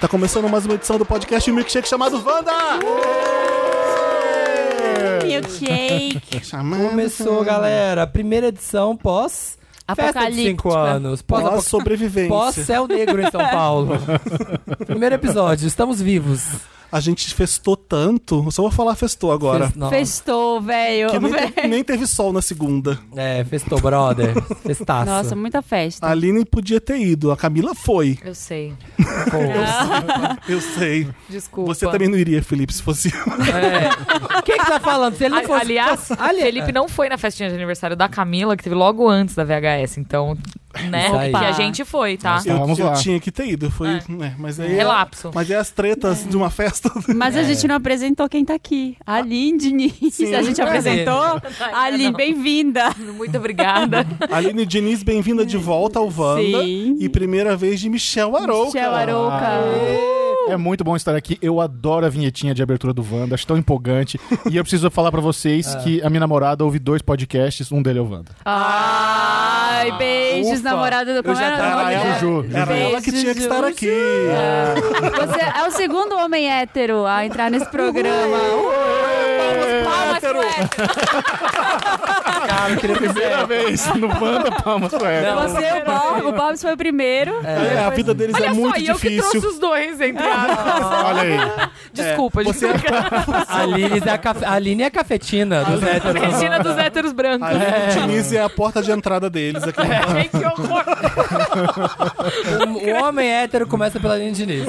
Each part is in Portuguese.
Tá começando mais uma edição do podcast um Milkshake chamado Wanda! Milkshake. Chamando Começou, galera. Primeira edição pós festa de 5 Apocalíptica. anos. Pós, Pós apoca- sobrevivência. pós céu negro em São Paulo. Primeiro episódio, estamos vivos. A gente festou tanto, eu só vou falar festou agora. Fez- nossa. Festou, velho. Que nem, Velho. teve, nem teve sol na segunda. É, festou, brother. Festaço. Nossa, muita A festa. Aline podia ter ido, a Camila foi. Eu sei. Pô. Eu sei. Desculpa. Você também não iria, Felipe, se fosse. É. Quem que tá falando? Se ele não A- fosse... Aliás, Ali- Felipe não foi na festinha de aniversário da Camila, que teve logo antes da VHS. Então, né? Isso aí. Que a gente foi, tá? Eu, Então, vamos eu lá. tinha que ter ido. Foi. é, mas aí. Relapso. Mas é as tretas de uma festa. Mas a gente não apresentou quem tá aqui. Aline Diniz. Sim. A gente apresentou. Aline, bem-vinda. Muito obrigada. Aline Diniz, bem-vinda de volta ao Wanda. Sim. E primeira vez de Michel Arouca. Michel Arouca. É muito bom estar aqui. Eu adoro a vinhetinha de abertura do Wanda, acho tão empolgante. e eu preciso falar pra vocês É. que a minha namorada ouve dois podcasts, um dele é o Wanda. Ai, beijos, Ufa. namorada do... Eu já era o tava- nome Era dela? ela, Juju, era Juju. ela que tinha que estar aqui. Ah. Você é o segundo homem hétero a entrar nesse programa. É, Uh, Palmas pro Hétero. Cara, eu queria dizer... Primeira vez no Wanda, palmas pra ela. Você e o Bob. O Bob foi o primeiro. É, a vida deles é Olha muito só, e eu que difícil. trouxe os dois, então. entre aspas. Olha aí. Desculpa, gente. A Aline é a, caf... a Aline é a cafetina dos héteros. Cristina dos héteros brancos. A Aline Diniz é a porta de entrada deles aqui. Ai, que horror. O homem hétero começa pela Aline Diniz.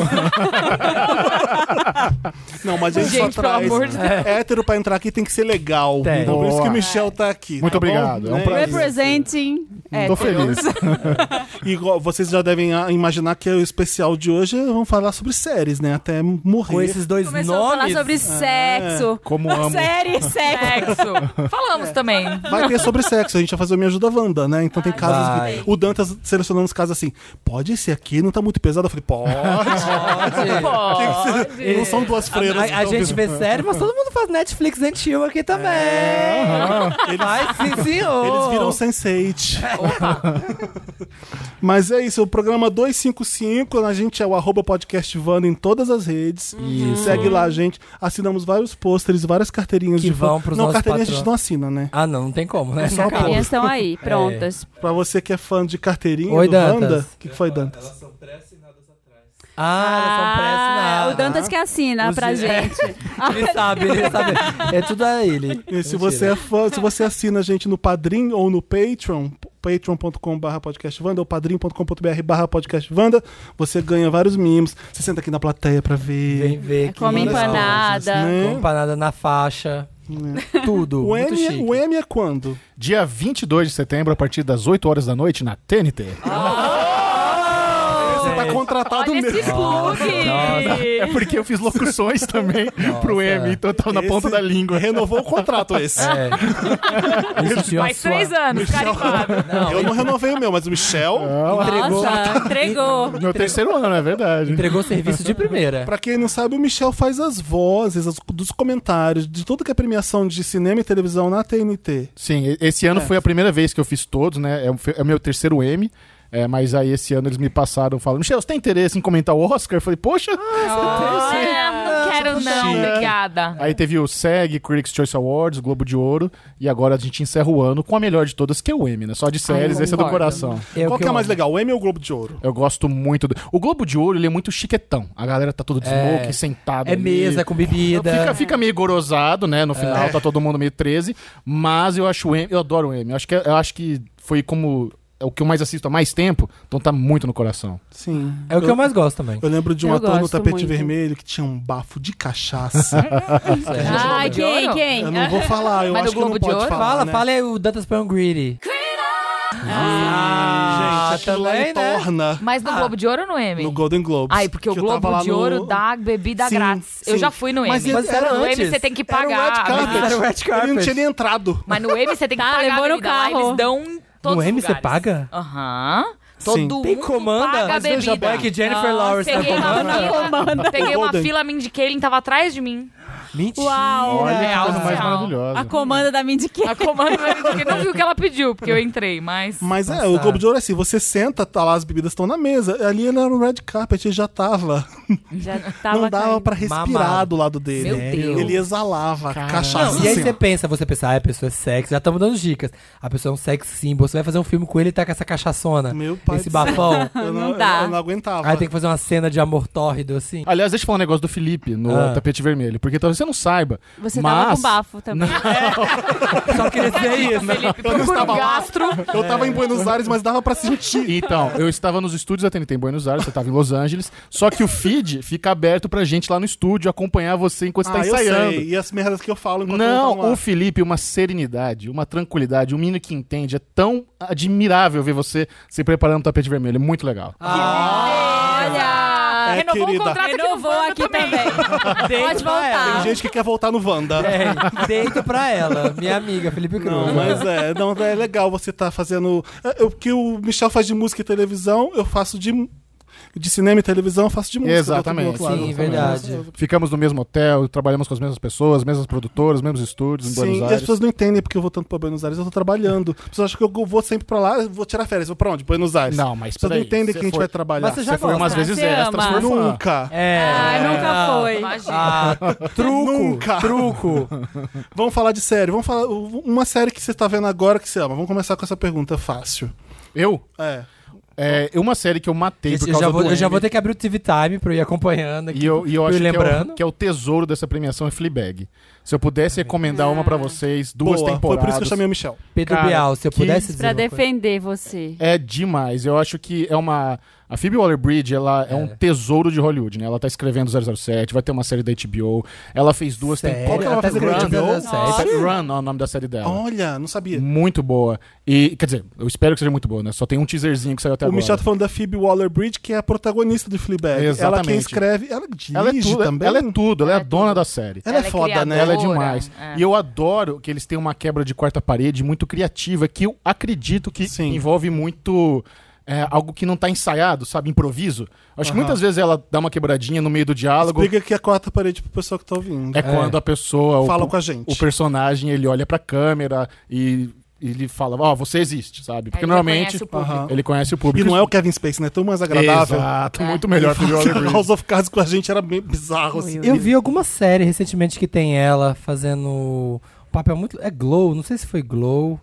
Não, mas a gente, Gente, só pelo traz. amor de É Hétero pra entrar aqui tem que ser legal. Tem. Então por isso Boa. que o Michel tá Então, aqui. Muito tá bom? obrigado, é um Né? prazer. Representing. Tô héteros. feliz. E igual, vocês já devem ah, imaginar que o especial de hoje vamos falar sobre séries, né? Até morrer. Com esses dois Começou a falar nomes... É. sobre sexo. Tá Como amo. Série, sexo. Sexo. Falamos também. Vai ter sobre sexo, a gente vai fazer o Me Ajuda Wanda, né? Então tem casos. vai. O Dantas tá selecionando os casos assim: pode esse aqui, não tá muito pesado? Eu falei: pode. Tipo, Pode. Pode. não são duas freiras. A, que a tão gente vindo. vê série, mas todo mundo faz Netflix and chill aqui também. Mas sim, senhor. Eles É, viram Sense8. É, Mas é isso, o programa 255, a gente é o arroba podcast Wanda em todas as redes. Segue lá, a gente. Assinamos vários pôsteres, várias carteirinhas Que de fã. vão pros Não, nossos carteirinha a patrões. gente não assina, né? Ah, não, não tem como, né? só As minhas estão É. aí, prontas. Pra você que é fã de carteirinha Oi, do Wanda, Dantas. o que, que foi, Dantas? são pré-assinadas atrás. Ah, elas o são pré-assinadas. Dantas que assina Os pra de- é. gente. Ele sabe, ele sabe. É tudo a ele. E se você é fã, se você assina a gente no Padrim ou no Patreon, patreon.com.br podcastvanda ou padrim.com.br barra podcastvanda, você ganha vários mimos. Você senta aqui na plateia pra ver. né? Vem ver que Come maravilha. empanada. Come empanada na faixa. Tudo. O muito M, é- chique. o M é quando? Dia 22 de setembro, a partir das 8 horas da noite, na TNT. Você É. tá assim, contratado Olha esse mesmo. plug. É porque eu fiz locuções também pro M, então eu tava na ponta Esse da língua. Renovou o contrato esse. É. Isso tinha uma Mais três sua- anos, carimbado. Eu não renovei o meu, mas o Michel. Entregou, Nossa, entregou. Meu terceiro ano, é verdade. entregou serviço de primeira. Pra quem não sabe, o Michel faz as vozes as- dos comentários de tudo que é premiação de cinema e televisão na TNT. Sim, e- esse ano É. foi a primeira vez que eu fiz todos, né? É o fe- É o meu terceiro M. é, mas aí esse ano eles me passaram falando, Michel, você tem interesse em comentar o Oscar? Eu falei, poxa! Ah. Olha, não quero não, Chique. obrigada. Aí teve o SEG, Critics' Choice Awards, Globo de Ouro, e agora a gente encerra o ano com a melhor de todas, que é o M, né? Só de séries, esse é do concordo. coração. Qual que é eu mais amo. legal, o M ou o Globo de Ouro? Eu gosto muito do. O Globo de Ouro, ele é muito chiquetão. A galera tá todo de É. smoke, sentado. É ali. mesa com bebida. Fica, fica meio gorosado, né? No final É. tá todo mundo meio 13. Mas eu acho o M, eu adoro o M. Eu acho que, eu acho que foi como. É o que eu mais assisto há mais tempo, então tá muito no coração. Sim. É o que eu mais gosto também. Eu lembro de um Eu ator no gosto tapete muito. vermelho que tinha um bafo de cachaça. Ai, quem, Ouro? quem? eu não vou falar, eu Mas acho no que não Globo de pode Ouro? falar. Fala, né? fala aí o Dantas Pão Greedy. Ah, Gente, aquilo lá também, né? entorna Mas no Globo de Ouro ou no M? no Golden Globes. Ai, porque o que eu tava Globo lá de no- Ouro dá bebida Sim, grátis. Eu sim. já fui no Mas M. ele- era no antes. M você tem que Era o pagar. Red mas- Carpet. Era o Red Ele não Carpet. tinha nem entrado. Mas no M você tem que Tá, pagar a levou no bebida. Lá carro. eles dão em todos No os M você lugares. paga? Aham. Todo Sim. mundo Tem comanda? paga a Mas veja bebida. bem que Jennifer Lawrence tá peguei uma comanda. fila, comanda. Peguei uma Golden. fila, me indiquei, ele tava atrás de mim. Mentira. Uau. Olha que Real é coisa mais oficial. maravilhosa. A comanda da Mindy Kaling. A comanda que não viu o que ela pediu, porque eu entrei, mas. Mas é, o Passado. Globo de Ouro é assim, você senta, tá lá, as bebidas estão na mesa. Ali ele era no red carpet, ele já tava. Ah, Já tava não dava caindo. pra respirar Mamado. do lado dele. Meu Deus. Ele exalava cachaça. Não, e aí assim, você ó. pensa, você pensa, ah, a pessoa é sexy, já estamos dando dicas. A pessoa é um sex symbol, você vai fazer um filme com ele e tá com essa cachaçona, Meu pai esse do céu. bafão. Eu Não não, eu dá. não- eu não aguentava. Aí tem que fazer uma cena de amor tórrido, assim. Aliás, deixa eu falar um negócio do Felipe no Ah. tapete vermelho, porque talvez você não saiba. Você mas... tava com bafo também. Só queria dizer isso. Felipe, procura o estava lá. gastro. Eu tava É. em Buenos Aires, mas dava pra sentir. Então, eu estava nos estúdios da TNT em Buenos Aires, você estava em Los Angeles, só que o feed fica aberto pra gente lá no estúdio acompanhar você enquanto você ah, tá eu ensaiando. sei. E as merdas que eu falo enquanto eu não tava Não, um lá. o Felipe, uma serenidade, uma tranquilidade, um menino que entende. É tão admirável ver você se preparando no tapete vermelho. É muito legal. Ah, Olha! É, Ah, Renovou querida. o contrato Renovou aqui também. Pode Tem voltar. gente que quer voltar no Wanda. É, deito pra ela, minha amiga, Felipe Cruz. Não, mas é, não, é legal você tá fazendo. é, é O que o Michel faz de música e televisão, eu faço de. De cinema e televisão, eu faço de música. Exatamente. do outro- do outro Sim, lado. verdade. Ficamos no mesmo hotel, trabalhamos com as mesmas pessoas, mesmas produtoras, mesmos estúdios em Sim, Buenos e Aires. as pessoas não entendem porque eu vou tanto pra Buenos Aires, eu tô trabalhando. As pessoas acham que eu vou sempre pra lá, eu vou tirar férias. Vou pra onde? Buenos Aires. Não, mas As pessoas não peraí, entendem você que a gente foi- vai trabalhar. Mas você Você já foi umas gosta. vezes Você extras, ama. foi fã. Nunca. É. Ah, Ai, Ah, nunca foi. Imagina. Ah, truco, Nunca. truco. Vamos falar de série. Vamos falar uma série que você tá vendo agora que você ama. Vamos começar com essa pergunta fácil. Eu? É. É, uma série que eu matei por Gente, eu, causa já vou, do eu já M. vou ter que abrir o TV Time pra eu ir acompanhando aqui. E eu, e eu pra acho que é, lembrando. É. o, que é o tesouro dessa premiação é Fleabag. Se eu pudesse recomendar uma pra vocês, duas É. Boa. temporadas. Foi por isso que eu chamei o Michel. Pedro Cara, Bial, se eu que- pudesse dizer Pra uma coisa. defender você. É demais. Eu acho que é uma. A Phoebe Waller-Bridge, ela é. um É. tesouro de Hollywood, né? Ela tá escrevendo 007, vai ter uma série da HBO. Ela fez duas Sério? temporadas. Qual que ela Tá fez? escrevendo Run? 17? Nossa. Run é o nome da série dela. Olha, não sabia. Muito boa. E, quer dizer, eu espero que seja muito boa, né? Só tem um teaserzinho que saiu até o agora. Michel tá falando da Phoebe Waller-Bridge, que é a protagonista do Fleabag. Ela Exatamente. quem escreve, ela dirige Ela é tudo, também. ela é tudo, ela é a dona da série. Ela é foda, né? Ela é criadora, demais. é. E eu adoro que eles têm uma quebra de quarta parede muito criativa, que eu acredito que Sim. envolve muito é, algo que não tá ensaiado, sabe? Improviso. Acho que Aham. muitas vezes ela dá uma quebradinha no meio do diálogo. Explica que é quarta parede pro pessoal que tá ouvindo. É quando a pessoa. o- Fala com a gente. O personagem, ele olha pra câmera e. e Ele fala, ó, você existe, sabe? Porque Aí ele normalmente reconhece o público. Aham. ele conhece o público. E não é o Kevin Space, né? Tão mais agradável. Exato, muito melhor que o Jordan Green. House of Cards com a gente era bem bizarro, assim. Eu vi alguma série recentemente que tem ela fazendo um papel muito. É Glow, não sei se foi Glow.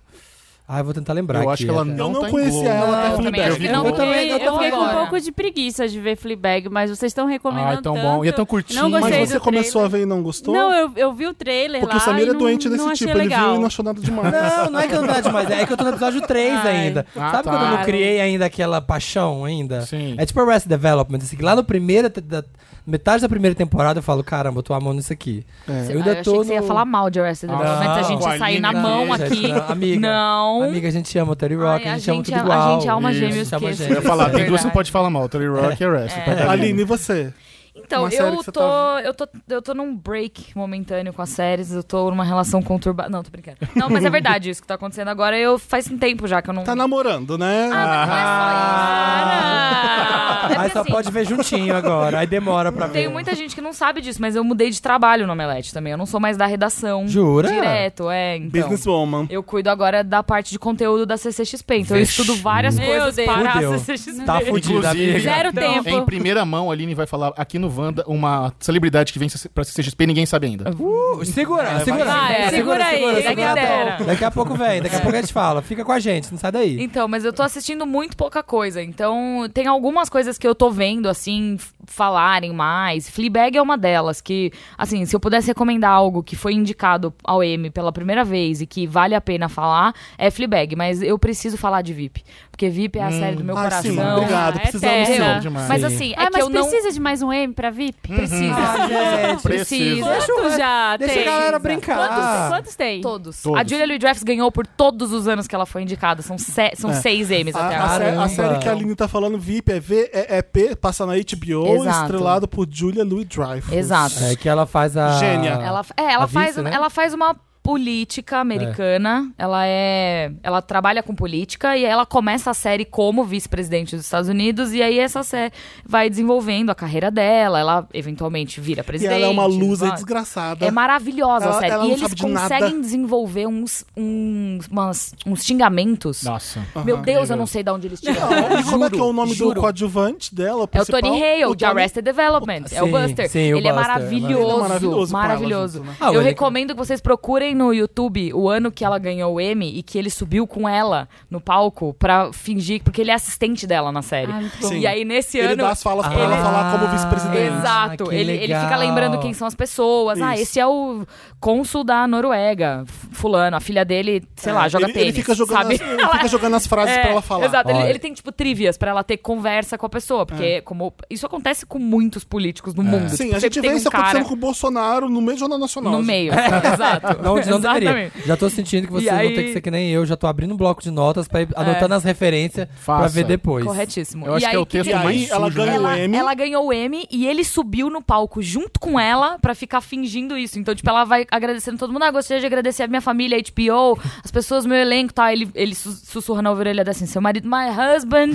Ah, eu vou tentar lembrar. Eu aqui, acho que ela até. Eu Não não tá em conhecia Globo. ela até Eu também Fleabag. acho Eu que vi não como- vi. Eu também- eu eu Fiquei fiquei com um agora. pouco de preguiça de ver Fleabag, mas vocês estão recomendando Ai, tão tanto. bom. E é tão curtinho. Não gostei Mas do você começou a trailer. ver e não gostou? Não, eu, eu vi o trailer Porque lá o Samir e é não- doente não desse achei tipo. Ele legal. viu e não achou nada demais. Não, não é que eu não tô demais, é que eu tô no episódio 3 Ai, ainda. ah, Sabe quando eu não tá. criei ainda aquela paixão ainda? Sim. É tipo Arrested Development, assim, que lá no primeiro, da, metade da primeira temporada eu falo, caramba, eu tô amando isso aqui. É. Eu ah, Eu, ainda achei tô que você ia no- falar mal de Arrested Ah, Development, a gente ia Aline, sair na né? mão Gente, aqui. não, amiga. não. Amiga, a gente ama o Terry Rock, Ai, a, gente ama tudo a- igual. A gente ama Isso. gêmeos. Chama que- gêmeos. Eu ia falar, tem duas que Verdade. não pode falar mal, Terry Rock e Arrested. É. Tá valendo. Aline, e você? Então, Uma série eu que você tô, tá eu, tô, eu tô num break momentâneo com as séries, eu tô numa relação conturbada. Não, tô brincando. Não, mas é verdade isso que tá acontecendo agora. Eu faz um tempo já que eu não. Tá namorando, né? Ah, é mas não é Ah. só isso. Ana! É Aí porque, só assim, pode ver juntinho agora, aí demora pra ver. Tem muita gente que não sabe disso, mas eu mudei de trabalho no Omelete também. Eu não sou mais da redação. Jura? um Direto, é. Então. Businesswoman. Eu cuido agora da parte de conteúdo da CCXP. Então Vixe. eu estudo várias Meu coisas Deus. para Fudeu. a CCXP. Tá fudida, Inclusive- amiga. Zero Não. tempo. Em primeira mão, a Aline vai falar aqui no Wanda uma celebridade que vem pra CCXP e ninguém sabe ainda. Uh, segura, segura, vai. segura, Vai, segura, segura aí, É. segura, daqui a segura. pouco. Daqui a pouco vem, daqui a pouco a gente fala. Fica com a gente, não sai daí. Então, mas eu tô assistindo muito pouca coisa. Então, tem algumas coisas que eu tô vendo, assim, f- falarem mais. Fleabag é uma delas, que, assim, se eu pudesse recomendar algo que foi indicado ao M pela primeira vez e que vale a pena falar, é Fleabag. Mas eu preciso falar de VIP. Porque VIP é a série do meu ah, coração. sim, obrigado. é Precisamos terra. sim. Demais. Mas Sim. assim, é, Ah, que mas eu não... Ah, precisa de mais um M pra VIP? Uhum. Precisa. Ah, gente, Precisa. Precisa. Deixa o- Quanto já deixa a tem? galera brincar. Ah. Quantos, quantos tem? Todos. Todos. A Julia Louis-Dreyfus ganhou por todos os anos que ela foi indicada. São, se- são É. seis M's A, até a sé- agora. a Caramba. série que a Aline tá falando, VIP, é V, é EP, passa na HBO, Exato. estrelado por Julia Louis-Dreyfus. Exato. É que ela faz a. Gênia. Ela, é, A ela faz, vice, né? ela faz uma É. política americana. Ela é. Ela trabalha com política e ela começa a série como vice-presidente dos Estados Unidos. E aí essa série vai desenvolvendo a carreira dela. Ela eventualmente vira E presidente. ela é uma loser vai- desgraçada. é maravilhosa Ela- a série. ela e não eles sabe de conseguem nada. desenvolver uns, uns, umas- uns xingamentos. Nossa. Meu Aham. Deus, eu não sei de onde eles tiram. E como é que é o nome juro. do coadjuvante dela? É o principal? Tony Hale, Tony- de Arrested Development. é o Sim, Buster. sim, o ele Buster, é é maravilhoso. maravilhoso. né? Ele é maravilhoso com ela maravilhoso. junto, né? Ah, Eu ele- recomendo que vocês procurem no YouTube o ano que ela ganhou o Emmy e que ele subiu com ela no palco pra fingir, porque ele é assistente dela na série. Ah, muito bom. Sim. E aí, nesse Ele ano. dá as falas pra ela ele- é falar como vice-presidente. Exato. que ele, ele fica legal. lembrando quem são as pessoas. Ah, Isso. esse é o cônsul da Noruega, fulano. A filha dele, sei lá, É, joga ele, tênis. Ele fica jogando, sabe? As, ele fica jogando as frases É, pra ela falar. Exato, ele, Olha. ele tem tipo trivias pra ela ter conversa com a pessoa, porque como isso acontece com muitos políticos no mundo. É. Sim, Tipo, a sempre gente tem vê um isso cara acontecendo com o Bolsonaro no meio do Jornal Nacional. no meio. Exato. Não, não deveria. Exatamente. Já tô sentindo que vocês aí- É. vão ter que ser que nem eu. Já tô abrindo um bloco de notas pra ir anotando as referências pra Faça. ver depois. Corretíssimo. Eu acho e aí, que é o que texto E aí mais ela sujo, né? ganha o ela, Emmy. ela ganhou o Emmy e ele subiu no palco junto com ela pra ficar fingindo isso. Então, tipo, ela vai agradecendo todo mundo. Ah, gostaria de agradecer a minha família, a HBO, as pessoas, meu elenco, tá? Ele, ele su- sussurra na orelha dela assim, seu marido, my husband,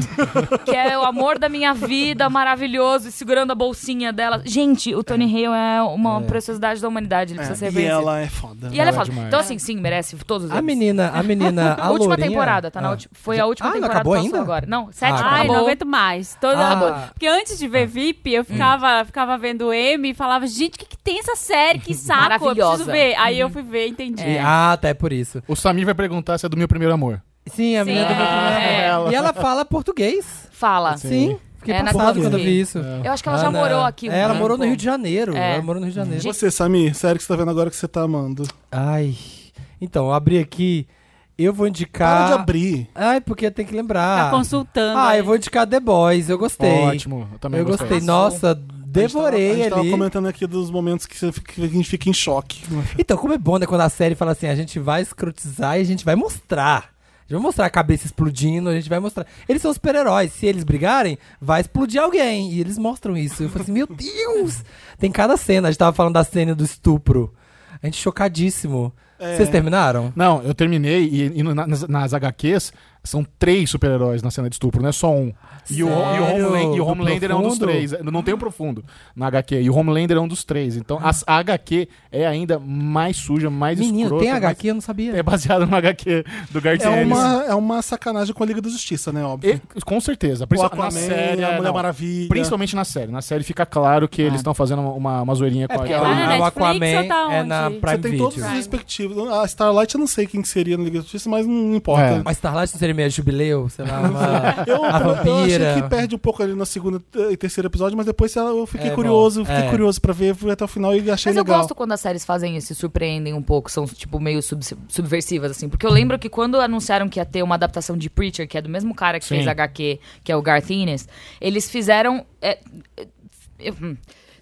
que é o amor da minha vida, maravilhoso, e segurando a bolsinha dela. Gente, o Tony Hale é uma preciosidade da humanidade, ele precisa ser É, e reconhecido. ela é foda. E ela é Ela é foda. demais. Então, assim, sim, merece todos eles. A menina, a menina, a última lourinha- temporada, tá? Na Ah. ulti- Foi a última Ah, não temporada acabou passou ainda? agora. Não, sétima. Ah, Ai, acabou. não aguento mais. Toda... Ah. Porque antes de ver VIP, Hum. eu ficava, ficava vendo o M e falava, gente, o que, que tem essa série? Que saco, eu preciso Maravilhosa. Uhum. ver. Aí eu fui ver e entendi. E- Ah, tá, é por isso. O Samir vai perguntar se é do meu primeiro amor. Sim, a menina do meu primeiro é. amor. E ela fala português. Fala. Sim. Fiquei É, na passado Globo. quando eu vi isso. Eu acho que ela já Ana- morou aqui. um É, ela tempo. morou no Rio de Janeiro. É. Ela morou no Rio de Janeiro. E Você, Samir, sério que você tá vendo agora que você tá amando. Ai. Então, eu abri aqui. Eu vou Para indicar. de abrir. Ai, porque tem que Tá lembrar. consultando. Ah, aí. eu vou indicar The Boys. Eu gostei. Ótimo. Eu também Eu gostei. gostei. Nossa, A gente tava- devorei A gente tava ali. comentando aqui dos momentos que, você fica- que a gente fica em choque. Então, como é bom, né, quando a série fala assim, a gente vai escrotizar e a gente vai mostrar. A gente vai mostrar a cabeça explodindo, a gente vai mostrar. Eles são super-heróis, se eles brigarem, vai explodir alguém. E eles mostram isso. Eu falei assim, meu Deus! Tem cada cena, a gente tava falando da cena do estupro. A gente chocadíssimo. É. Vocês terminaram? Não, eu terminei e, e no- nas, nas HQs são três super-heróis na cena de estupro, não é só um. E o, e o Sério? Homeland- e o Do Homelander é um dos profundo? três. Não tem o profundo na HQ. E o Homelander é um dos três. Então as- a HQ é ainda mais suja, mais Menino, escrota. tem mais- HQ? Eu não sabia. É baseada no HQ do É Guardians. uma, é uma sacanagem com a Liga da Justiça, né? Óbvio. E- com certeza. o Principalmente Aquaman, na série. a é, Mulher não. Maravilha. Principalmente na série. Na série fica claro Ah. que eles estão fazendo uma, uma É, zoeirinha com a porque Tá aquela- na o Netflix Aquaman ou tá é onde? na Você Prime Você tem todos Video. os Prime. respectivos. A Starlight eu não sei quem que seria na Liga da Justiça, mas não importa. A Starlight não seria meio é jubileu, sei lá, uma- Eu, a eu achei que vampira. perde um pouco ali no segundo e terceiro episódio, mas depois eu fiquei É, bom, curioso, fiquei é. curioso pra ver, fui até o final e achei Mas eu legal. gosto quando as séries fazem isso, e surpreendem um pouco, são tipo meio sub- subversivas assim, porque eu lembro que quando anunciaram que ia ter uma adaptação de Preacher, que é do mesmo cara que Sim. fez HQ, que é o Garth Ennis, eles fizeram é, é, eu- hum,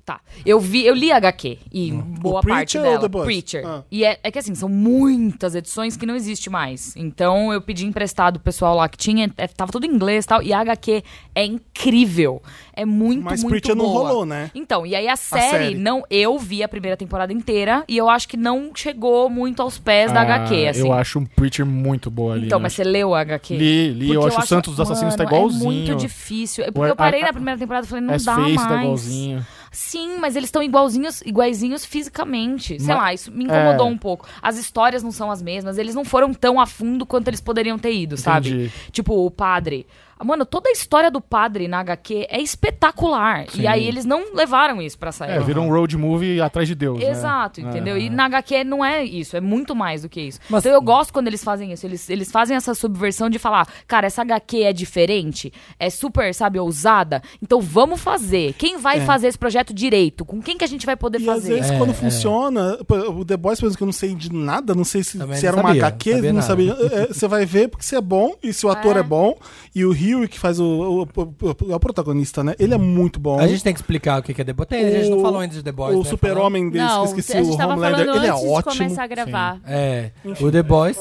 Tá. Eu vi, eu li HQ e Hum. boa parte Preacher ou dela, The Boys? Preacher. Ah. E é, é que assim, são muitas edições que não existe mais. Então eu pedi emprestado o pessoal lá que tinha, é, tava tudo em inglês e tal, e a HQ é incrível. É muito, Mas muito Preacher não boa. rolou, né? Então, e aí a série, série. não, eu vi a primeira temporada inteira e eu acho que não chegou muito aos pés da Ah, HQ, assim. Eu acho um Preacher muito boa ali. Então, né? mas você leu a HQ? Li, li. Porque eu acho o Santos dos Assassinos tá mano, igualzinho. É muito difícil. É O- Porque eu parei a- na primeira temporada e falei, não As dá Face mais. tá igualzinho. Sim, mas eles estão igualzinhos, iguaizinhos fisicamente. Sei Mas- lá, isso me incomodou é. um pouco. As histórias não são as mesmas, eles não foram tão a fundo quanto eles poderiam ter ido, sabe? Entendi. Tipo, o padre. Ah, Mano, toda a história do padre na HQ é espetacular. E Sim. aí eles não levaram isso pra sair. É, virou um road movie atrás de Deus. né? Exato, É. entendeu? E na HQ não é isso, é muito mais do que isso. Mas- Então eu gosto quando eles fazem isso, eles, eles fazem essa subversão de falar, cara, essa HQ é diferente, é super, sabe, ousada, então vamos fazer. Quem vai fazer esse projeto direito? Com quem que a gente vai poder É. E às fazer? vezes, É, quando é. funciona, pô, o The Boys, por exemplo, que eu não sei de nada, não sei se, Também se não era uma sabia, HQ, sabia não nada. sabia. É, é, Você vai ver porque você é bom, e se o ator é, bom, e o Hugh, que faz o, o, o- o protagonista, né? Ele é muito bom. Uhum. A gente tem que explicar o que que é The Boys. Tem, a gente não O- falou ainda de The Boys. O né? super-homem um deles, que Não, eu esqueci a o é gente tava Homelander, falando ele é antes de ótimo. começar a gravar. É, o The Boys.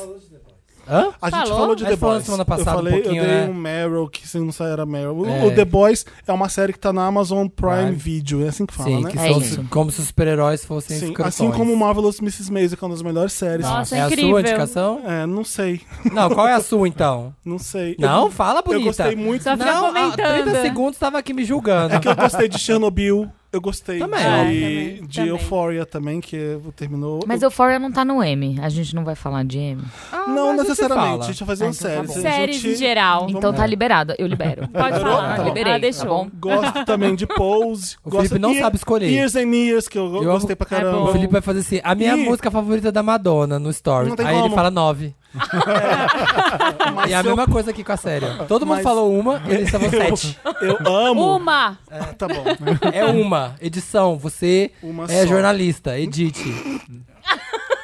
Hã? A gente Falou? falou de Mas The falou Boys. semana passada um eu falei, pouquinho, eu dei né? um Meryl, que se não sair era Meryl. O- É. O The Boys é uma série que tá na Amazon Prime Prime. Video, é assim que fala, Sim, né? que É são isso. como se os super-heróis fossem Sim, os assim cartões. como Marvelous Mrs. Maisel, que é uma das melhores séries. Nossa, é a incrível. sua indicação? É, não sei, Não, qual é a sua então? não sei. Não, eu, fala eu bonita. gostei muito. Só fica não, há comentando. 30 segundos tava aqui me julgando. É que eu gostei de Chernobyl, eu gostei Também. de, É, também, de também. Euphoria também, que terminou. Mas Ah, Euphoria não tá no M. A gente não vai falar de M. Não mas a gente necessariamente, fala. a gente vai fazer Ah, uma então tá série. bom. a Séries em gente- geral. Vamos Então lá. tá liberado. Eu libero. Pode é. Liberou? falar. Tá bom. Liberei, Ela deixou. tá Gosto também de Pose. O gosto Felipe não Year- sabe escolher. Years and Years, que eu, Eu gostei amo- pra é caramba. bom. O Felipe vai fazer assim, a minha Ih. música favorita da Madonna no story. Não tem Aí ele como. É. fala nove. Mas e é a eu- mesma coisa aqui com a série. ó. Todo mundo Mas- falou uma, ele estava sete. Eu amo. Uma! Ah, tá bom. É uma. Edição, você Uma é só. jornalista, edite.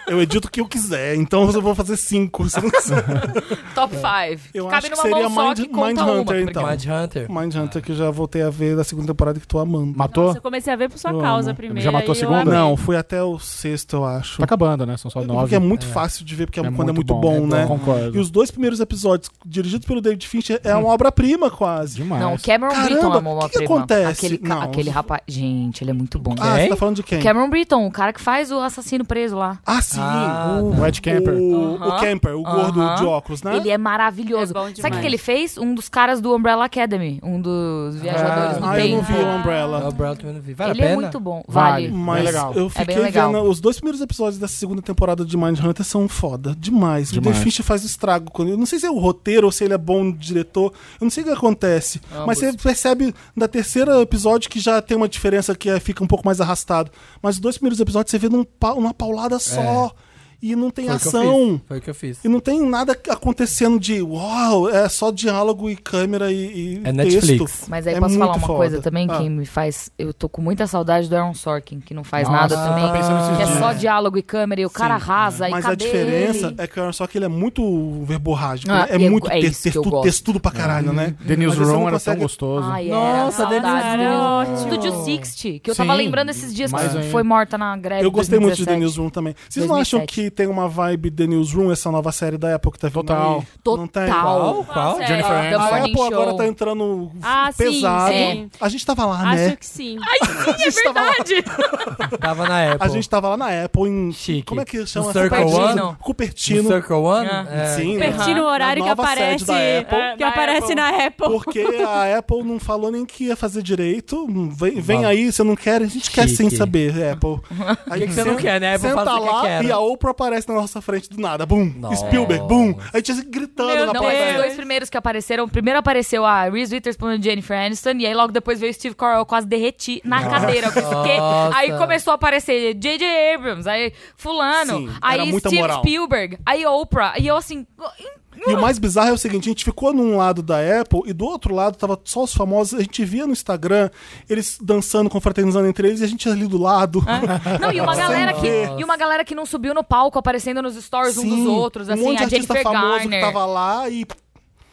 Eu edito o que eu quiser, então eu vou fazer cinco. Top 5. Eu Cabe acho que numa seria mão só Mind- que conta Mindhunter, uma. então. porque- Mind Hunter. Mindhunter, que eu já voltei a ver da segunda temporada que tô amando. Matou? Então, Nossa, eu comecei a ver por sua Eu causa amo. primeiro. Já matou a segunda? Não, fui até o sexto, eu acho. Tá acabando, né? São só nove. Porque é muito fácil de ver, porque é quando é muito bom, né? Concordo. E os dois primeiros episódios, dirigidos pelo David Fincher, é uma obra-prima quase. Demais. Não, Cameron Caramba, Britton amou o uma que que prima. acontece? Aquele, ca- Não. aquele rapaz. Gente, ele é muito bom. Ah, Quem? você tá falando de quem? Cameron Britton, o cara que faz o assassino preso lá. Ah, sim. Ah, o, tá. Red Camper. O, o Aham. Camper, o gordo Aham. de óculos, né? Ele é maravilhoso. É bom Sabe o que demais. que ele fez? Um dos caras do Umbrella Academy. Um dos viajadores Ah, do Ah, eu tempo. não vi o Umbrella. É o Brown também não vi. Vale ele a pena? é muito bom. Vale. Vale. Mas Bem legal. eu É bem fiquei legal. vendo. Os dois primeiros episódios da segunda temporada de Mindhunter são foda. Demais. O Demais. The Fincher faz estrago. quando- Eu não sei se é o roteiro ou se ele é bom diretor. Eu não sei o que acontece. É Mas você percebe na terceira episódio que já tem uma diferença que é- fica um pouco mais arrastado. Mas os dois primeiros episódios você vê num pa- numa paulada só. E não tem É. Foi o que eu ação. fiz. Foi o que eu fiz. E não tem nada acontecendo de uau, é só diálogo e câmera e, e É texto. Netflix. Mas aí É posso falar muito uma foda. coisa também Ah. que me faz. Eu tô com muita saudade do Aaron Sorkin, que não faz nada Nossa, também. tô pensando esses que é dias. só diálogo e câmera e o cara arrasa e Mas a cadê diferença ele? é que o Aaron Sorkin ele é muito verborrágico. Ah, né? é e é- muito é texto, isso que eu textudo, gosto. textudo pra caralho, né? The Mas você Newsroom não era tão consegue- gostoso. Ai, Nossa, era, saudades Dennis do Rodman. Dennis- Studio 60, que eu Sim, tava lembrando esses dias mais que ainda. foi morta na greve. Eu gostei muito de The 2017. Newsroom também. Vocês não acham 2007. que tem uma vibe The Newsroom, essa nova série da Apple que tá vindo Total. aí? Não tem? Total. Qual? Qual? Nossa, Jennifer é. Aniston. A Morning Apple agora Show. tá entrando Ah, sim, pesado. sim. A gente tava lá, Acho né? que sim. a, gente tava É lá, Tava na a Apple. gente tava lá na Apple em... Chique. Como é que chama? No Circle Cupertino. One? No Cupertino. Circle One? Ah. É. Sim. né? Perdi no horário que Na nova sede aparece. da Apple. é, que Na aparece Apple. na Apple. Porque a Apple não falou nem que ia fazer direito. Vem, vem Vale. aí, você não quer, a gente quer Chique. sem saber, é, Apple. Aí que que você não quer, né? A Apple senta fala o que lá quer. e a Oprah aparece na nossa frente do nada. Bum! Nossa. Spielberg, bum! A gente assim, gritando Meu na Não, plateia. Deus. esses dois primeiros que apareceram, primeiro apareceu a Reese Witherspoon e a Jennifer Aniston, e aí logo depois veio o Steve Carell, eu quase derreti na cadeira. Porque Nossa. aí começou a aparecer J.J. Abrams, aí fulano, Sim, era aí muita Steve moral. Spielberg, aí Oprah, e eu assim... E o mais bizarro é o seguinte: a gente ficou num lado da Apple e do outro lado tava só os famosos. A gente via no Instagram eles dançando, confraternizando entre eles e a gente ali do lado. Não, e uma, galera que, ver. e uma galera que não subiu no palco, aparecendo nos stories um Sim, dos outros, assim, um monte de a artista Jennifer famoso Garner, que tava lá e,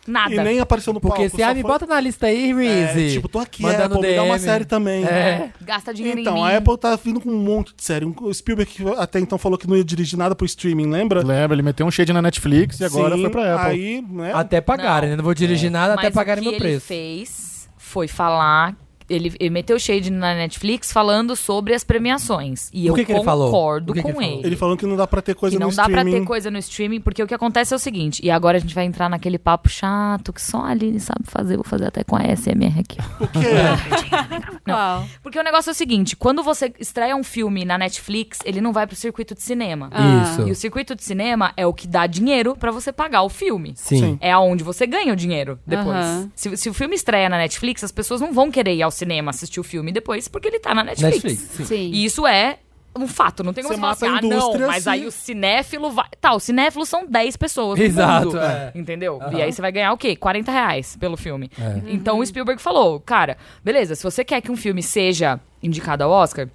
nada. e nem apareceu no Porque palco. se só ah, me foi- bota na lista aí, Reese. É, tipo, tô aqui, Mandando Apple, me dá uma DM. série também. É. Gasta dinheiro em Então, mim. a Apple tá vindo com um monte de série. O Spielberg que até então falou que não ia dirigir nada pro streaming, lembra? Lembra, ele meteu um shade na Netflix e agora Sim, foi pra Apple. Aí, né? Até pagarem, né? Não vou dirigir nada até Mas pagarem o que meu ele preço. fez foi falar. Ele, ele meteu shade na Netflix falando sobre as premiações. E O eu que que ele falou? concordo O que que ele com falou? ele. Ele falou que não dá pra ter coisa que não no dá pra streaming. ter coisa no streaming, porque o que acontece é o seguinte, e agora a gente vai entrar naquele papo chato que só a Aline sabe fazer, vou fazer até com a SMR aqui. O quê? Qual? Porque o negócio é o seguinte, quando você estreia um filme na Netflix, ele não vai pro circuito de cinema. Ah. Isso. E o circuito de cinema é o que dá dinheiro pra você pagar o filme. Sim. Sim. É aonde você ganha o dinheiro depois. Aham. Se, se o filme estreia na Netflix, as pessoas não vão querer ir ao cinema assistir o filme depois, porque ele tá na Netflix. Netflix. sim. Sim. E isso é um fato, não tem como Você você falar mata assim, a ah, indústria, não, mas sim." aí o cinéfilo vai. Tá, o cinéfilo são 10 pessoas. no Exato, mundo, é. Entendeu? Aham. E aí você vai ganhar o quê? 40 reais pelo filme. Uhum. Então o Spielberg falou, cara, beleza, se você quer que um filme seja indicado ao Oscar.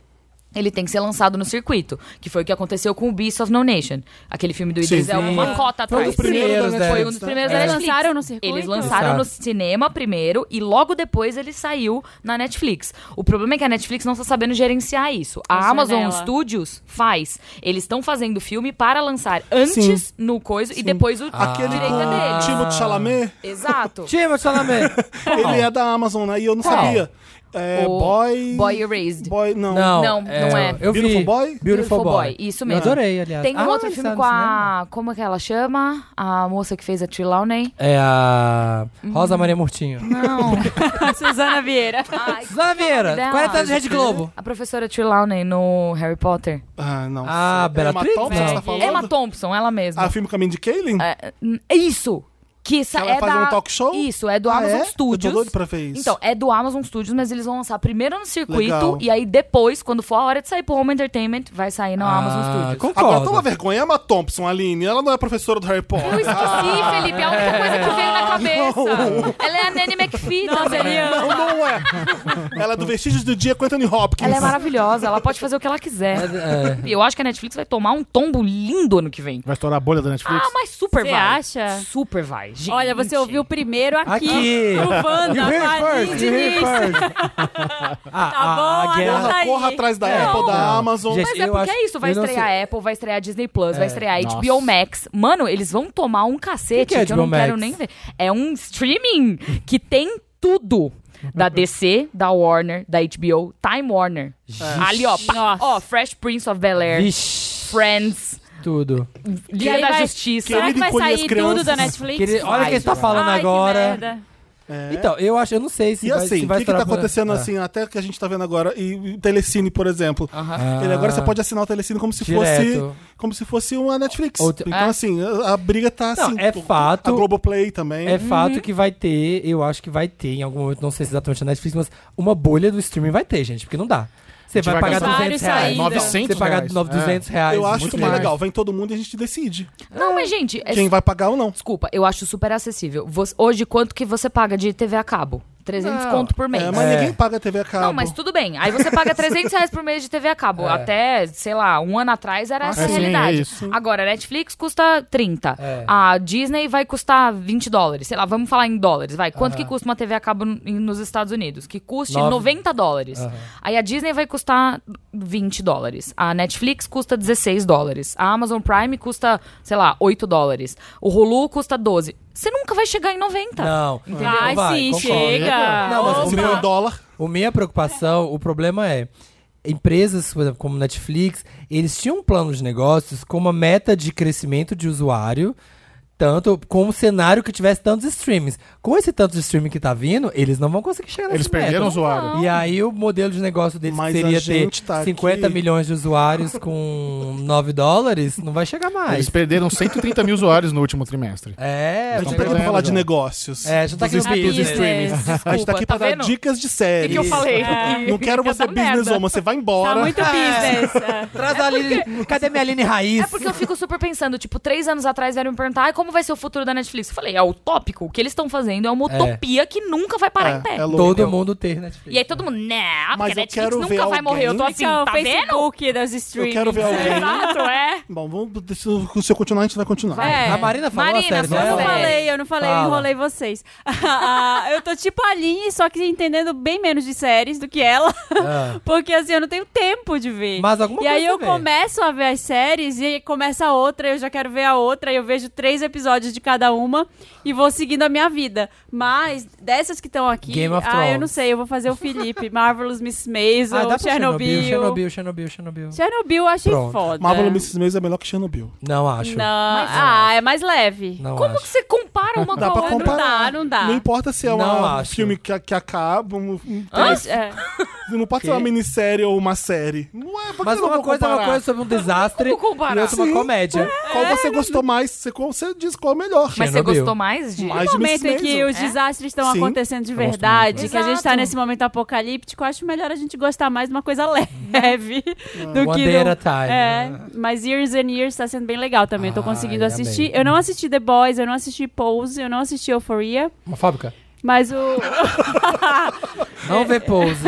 Ele tem que ser lançado no circuito, que foi o que aconteceu com o Beast of No Nation. Aquele filme do Idris Sim. Elba, uma Sim. cota Foi um dos atrás. primeiros da Foi um Netflix, dos né? primeiros da Eles Netflix. lançaram no circuito? Eles lançaram no cinema primeiro e logo depois ele saiu na Netflix. O problema é que a Netflix não está sabendo gerenciar isso. A Nossa, Amazon dela. Studios faz. Eles estão fazendo filme para lançar antes Sim. Ah. no coisa e depois o Aquele direito com é o deles. Timothée Chalamet, Exato. Timothée Chalamet. ele é da Amazon, né? E eu não Qual? sabia. É, O boy... Boy Erased. Boy, não. Não, Não, não é. Eu vi. Beautiful Boy? Beautiful Boy. Isso Eu mesmo. adorei, aliás. Tem um Ah, outro ele filme saiu com no cinema. a. Como é que ela chama? A moça que fez a Trelawney? É a Rosa Maria Murtinho. Não. Suzana Vieira. Ai, Zaveira, dela. 40 anos de Rede Globo. A professora Trelawney no Harry Potter. Ah, não. Ah, É Bella Emma Thorne? Thompson, É. você tá falando? Emma Thompson, ela mesma. Ah, filme Caminho de Kaylin? É, n- isso! Que essa Ela é faz da... um talk show? Isso, é do Ah, Amazon é? Studios. Eu tô doido pra ver isso. Então, é do Amazon Studios, mas eles vão lançar primeiro no circuito Legal. e aí depois, quando for a hora de sair pro Home Entertainment, vai sair no Amazon Ah, Studios. Agora, Concordo. toma vergonha, Emma Thompson, Aline. Ela não é professora do Harry Eu Potter. esqueci, Felipe. é A única coisa que veio na cabeça. Ela é a Nanny McPhee, tá vendo? Não, não é. Ela é do Vestígios do Dia com Anthony Hopkins. Ela é maravilhosa, ela pode fazer o que ela quiser. É, E eu acho que a Netflix vai tomar um tombo lindo ano que vem. Vai estourar a bolha da Netflix? Ah, mas super Você vai. acha? Super vai, gente. Olha, você ouviu primeiro aqui. Aqui. No Wanda. You hear Tá Aline first, you hear Diniz. first. Ah, Tá bom, a guerra... anota Porra, aí. corra atrás da É, Apple, da não. Amazon. Gente, então Mas é eu porque acho- é isso, vai eu não É, estrear Apple, vai estrear Disney Plus, vai estrear Nossa. HBO Max. Mano, eles vão tomar um cacete Que que é que, eu não HBO Max? quero nem ver. É um streaming que tem tudo. Da DC, da Warner, da HBO, Time Warner. Ali, ó, pá, Nossa. ó, Fresh Prince of Bel-Air, É. Vixe, Friends, tudo. Dia aí da vai- Justiça. Será que Querido vai encolher as sair tudo da crianças. Netflix? Queria- Olha o que Vai, ele tá falando Ai, que agora. merda. É. Então, eu acho, eu não sei se E vai, assim, se o vai que, que tá estourar- acontecendo Ah. assim, até que a gente tá vendo agora, e o Telecine, por exemplo. Aham. Ele agora você pode assinar o Telecine como se fosse Ah. Direto. como se fosse uma Netflix. Outro- Então, É. assim, a, a briga tá Não, assim. é o- fato. A Globoplay também. É Uhum. fato que vai ter, eu acho que vai ter em algum momento, não sei se exatamente na Netflix, mas uma bolha do streaming vai ter, gente, porque não dá. Você A gente vai vai pagar gastar 200 reais. vários ainda. 900 Você pagar reais. 900 reais. Eu acho muito que é mais. legal. Vem todo mundo e a gente decide Não, mas gente, é quem vai pagar ou não. Desculpa, eu acho super acessível. Você- hoje, quanto que você paga de TV a cabo? 300 Não, conto por mês. É, mas É. ninguém paga TV a cabo. Não, mas tudo bem. Aí você paga 300 reais por mês de TV a cabo. Até, sei lá, um ano atrás era essa Ah, a sim, realidade. é isso. Agora, a Netflix custa 30. É. A Disney vai custar 20 dólares. Sei lá, vamos falar em dólares. Vai, quanto Aham. que custa uma TV a cabo n- nos Estados Unidos? Que custe Nove. 90 dólares. Aham. Aí a Disney vai custar 20 dólares. A Netflix custa 16 dólares. A Amazon Prime custa, sei lá, 8 dólares. O Hulu custa 12. Você nunca vai chegar em Ah, 90. Não. Ai, Tá. Vai, sim, concordo. chega. Não, mas Se o for meu, em É, um dólar. O minha preocupação, o problema é empresas, por exemplo, como Netflix, eles tinham um plano de negócios com uma meta de crescimento de usuário, tanto como um cenário que tivesse tantos streams. Com esse tanto de streaming que tá vindo, eles não vão conseguir chegar nessa Eles é perderam meta. o usuário. E aí o modelo de negócio deles Mas que a seria gente ter tá 50 aqui- milhões de usuários com 9 dólares, não vai chegar mais. Eles perderam 130 mil usuários no último trimestre. É, a gente tá não aqui pra perdendo, falar de já. negócios. É, já tá aqui no Dos business. business. Desculpa, a gente tá aqui pra dar vendo? dicas de séries. que eu falei? É. Não quero Eu você tava business merda. woman, você vai Tá embora. muito business. é. Traz a Aline. Cadê minha Aline Raiz? É porque eu fico super pensando, tipo, três anos atrás vieram me perguntar, "Ah, como vai ser o futuro da Netflix? Eu falei, é utópico. O que eles estão fazendo é uma utopia que nunca vai parar em pé. é, é louco. Todo mundo ter Netflix. E aí todo mundo, né, porque Mas a eu Netflix quero nunca ver vai alguém- morrer. Eu tô assim, Fica o tá vendo? Facebook das streamings. Eu quero ver alguém. Exato, é. Bom, vamos, se o- se eu continuar, a gente vai continuar. É. A Marina falou Marina, a série né? sua Eu não dela. série. falei, eu não falei, Fala. eu enrolei vocês. Ah, eu tô tipo a Aline, só que entendendo bem menos de séries do que ela. Ah. Porque assim, eu não tenho tempo de ver. Mas alguma e aí coisa eu vê. começo a ver as séries e aí começa outra, eu já quero ver a outra, e eu vejo três episódios de cada uma e vou seguindo a minha vida. Mas dessas que estão aqui, Game of ah, Thrones. eu não sei, eu vou fazer o Felipe, Marvelous Miss Maisel, Ah, dá pra Chernobyl. Chernobyl, Chernobyl, Chernobyl, Chernobyl. Chernobyl eu achei Pronto. foda. Marvel Mrs. Maisel é melhor que Chernobyl. Não acho. Não, Não, ah, é mais leve. Como que acho. você compara uma Dá com a pra outra? Não comparar. dá, não dá. Não importa se é um Não acho. filme que, que acaba, um- um- Mas, é. não pode ser uma minissérie ou uma série. Não é, por que Mas eu não uma vou coisa é uma comparar? coisa sobre um desastre e Como comparar? outra é uma Sim. comédia. Qual você gostou mais? Você, qual- você diz qual é o melhor. Mas você Chernobyl. gostou mais de... Mais No de Miss momento em que Maisel. os desastres estão Sim. acontecendo de gosto muito. verdade, que a gente está Exato. nesse momento apocalíptico, acho melhor a gente gostar mais de uma coisa leve do One que. Day do- at a É, Time. né? Ah, é mas Years and Years está sendo bem legal também. Eu tô Ai, conseguindo amei. assistir. Eu não assisti The Boys, eu não assisti Pose, eu não assisti Euphoria, Homofóbica? mas o. tá. Não vê pose.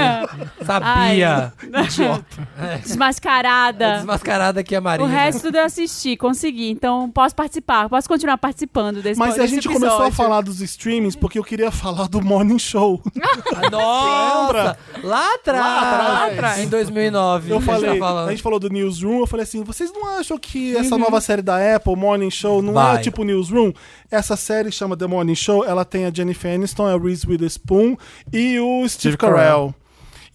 Sabia. É, Desmascarada. Desmascarada aqui a O Maria. né? resto tudo eu assisti, consegui. Então posso participar, posso continuar participando desse Mas a desse gente episódio. começou a falar dos streamings porque eu queria falar do Morning Show. Ah, Nossa! Lá atrás, Lá atrás. Em 2009. Eu a gente tá falei, falando. a gente falou do Newsroom, eu falei assim, vocês não acham que essa Uhum. nova série da Apple, Morning Show, não é Vai. tipo Newsroom? Essa série chama The Morning Show, ela tem a Jennifer Aniston, a Reese Witherspoon e o Steve, Steve Carell.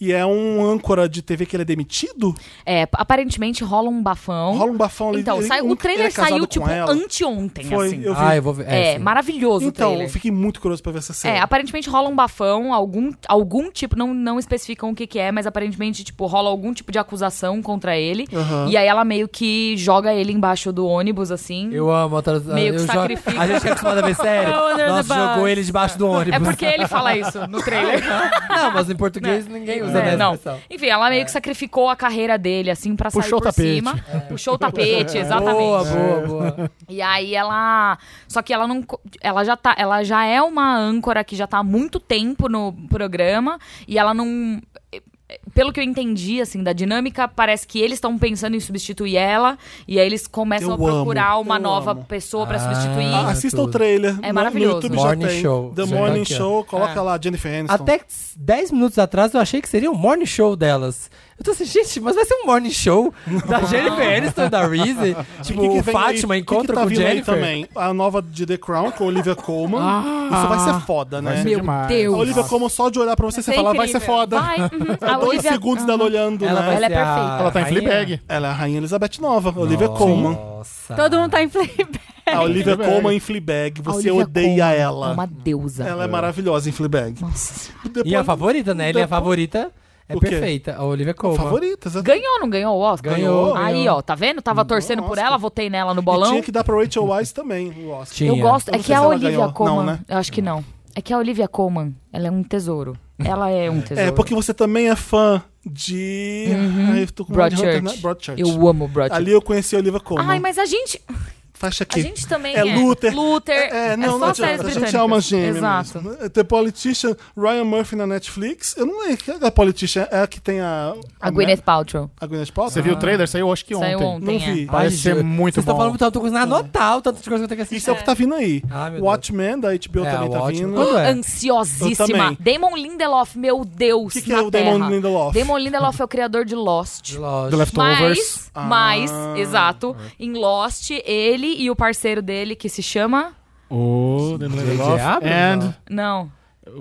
E é um âncora de TV que ele é demitido? É, aparentemente rola um bafão. Rola um bafão ali. Então, ele- sai, ele o é trailer casado saiu, com tipo, ela. anteontem, Foi, assim. eu vi. Ah, eu vou ver. É, sim. maravilhoso o Então, trailer. eu fiquei muito curioso pra ver essa série. É, aparentemente rola um bafão, algum, algum tipo, não, não especificam o que, que é, mas aparentemente, tipo, rola algum tipo de acusação contra ele. Aham. E aí ela meio que joga ele embaixo do ônibus, assim. Eu amo outras. Meio que eu jo- sacrifica. A gente é acostumado a ver sério. É o Under the Nossa, Bus. jogou ele debaixo do ônibus. É porque ele fala isso no trailer. Não, mas em português ninguém usa É, né? não. expressão. Enfim, ela meio que sacrificou a carreira dele, assim, pra sair Puxou o por tapete. cima. Puxou o tapete, exatamente. É. É. Boa, boa, boa. E aí ela. Só que ela não. co- Ela já, tá, ela já é uma âncora que já tá há muito tempo no programa e ela não. Pelo que eu entendi, assim, da dinâmica, parece que eles estão pensando em substituir ela e aí eles começam Eu a procurar amo, uma eu nova amo. pessoa pra Ah, substituir. Ah, assista o trailer. no- É maravilhoso. É. No YouTube Morning já tem. Show. The Já Morning aqui, ó. Show, coloca lá Jennifer Aniston. Até 10 minutos atrás eu achei que seria um morning show delas. Eu tô assim, gente, mas vai ser um morning show da Jennifer Aniston e da Reese. E Tipo, que que o vem Fátima aí? Que que encontra tá com vindo aí Jennifer. Ah. também. A nova de The Crown com a Olivia Colman. Isso vai ser foda, né? Vai ser Meu demais. A Deus. Olivia Colman, só de olhar pra você, você ser fala, vai incrível. ser foda. Vai, uhum. A Dois Olivia- segundos dela olhando, Ela, né? vai Ela é ser a perfeita. Ela tá em rainha. Fleabag. Ela é a rainha Elizabeth Nova, Olivia Colman. Nossa. Todo mundo tá em flip. A Olivia Fleabag. Colman em Fleabag, A você Olivia odeia Colman, ela. Uma deusa. Ela é maravilhosa em Fleabag. Nossa. Depois, E a favorita, né? Ele é a Depois- favorita. É O quê? perfeita. A Olivia Colman. Favorita, exato. um Ganhou, não ganhou o Oscar? Ganhou, Aí, ganhou. ó, tá vendo? Tava torcendo por Oscar. ela, votei nela no E bolão. tinha que dar pra Rachel Wise também o Oscar. Tinha. Eu gosto. Eu É não que sei a se ela Olivia ganhou. Colman. Não, né? Eu acho que não. É que a Olivia Colman, ela é um tesouro. Ela é um tesouro. É, porque você também é fã de. Uhum. Ai, eu tô com vontade de Broadchurch. rantar, né? Broadchurch. Eu amo Broadchurch. Ali eu conheci a Olivia Colman. Ai, mas a gente, Faixa a aqui. gente também É Luther. Luther. É, é, não, só não séries adianta. A gente é britânicas. alma gêmea. Exato. mesmo. The Politician, Ryan Murphy na Netflix. Eu não lembro. quem é A Politician é a que tem a. A Gwyneth Paltrow. A Gwyneth Paltrow? Ah, Você viu o trailer? Saiu acho que ontem. Ah. Saiu ontem. Não é. vi. Ai, Parece ser Ju, muito Vocês estão bom. falando tanta coisa, anotar o tanto de coisa que eu tenho que assistir. Isso é o que tá vindo aí. Ah, meu Deus. Watchmen, da HBO É, também tá Watchmen. vindo. Quando é? Eu Ansiosíssima. também. Damon Lindelof, meu Deus. O que, que é na o Damon terra. Lindelof? Damon Lindelof é o criador de Lost. Lógico. The Leftovers. Mas, mas, Ah. exato, em Lost, ele e o parceiro dele, que se chama... Oh, The J.J. Love Abrams, and Não,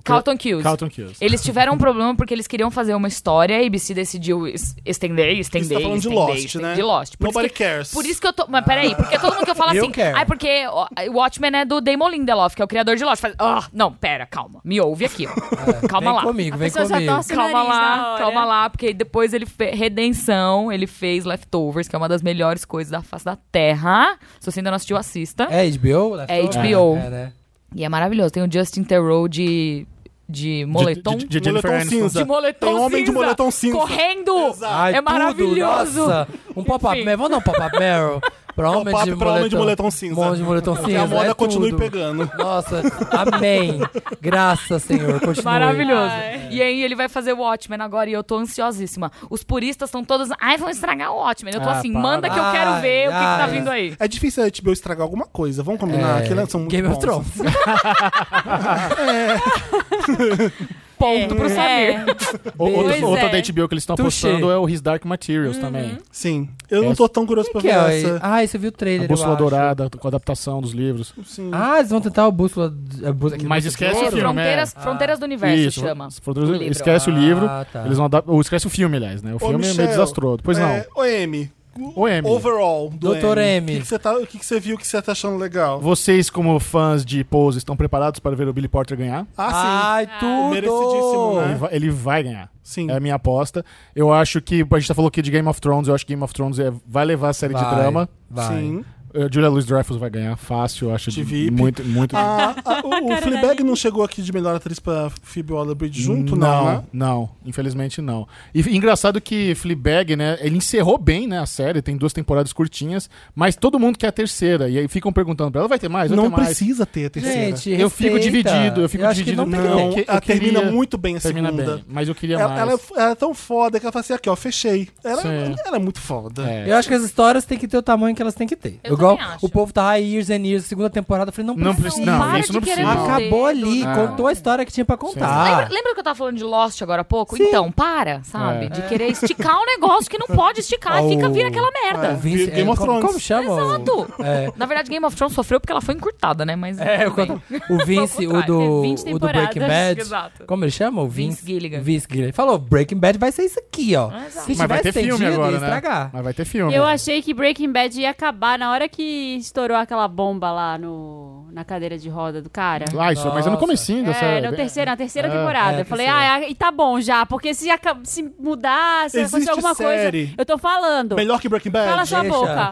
Carlton Cuse. Carlton Cuse. Eles tiveram um problema porque eles queriam fazer uma história e a ABC decidiu es- estender, estender, Você tá falando de estender, Lost, estender, né? de Lost. Por Nobody isso que, cares. Por isso que eu tô... Mas peraí, porque todo mundo que eu falo Eu assim... quero. Ai, porque ó, o Watchmen é do Damon Lindelof, que é o criador de Lost. Faz, ah, não, pera, calma. Me ouve aqui. É. ó. calma vem lá. comigo, vem pessoa já comigo. torce- Calma nariz na lá, hora. calma lá, porque depois ele fez Redenção, ele fez Leftovers, que é uma das melhores coisas da face da Terra. Se você ainda não assistiu, assista. É HBO? Leftovers? HBO. É, né? E é maravilhoso. Tem o Justin Theroux de, de moletom. De, de, de Jennifer Moletom Aniston. cinza. De moletom Tem um homem de cinza, moletom cinza. Correndo! Ai, É tudo, maravilhoso! nossa. Um pop-up Enfim. Meryl. Vamos dar um pop-up Meryl. Pra homem, Pop-up pra de, moletom. homem de moletom cinza. Homem de moletom cinza. Que a moda é continue tudo. pegando. Nossa, amém. Graças, Senhor. Continue. Maravilhoso. É, Ai. E aí ele vai fazer o Watchmen agora e eu tô ansiosíssima. Os puristas estão todos. Ai, vão estragar o Watchmen. Eu tô Ah, assim, para. manda que eu quero Ai, ver o que, que tá ai. vindo aí. É difícil a HBO estragar alguma coisa, vamos combinar. É, que elas são um muito assim, Game of bons. Thrones. Ponto pro saber. Ou- Pois Outra, outra é. da HBO que eles estão Touché. postando é o His Dark Materials Uhum. também. Sim. Eu não tô tão curioso pra que ver é? essa. Ah, você viu o trailer, A Bússola eu acho. Dourada, com a adaptação dos livros. Sim. Ah, eles vão tentar o Bússola... A bússola aqui Mas do- esquece o É, filme, fronteiras, é. fronteiras do Universo Isso, chama. os produtores- O livro. Esquece o Ah, livro. tá. Eles vão adap- Ou esquece o filme, aliás, né? O filme é meio desastroso. Pois é, não. OM. O M. Overall. Do Doutor O M. que que você tá- o que que você viu que você tá achando legal? Vocês, como fãs de Pose, estão preparados para ver o Billy Porter ganhar? Assim. Ah, sim. Ai, tudo! Merecidíssimo, né? Ele vai- Ele vai ganhar. Sim. Ah, É a minha aposta. Eu acho que. A gente tá falando aqui de Game of Thrones. Eu acho que Game of Thrones é- vai levar a série de Vai, drama. Vai. Sim. Eh, Julia Louis-Dreyfus vai ganhar fácil, eu acho. TVP. Muito, muito. A- a- Ah, o o Fleabag não chegou aqui de melhor atriz pra Phoebe Waller-Bridge junto, não, né? Não, infelizmente não. E f- engraçado que Fleabag, né, ele encerrou bem, né, a série, tem duas temporadas curtinhas, mas todo mundo quer a terceira, e aí ficam perguntando pra ela, vai ter mais, vai Não ter mais. precisa ter a terceira. Gente, Eu fico respeita. dividido, eu fico acho que dividido. não tem que não, que- eu ela termina queria- muito bem a Termina segunda. bem, mas eu queria Ela, mais. ela é- ela é tão foda que ela fala assim, aqui, ó, fechei. Ela, Sim. ela é muito foda. É. Eu acho que as histórias têm que ter o tamanho que elas têm que ter. Eu Igual também acho. o povo tá aí, Years and Years, segunda temporada, eu falei, não Não precisa. precisa, não, para isso de não querer precisa. não. Acabou ali, Ah. contou a história que tinha pra Lembra, contar. lembra que eu tava falando de Lost agora há pouco? Sim. Então, para, sabe? É. De querer esticar um negócio que não pode esticar Oh. e fica vir aquela É, merda. O Vince- é, Game of como- Thrones. Como chama? o- Exato. É. Na verdade, Game of Thrones sofreu porque ela foi encurtada, né? Mas. É, tudo bem. quando- o Vince, o Tem do, 20 o do Breaking temporadas, Bad. exato. Como ele chama? O Vince Vince, Gilligan. Vince Gilligan. Ele falou: Breaking Bad vai ser isso aqui, ó. Ah, exato. Se Mas vai ter tivesse filme estendido, ia agora, né? Ah. estragar. Mas vai ter filme. Eu achei que Breaking Bad ia acabar na hora que estourou aquela bomba lá no, na cadeira de roda do cara. Ah, isso, mas é no Nossa. comecinho da É, série. na terceira, na terceira É, temporada. é, eu falei, terceira. ah, é- e tá bom já, porque se, aca- se mudar, se acontecer Existe alguma série. coisa. Eu tô falando. Melhor que Breaking Bad. Cala sua Deixa. boca.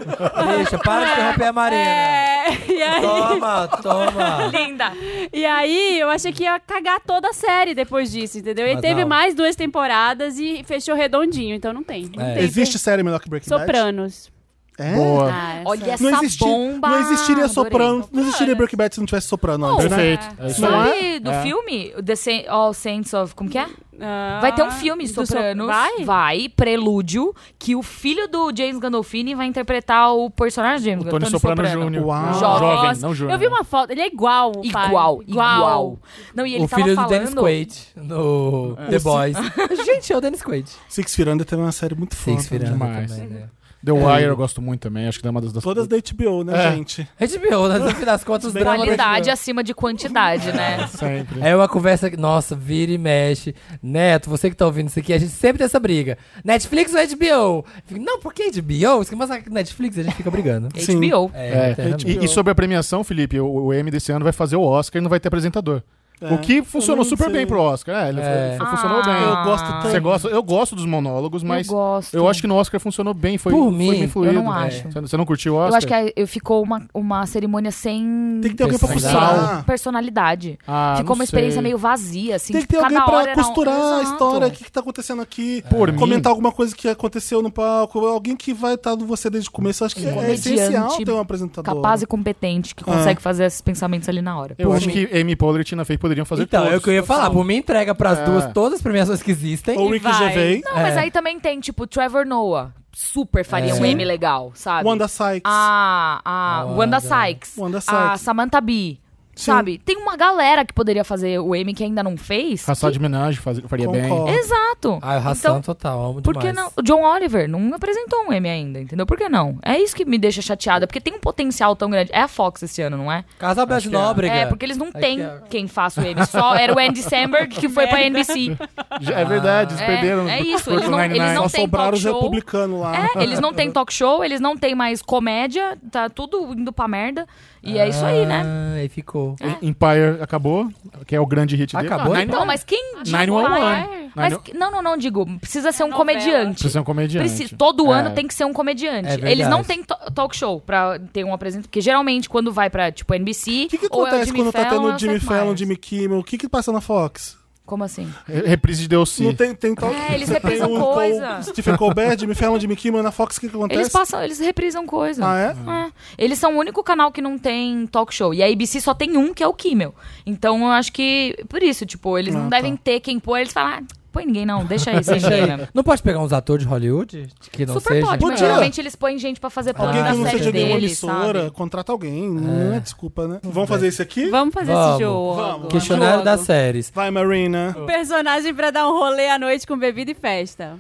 Deixa, para de interromper a Marina. É, e aí. Toma, Ah. toma. Linda. E aí, eu achei que ia cagar toda a série depois disso, entendeu? E Ah, Mas teve não. mais duas temporadas e fechou redondinho, então não tem. Não É. tem. Existe série melhor que Breaking Bad? Sopranos. É? Boa. Ah, Olha essa- essa Não, existi, bomba. não existiria adorei. Soprano, não existiria Breaking Bad se não tivesse Soprano antes, né? Perfeito. É isso aí. Sabe do É. filme? The Saint, All Saints of. Como que é? Ah, Vai ter um filme do Sopranos. Sop- Vai? Vai, prelúdio, que o filho do James Gandolfini vai interpretar o personagem do James O Tony Tony Soprano Jr. Uau. Ah, Jovem, Nossa, não Júnior. Eu vi uma foto, ele é igual o pai. Igual, igual. Não, e ele o tava filho do falando. Dennis Quaid no The Boys. Gente, é o Dennis Quaid. Six Feet Under também é uma série muito foda. Six Feet Under demais. também, né? The Wire eu gosto muito também, acho que é uma das... das- Todas da HBO, né, É. gente? HBO, né? no fim das contas, os dramas da Qualidade HBO. acima de quantidade, né? Sempre. É uma conversa que, nossa, vira e mexe. Neto, você que tá ouvindo isso aqui, a gente sempre tem essa briga. Netflix ou HBO? Fica, Não, por que HBO? Isso que mostra que Netflix, a gente fica brigando. Sim. HBO. É, eternamente. tipo, e, e sobre a premiação, Felipe, o, o M desse ano vai fazer o Oscar e não vai ter apresentador. É. O que funcionou Eu não super sei. bem pro Oscar. É, ele É. fu- funcionou Eu bem. Ah. gosto tanto. Você gosta, eu gosto dos monólogos, mas eu gosto. eu acho que no Oscar funcionou bem. Foi, Por foi mim, bem eu fluido. não acho. Você, você não curtiu o Oscar? Eu acho que a- eu- ficou uma, uma cerimônia sem. Tem que ter alguém pra Sem costurar. personalidade. Ah, ficou não uma experiência sei. meio vazia, assim. Tem que ter Cada alguém hora pra era um- costurar a Exato. história, o que, que tá acontecendo aqui. Por mim- Comentar alguma coisa que aconteceu no palco. Alguém que vai estar no você desde o começo. Eu Acho que é, comediante essencial ter um apresentador. Capaz e competente, que consegue É. fazer esses pensamentos ali na hora. Eu Por acho mim. que Amy Poehler e Tina Fey poderiam fazer Então, todos. é o que eu ia falar. Por mim, entrega pras É. duas todas as premiações que existem. Ou E Ricky vai. Gervais. Não, mas É. aí também tem, tipo, Trevor Noah. Super faria É. um Sim. M legal, sabe? Wanda Sykes. Ah, A, Ah, a Wanda. Wanda Sykes. Wanda A Sykes. Samantha Bee. Sim. Sabe? Tem uma galera que poderia fazer o M que ainda não fez. Hassad Minaj faz- faria Concordo. bem. Exato. Ah, o ração total, amo Então, Por demais. que não? O John Oliver não apresentou um M ainda, entendeu? Por que não? É isso que me deixa chateada, porque tem um potencial tão grande. É a Fox esse ano, não é? Casa Bela de Nóbrega. É, porque eles não têm é. quem faça o M. Só era o Andy Samberg que foi pra NBC. Já- É verdade, eles É, perderam. é isso, pro eles não- eles não 99. Só tem sobraram talk os show. republicanos lá. É, eles não têm talk show, eles não têm mais comédia, tá tudo indo pra merda. E é isso aí, né? Ah, aí ficou. Empire acabou, que é o grande hit dele. Acabou? Ah, Então, mas quem. digo- 911. Mas, que- não, não, não, digo. Precisa ser um comediante. Precisa ser um comediante. Precisa- todo É. ano tem que ser um comediante. É verdade. Eles não têm to- talk show pra ter um apresentador. Porque geralmente quando vai pra, tipo, NBC. O que, que ou é o acontece Jimmy quando tá Fallon, tendo é o Jimmy Seth Fallon, Meyers. Jimmy Kimmel? O que que passa na Fox? Como assim? Reprise de Delcy. Não tem, tem tal. É, eles você tem reprisam o Paul- coisa. Stephen Colbert, Jimmy Fallon, Jimmy Kimmel na Fox, o que, que acontece? Eles passam, eles reprisam coisa. Ah, é? É. Eles são o único canal que não tem talk show. E a ABC só tem um, que é o Kimmel. Então eu acho que. Por isso, tipo, eles Ah, não tá. devem ter quem pôr. Eles falam, ah, põe ninguém não, deixa aí, sem Deixa ninguém. aí. mesmo." Não pode pegar uns atores de Hollywood? Que não Super seja? pode, mas Podia. geralmente eles põem gente pra fazer parte Alguém da que não série seja de uma deles, emissora, sabe? contrata alguém. Não é desculpa, né? Vamos fazer isso aqui? Vamos fazer Vamos. esse jogo. Vamos. Questionário Jogo. das séries. Vai, Marina. Personagem pra dar um rolê à noite com bebida e festa.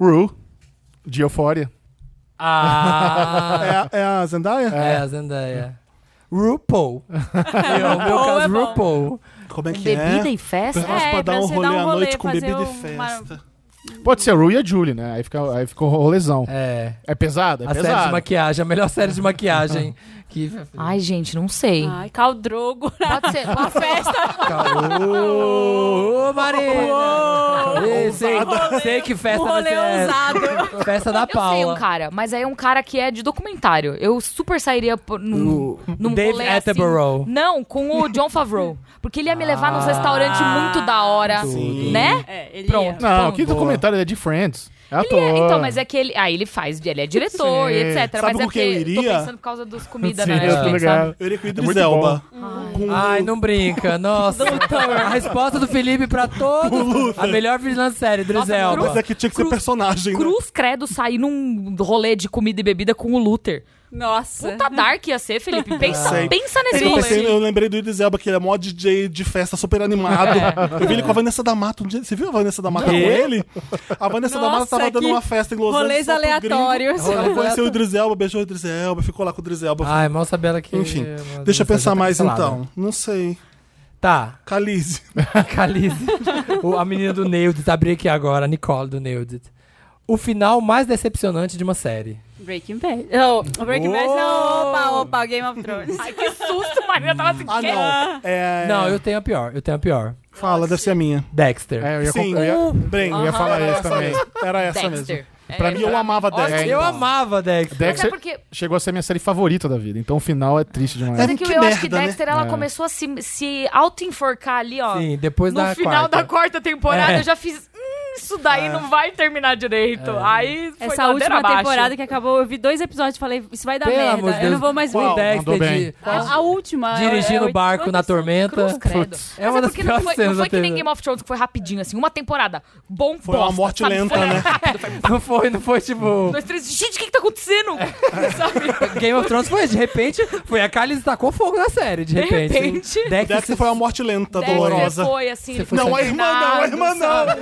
Rue, de Euphoria. É, Ah! a- é a Zendaya? é, a Zendaya. RuPaul. Eu, no meu Paul caso, é bom. RuPaul. Como é que Bebida é? e festa? Personagem pra É, dar pra um você rolê dar um à rolê, noite com fazer bebida e uma- festa. Pode ser a Rue e a Julie, né? Aí fica, aí fica o rolezão. É. É pesado? É A série de pesado. maquiagem, a melhor série de maquiagem Que Ai, gente, não sei. Ai, Caldrogo. Pode ser. Pode ser. Ô, Marina! Ei, sei, sei que festa Um rolê dessa é. ousado. Festa da Eu sei um Paula. cara, mas aí é um cara que é de documentário. Eu super sairia por, num, O num David rolê assim. Attenborough. Não, com o John Favreau. Porque ele ia me levar num restaurante Ah. muito da hora, Sim. né? É, ele Pronto. Não, que Boa. documentário ele é de Friends. É Ele ator. é, então, mas é que ele. Ah, ele faz, ele é diretor Sim. e etc. Sabe mas com quem eu é porque iria? tô pensando por causa dos comidas Sim, na eu tô Netflix, ligado. é, sabe? Eu iria com o É Idris muito Elba. Com Ai, o- não brinca. Nossa. A resposta do Felipe pra todos. A melhor vilã série, Nossa, Mas Drizelba. é que tinha que ser Cruz- personagem, né? Cruz Credo sair num rolê de comida e bebida com o Luther. Nossa. Uhum. Puta dark ia ser, Felipe. Pensa, Sei. pensa nesse Eu, pensei- rolê. eu lembrei do Idris Elba, que ele é mó DJ de festa, super animado. É. Eu vi ele com a Vanessa da Mata um dia. Você viu a Vanessa da Mata com Quê? ele? A Vanessa da Mata Nossa, tava dando que uma festa em Los Angeles. Rolês só pro gringo. aleatórios. Ela conheceu é o tipo. Idris Elba, beijou o Idris Elba, ficou lá com o Idris Elba. Ai, mal saber ela que. é, Enfim, Deixa eu pensar mais né? então. Não sei. Tá, Calize. Calize. O- a menina do Nailed, abri aqui agora, a Nicole do Nailed. O final mais decepcionante de uma série. Breaking Bad. Não, Breaking Bad não. Uou! Opa, opa, Game of Thrones. Ai, que susto, Marina tava assim. Ah, "Quê?" não. É... Não, eu tenho a pior, eu tenho a pior. Fala, deve ser a minha. Dexter. É, eu ia, Sim. com- eu ia- Bem, eu ia falar era isso essa também. mesmo. Era essa mesmo. Dexter. Pra É, mim, eu amava Dexter. Eu amava Dexter. Dex- Mas é porque. Chegou a ser minha série favorita da vida, então o final é triste demais. É, Mas é que que eu acho que merda, né? Dexter ela É. começou a se, se auto-enforcar ali, ó. Sim, depois no da final quarta. da quarta temporada, É. eu já fiz. Hum, isso daí não vai terminar direito. Aí foi É Essa ladeira última abaixo. temporada que acabou, eu vi dois episódios e falei, isso vai dar Pelo merda. amor de Eu Deus. não vou mais ver. O Mandou Dexter bem. de, A, a última. dirigindo é- é- o barco na Ah, Cruz tormenta. credo. Putz, Mas É uma das porque não piores foi, não cenas da foi que nem TV. Game of Thrones, que foi rapidinho, assim. Uma temporada. Bom Foi uma bosta, morte sabe? lenta, Foi né? rápido, foi um, Não foi, não foi tipo. dois, três. Gente, o que que tá acontecendo? Sabe? Game of Thrones foi, de repente, foi a Calice tacou fogo na série, de De repente. repente. Dexter, Dexter foi uma morte lenta, Dexter dolorosa. foi, assim. ele foi Não, a irmã não, a irmã não. sabe?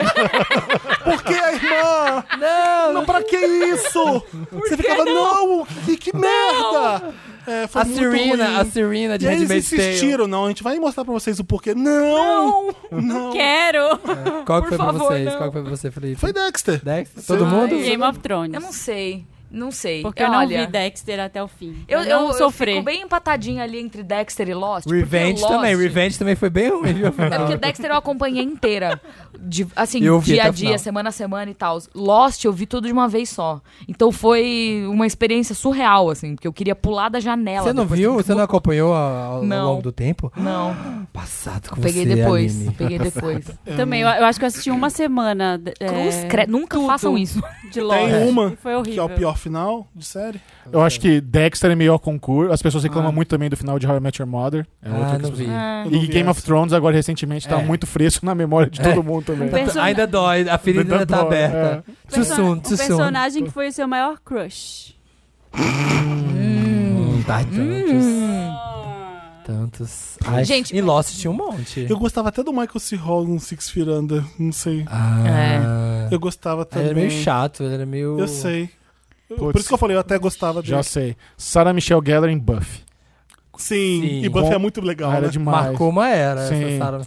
Por que a irmã? Não, Não, pra que isso? Você ficava, não, que, que merda! É, foi a muito Serena, a ruim. Serena de E aí eles Handmaid's Tale. insistiram, não, a gente vai mostrar pra vocês o porquê. Não! Não. Não! Quero! Qual que foi Por pra favor, vocês? não. Qual que foi pra você, Felipe? Foi Dexter. Dexter? Todo mundo? Game of Thrones. Eu não sei. Não sei. Porque eu não vi Olha, Dexter até o fim. Eu, não eu, eu sofri. fico bem empatadinha ali entre Dexter e Lost. porque Revenge Lost- também. Revenge também foi bem ruim, viu? É porque Dexter eu acompanhei inteira. De- assim, Eu vi dia até a o dia, final. semana a semana e tal. Lost eu vi tudo de uma vez só. Então foi uma experiência surreal, assim, porque eu queria pular da janela. Você não depois viu? que- Você não acompanhou ao, ao Não. longo do tempo? Não, Passado com peguei você, depois. Aline. Peguei depois. Cruz, Também, eu, eu acho que eu assisti uma semana de- é, cre- Nunca façam isso. de Lost. Tem E uma, foi horrível. que é o pior final de série. Eu acho que Dexter é melhor concurso. As pessoas reclamam muito também do final de How I Met Your Mother. É outra Ah, que não as vi. Eu Ah. não E vi Game of essa. Thrones, agora recentemente, tá É. muito fresco na memória de todo mundo também. Tá Pe- Person- Ainda dói, a ferida ainda tá Ainda dói, é. aberta. é. Too Persona- soon, um too soon. personagem que foi o seu maior crush. Hum, tá, tantos. Tantos. Ai, Gente, e Lost tinha um monte. Eu gostava até do Michael C. Hall no Six Feet Under, não sei. Ah, Eu gostava Ele também. era meio chato, ele era meio... Eu sei. Eu- Putz. Por isso que eu falei, eu até gostava dele. Já sei. Sarah Michelle Gellar em Buffy. Sim, Sim. e Buffy Com- é muito legal, Era né? demais. Marcou uma era. essa Sim. Sarah.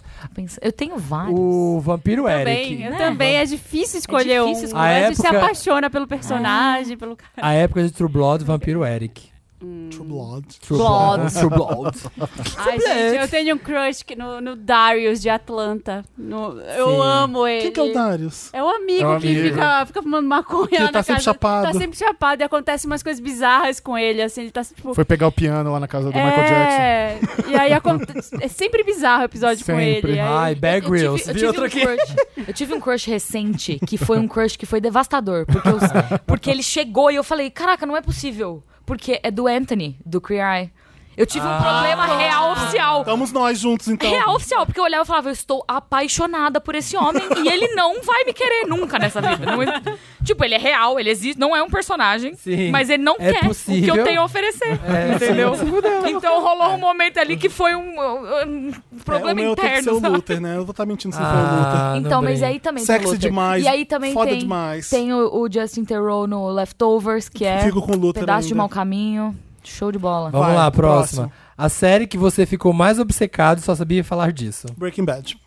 Eu tenho vários. O Vampiro Eric. Também, né? eu também. É difícil escolher difícil um. É. escolher. A, A gente se época- apaixona pelo personagem, pelo cara. A época de True Blood, Vampiro Eric. Hum. True Blood. True Blood. True Blood. Ai, gente, eu tenho um crush que- no, no Darius de Atlanta. No- Sim. eu amo ele. Quem que é o Darius? É o amigo, É o que amigo. fica, fica fumando maconha Que na tá sempre casa. chapado. Tá sempre chapado e acontece umas coisas bizarras com ele, assim, ele tá tipo... Foi pegar o piano lá na casa do Michael Jackson. é, e aí acontece, é sempre bizarro o episódio com Sempre. ele. Ai, Aí, É Bear Eu tive- eu Grylls. tive Vi outro um aqui. crush- Eu tive um crush recente que foi um crush que foi devastador. Porque, os- porque ele chegou e eu falei: caraca, não é possível. Porque é do Anthony, do Queer Eye. Eu tive um problema real oficial. Estamos nós juntos, Ah. então. Real oficial, porque eu olhava e falava, eu estou apaixonada por esse homem e ele não vai me querer nunca nessa vida. Não- tipo, ele é real, ele existe, não é um personagem, Sim. mas ele não É quer o que possível. eu tenho a oferecer. É, entendeu? sim. Então rolou um momento ali que foi um, um- um É, o problema meu tem que ser interno. o sabe? Luther, né? Eu vou estar mentindo se não Ah, não Então, mas brinca. aí também Sexy tem o Luther. demais, E aí também foda tem, demais. tem o, o Justin Theroux no Leftovers, que for o é Luther. Fico com o Luther pedaço de ainda. mau caminho. Show de bola. Vamos Vai, lá, próxima. próximo. A série que você ficou mais obcecado e só sabia falar disso. Breaking Bad.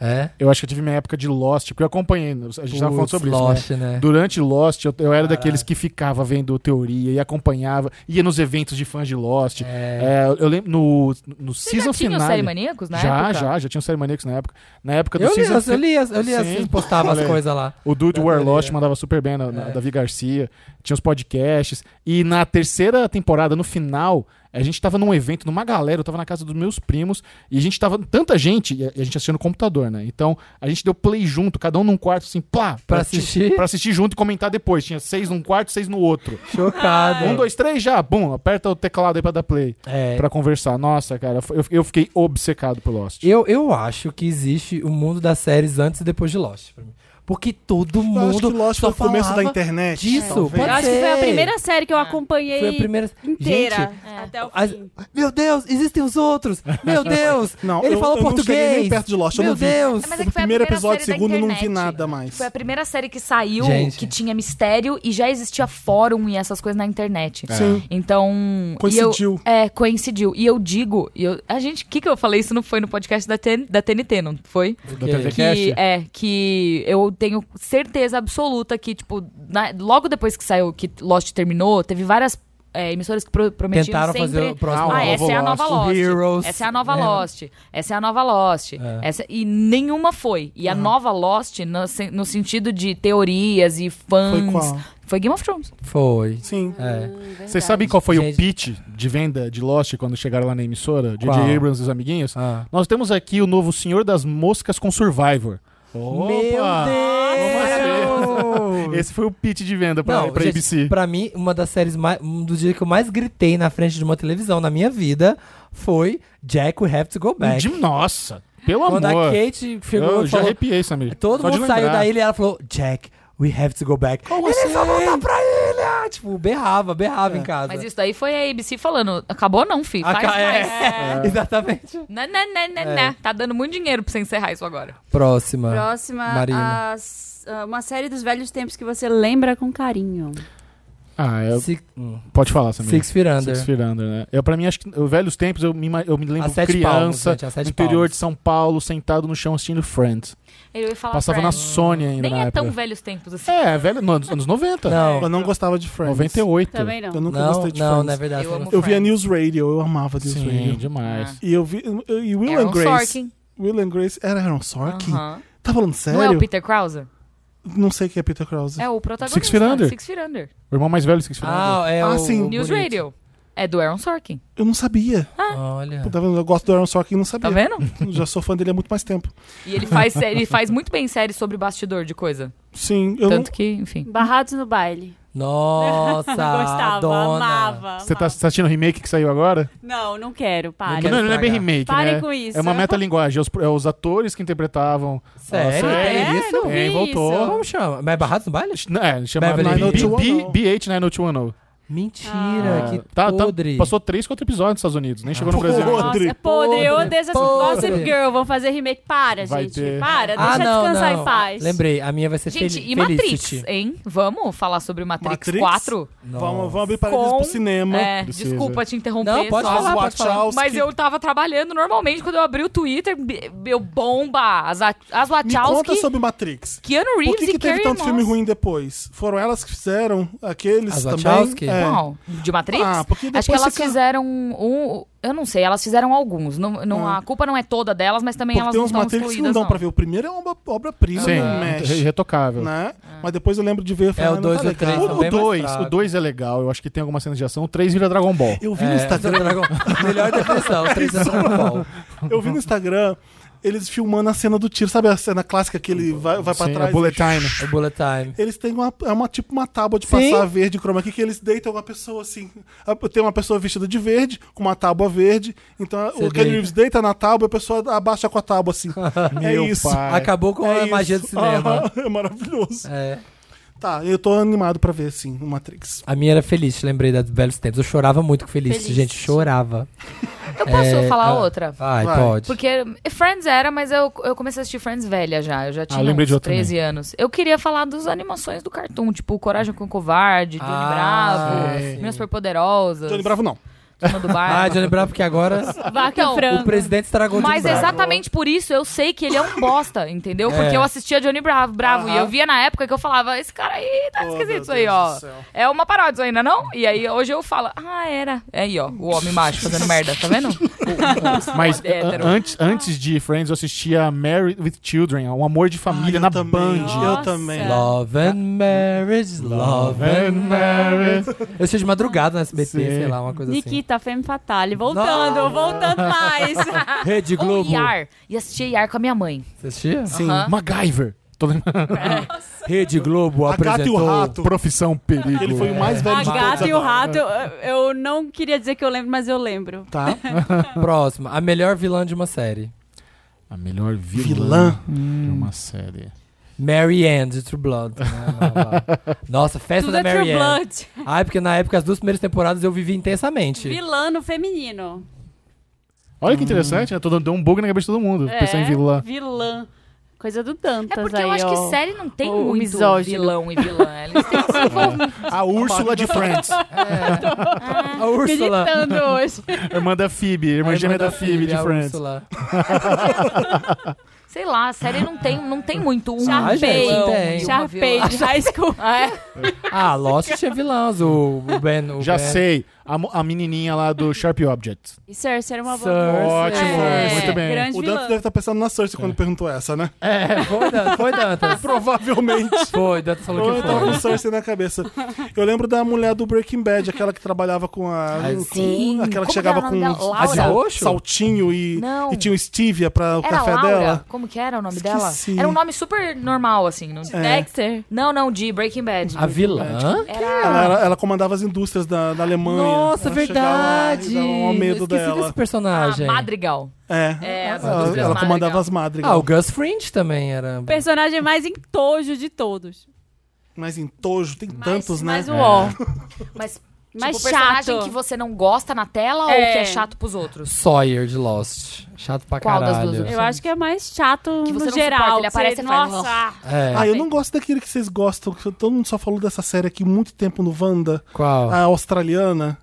É? Eu acho que eu tive minha época de Lost, porque eu acompanhei. né? A gente tava falando Putz, sobre Lost, isso. Né? né? Durante Lost, eu, eu era daqueles que ficava vendo teoria e acompanhava, ia nos eventos de fãs de Lost. É, eu lembro no, no Você season já tinha os final. série maníacos na já, época? já, já tinha o Série Maníacos na época. Na época do Eu li, season as- eu li, as- eu li as- Sim. vocês postavam as Olha aí. coisas lá. O Dude Da Warlost teoria. mandava super bem na, na- Davi Garcia, tinha os podcasts. E na terceira temporada, no final, a gente tava num evento, numa galera, eu tava na casa dos meus primos, e a gente tava. Tanta gente, e a, e a gente assistia no computador, né? Então a gente deu play junto, cada um num quarto, assim, pá! Pra assistir? Pra assistir junto e comentar depois. Tinha seis num quarto, seis no outro. Chocado. Um, dois, três, já, bum, aperta o teclado aí pra dar play. É. Pra conversar. Nossa, cara, eu, eu fiquei obcecado pelo Lost. Eu, eu acho que existe o mundo das séries antes e depois de Lost. pra mim. Porque todo Eu mundo. acho que Lost foi só o começo da falava internet. disso. talvez. Pode Eu acho ser. que foi a primeira série que eu Foi a acompanhei primeira. inteira. é. Gente, Até o as- fim. meu Deus, existem os outros! Meu Deus! Não, ele eu- falou eu não cheguei português! nem perto de Lost, eu meu não vi. Deus! É, mas é O que foi a primeiro primeira episódio, série da segundo, eu não vi internet. nada mais. Foi a primeira série que saiu Gente. que tinha mistério e já existia fórum e essas coisas na internet. É. Sim. Então. e Coincidiu. eu- é, coincidiu. E eu digo, e eu, a gente, o que, que eu falei? Isso não foi no podcast da, TN da TNT, não foi? Do que- TVCast? Que, é, que eu tenho certeza absoluta que, tipo, na- logo depois que saiu, que Lost terminou, teve várias é, emissoras que pro, prometiam Tentaram sempre... fazer o próximo. Ah, Ah, o essa é a Lost, nova o Lost. Heroes, essa é a nova né? Lost. Essa é a nova Lost. Essa, e nenhuma foi. E a nova Lost, no, sen- no sentido de teorias e fãs. Foi qual? foi Game of Thrones. Foi. Sim. É. Vocês sabem qual foi Gente. o pitch de venda de Lost quando chegaram lá na emissora? J.J. Qual? Abrams e os amiguinhos? Ah. Nós temos aqui o novo Senhor das Moscas com Survivor. Meu Deus! Esse foi o pitch de venda pra, assim. pra gente, ABC. pra mim, uma das séries mais. Um dos dias que eu mais gritei na frente de uma televisão na minha vida foi Jack, we have to go back. De- nossa, pelo Quando amor. a Kate chegou Eu e já falou. arrepiei, Samir. Todo Só de mundo saiu lembrar. assim? da ilha e ela falou: Jack, we have to go back. Como Eles vão voltar pra ilha! Tipo, berrava, É. berrava em casa. Mas isso daí foi a ABC falando. Acabou não, fi. A Faz ca- mais. é, Exatamente. Né, né, né, né, né. Tá dando muito dinheiro pra você encerrar isso agora. Próxima. Próxima, Ah, Marina. as- ah, uma série dos velhos tempos que você lembra com carinho. Ah, eu- Six, hum, pode falar, Samir. Six Feet Under. Six Feet Under, né? Eu, pra mim, acho que eu, velhos tempos, eu me, ima- eu me lembro A sete palmos, criança, gente, a sete no interior palmos. de São Paulo, sentado no chão assistindo Friends. Eu ia falar Passava na Friends. Sony ainda Nem na é época. tão velhos tempos assim. É, velho, no, nos anos 90. Não, Eu não gostava de Friends. 98. Também não. Eu nunca não, gostei de não, Friends. não é verdade. Eu você amo não- Eu via Friends. News Radio, eu amava News Sim, Radio. Ah. demais. E eu vi. E Will Aaron and Grace. Sorkin. Will and Grace era Aaron Sorkin? um Aham. Tá falando Não é o sério? Peter Krause? Não sei quem é Peter Krause. É o protagonista. Six Feet Under. Six Feet Under. O irmão mais velho do Six Feet Under. Ah, é Ah, o, sim. o News bonito. Radio. É do Aaron Sorkin. Eu não sabia. Ah. Olha. Tá vendo? Eu gosto do Aaron Sorkin e não É. Tá sabia. vendo? Já sou fã dele há muito mais tempo. E ele faz, sé- ele faz muito bem série sobre bastidor de coisa. Sim, eu Tanto que, enfim. Barrados no baile. Nossa, Gostava, dona. amava. Você tá, amava. você tá assistindo o remake que saiu agora? Não, Ah, não quero, pare. não, quero não é bem estragar. remake, Pare né? com isso. É uma metalinguagem. É os, é os atores que interpretavam. a Sério? série. É, É, isso? não Bem, vi voltou. isso. Como chama? Mas é Barrados no Baile? Não, É, chamava Beverly B- Hills. oh B- oh B8 90210. Ah. Mentira, que tá, tá- podre. passou três, quatro episódios nos Estados Unidos, nem chegou no Brasil. Ah, Porra. Nossa, Podre. é podre. Eu odeio essas Podre. Gossip Girl, vão fazer remake. Para, Vai gente. ter. Para, deixa ah, não, descansar não. em paz. Lembrei, a minha vai ser Gente, Fel- e Matrix, Felicity. hein? Vamos falar sobre Matrix, Matrix? 4? Vamos, vamos abrir parênteses Com- pro cinema. É, Precisa. desculpa te interromper. Não, pode só. As falar, pode falar. Wachowski. Mas eu tava trabalhando normalmente quando eu abri o Twitter, be- meu bomba, as, a- as Me conta Wachowski, sobre Matrix. Keanu Por Reeves que, que e teve Carrie é tanto filme Moss. ruim depois? Foram elas que fizeram aqueles As Wachowski? também? Qual? De Matrix? É. Ah, porque depois Acho que elas fica- fizeram um. Eu não sei, elas fizeram alguns. Não, não- Ah. A culpa não é toda delas, mas também Porque elas tem não uns estão Matrix excluídas. que não dão não. pra ver. O primeiro é uma obra-prima, Sim, não re- mexe. retocável. Né? Mas depois eu lembro de ver. falar, É o não dois tá e o legal. três são bem O- O mais 2 fracos. o dois é legal, eu acho que tem algumas cenas de ação. O 3 vira Dragon Ball. Eu vi no É, Instagram. Dragon- Melhor definição, três anos Dragon Ball. Eu vi no Instagram eles filmando a cena do tiro, sabe a cena clássica que ele vai, vai pra Sim, trás? a Bullet e- Time. O Bullet Time. Eles têm uma, é uma tipo uma tábua de Sim. passar verde chroma aqui que eles deitam uma pessoa assim. A- Tem uma pessoa vestida de verde com uma tábua verde. Então a- Você o Kenny deita. Reeves deita na tábua e a pessoa abaixa com a tábua assim. é Meu isso. pai. Acabou com É a isso. magia do cinema. Aham, é maravilhoso. É. Tá, eu tô animado pra ver, sim, o Matrix. A minha era Feliz, lembrei da dos velhos tempos. Eu chorava muito com Feliz, Felicity. gente, chorava. Eu posso É, falar ah, outra? Ai, Vai. pode. Porque Friends era, mas eu, eu comecei a assistir Friends velha já. Eu Ah, já tinha lembrei de uns outra 13 anos. Eu queria falar das animações do cartoon, tipo Coragem com o Covarde, Johnny Ah, Bravo, sim. Minas Superpoderosas. Johnny Bravo não. cima do bar. Ah, Johnny Bravo, porque agora Vaca Então, e frango. o presidente estragou de Mas exatamente por isso eu sei que ele é um bosta, entendeu? É. Porque eu assistia Johnny Bravo, Bravo e Aham. eu via na época que eu falava, esse cara aí tá Oh, esquisito meu isso aí, Deus ó. do céu. É uma paródia isso ainda não? E aí hoje eu falo, ah, era. É aí, ó, o homem macho fazendo merda, tá vendo? Mas Moda hétero. a- antes, antes de Friends, eu assistia Married with Children, um amor de família eu na também, Band. Eu Nossa. também. Love and marriage, É. love and marriage. Eu assisti de madrugada no SBT, Sim. sei lá, uma coisa Nikita, Femme Fatale. Voltando, assim. Não. voltando mais. assim. Rede Ou Globo. IAR. E assistia IAR com a minha mãe. Você assistia? Sim. Aham. MacGyver. Tô lembrando. Rede Globo A gata e o apresentou... rato. Profissão perigo. Ele foi o mais velho A de gata todos e o agora. rato, eu, eu não queria dizer que eu lembro, mas eu lembro. Tá. Próxima, a melhor vilã de uma série. A melhor vilã, Vilã. de uma série. Mary Ann, de True Blood. Ah, Não, não, não. Nossa, festa Tudo da é True Mary Ann. Blood. Ai, porque na época, as duas primeiras temporadas eu vivi intensamente. Vilano feminino. Olha que interessante, né? Tô dando deu um bug na cabeça de todo mundo. Pensar em vilã. Vilã. Coisa do É Dantas porque aí, eu acho ó. que série não tem o muito misógino. vilão e vilã. né? Eles têm assim, que se envolver. A Úrsula de Friends. A Úrsula. Militando hoje. Irmã da Phoebe. Irmã A gêmea da Phoebe de a Friends. Úrsula. Sei lá, a série não tem, não tem muito um Ah, gente, vilão tem. e uma Sharpay vilã. de high school. é? Ah, Lost tinha vilãs. O, o Ben. O É. Já ben. sei. A, mo- a menininha lá do Sharp Object. E Cersei é era uma boa. Cersei. Ótimo, É, muito bem. Grande O vilã. Dantas deve estar pensando na Cersei quando perguntou essa, né? É, foi Dantas. Foi Dantas. Provavelmente. Foi, Dantas falou Eu que tava com foi. Cersei na cabeça. Eu lembro da mulher do Breaking Bad, aquela que trabalhava com a. Ai, com- sim. Aquela Como que que chegava era o com um nome dela? Laura? sal- A de roxo? saltinho e, Não. e tinha o Stevia pra o Era café Laura? dela. Como que era o nome Esqueci. É. dela? Era um nome super normal, assim. Não, Dexter. não, não, de Breaking Bad. A vilã? Era... Ela, era- ela comandava as indústrias da, da Alemanha. Nossa, Ela chegava lá e verdade. dava um medo Esqueci desse dela. personagem. Ah, Madrigal. É. É, as ela, indústrias ela comandava Madrigal. as madrigas. Ah, o Gus Fringe também era. Personagem mais entojo de todos. Tipo, Mas em Tojo tem Mais- tantos, né? Mais um o ó. Mas, Mais tipo, personagem chato. que você não gosta na tela ou É. que é chato pros outros? Sawyer de Lost. Chato pra Qual das caralho. duas? Eu acho que é mais chato Que você no não geral. suporta, ele que você- aparece e faz, Nossa. É. Ah, eu não gosto daquele que vocês gostam. que Todo mundo só falou dessa série aqui muito tempo no Wanda. Qual? A australiana.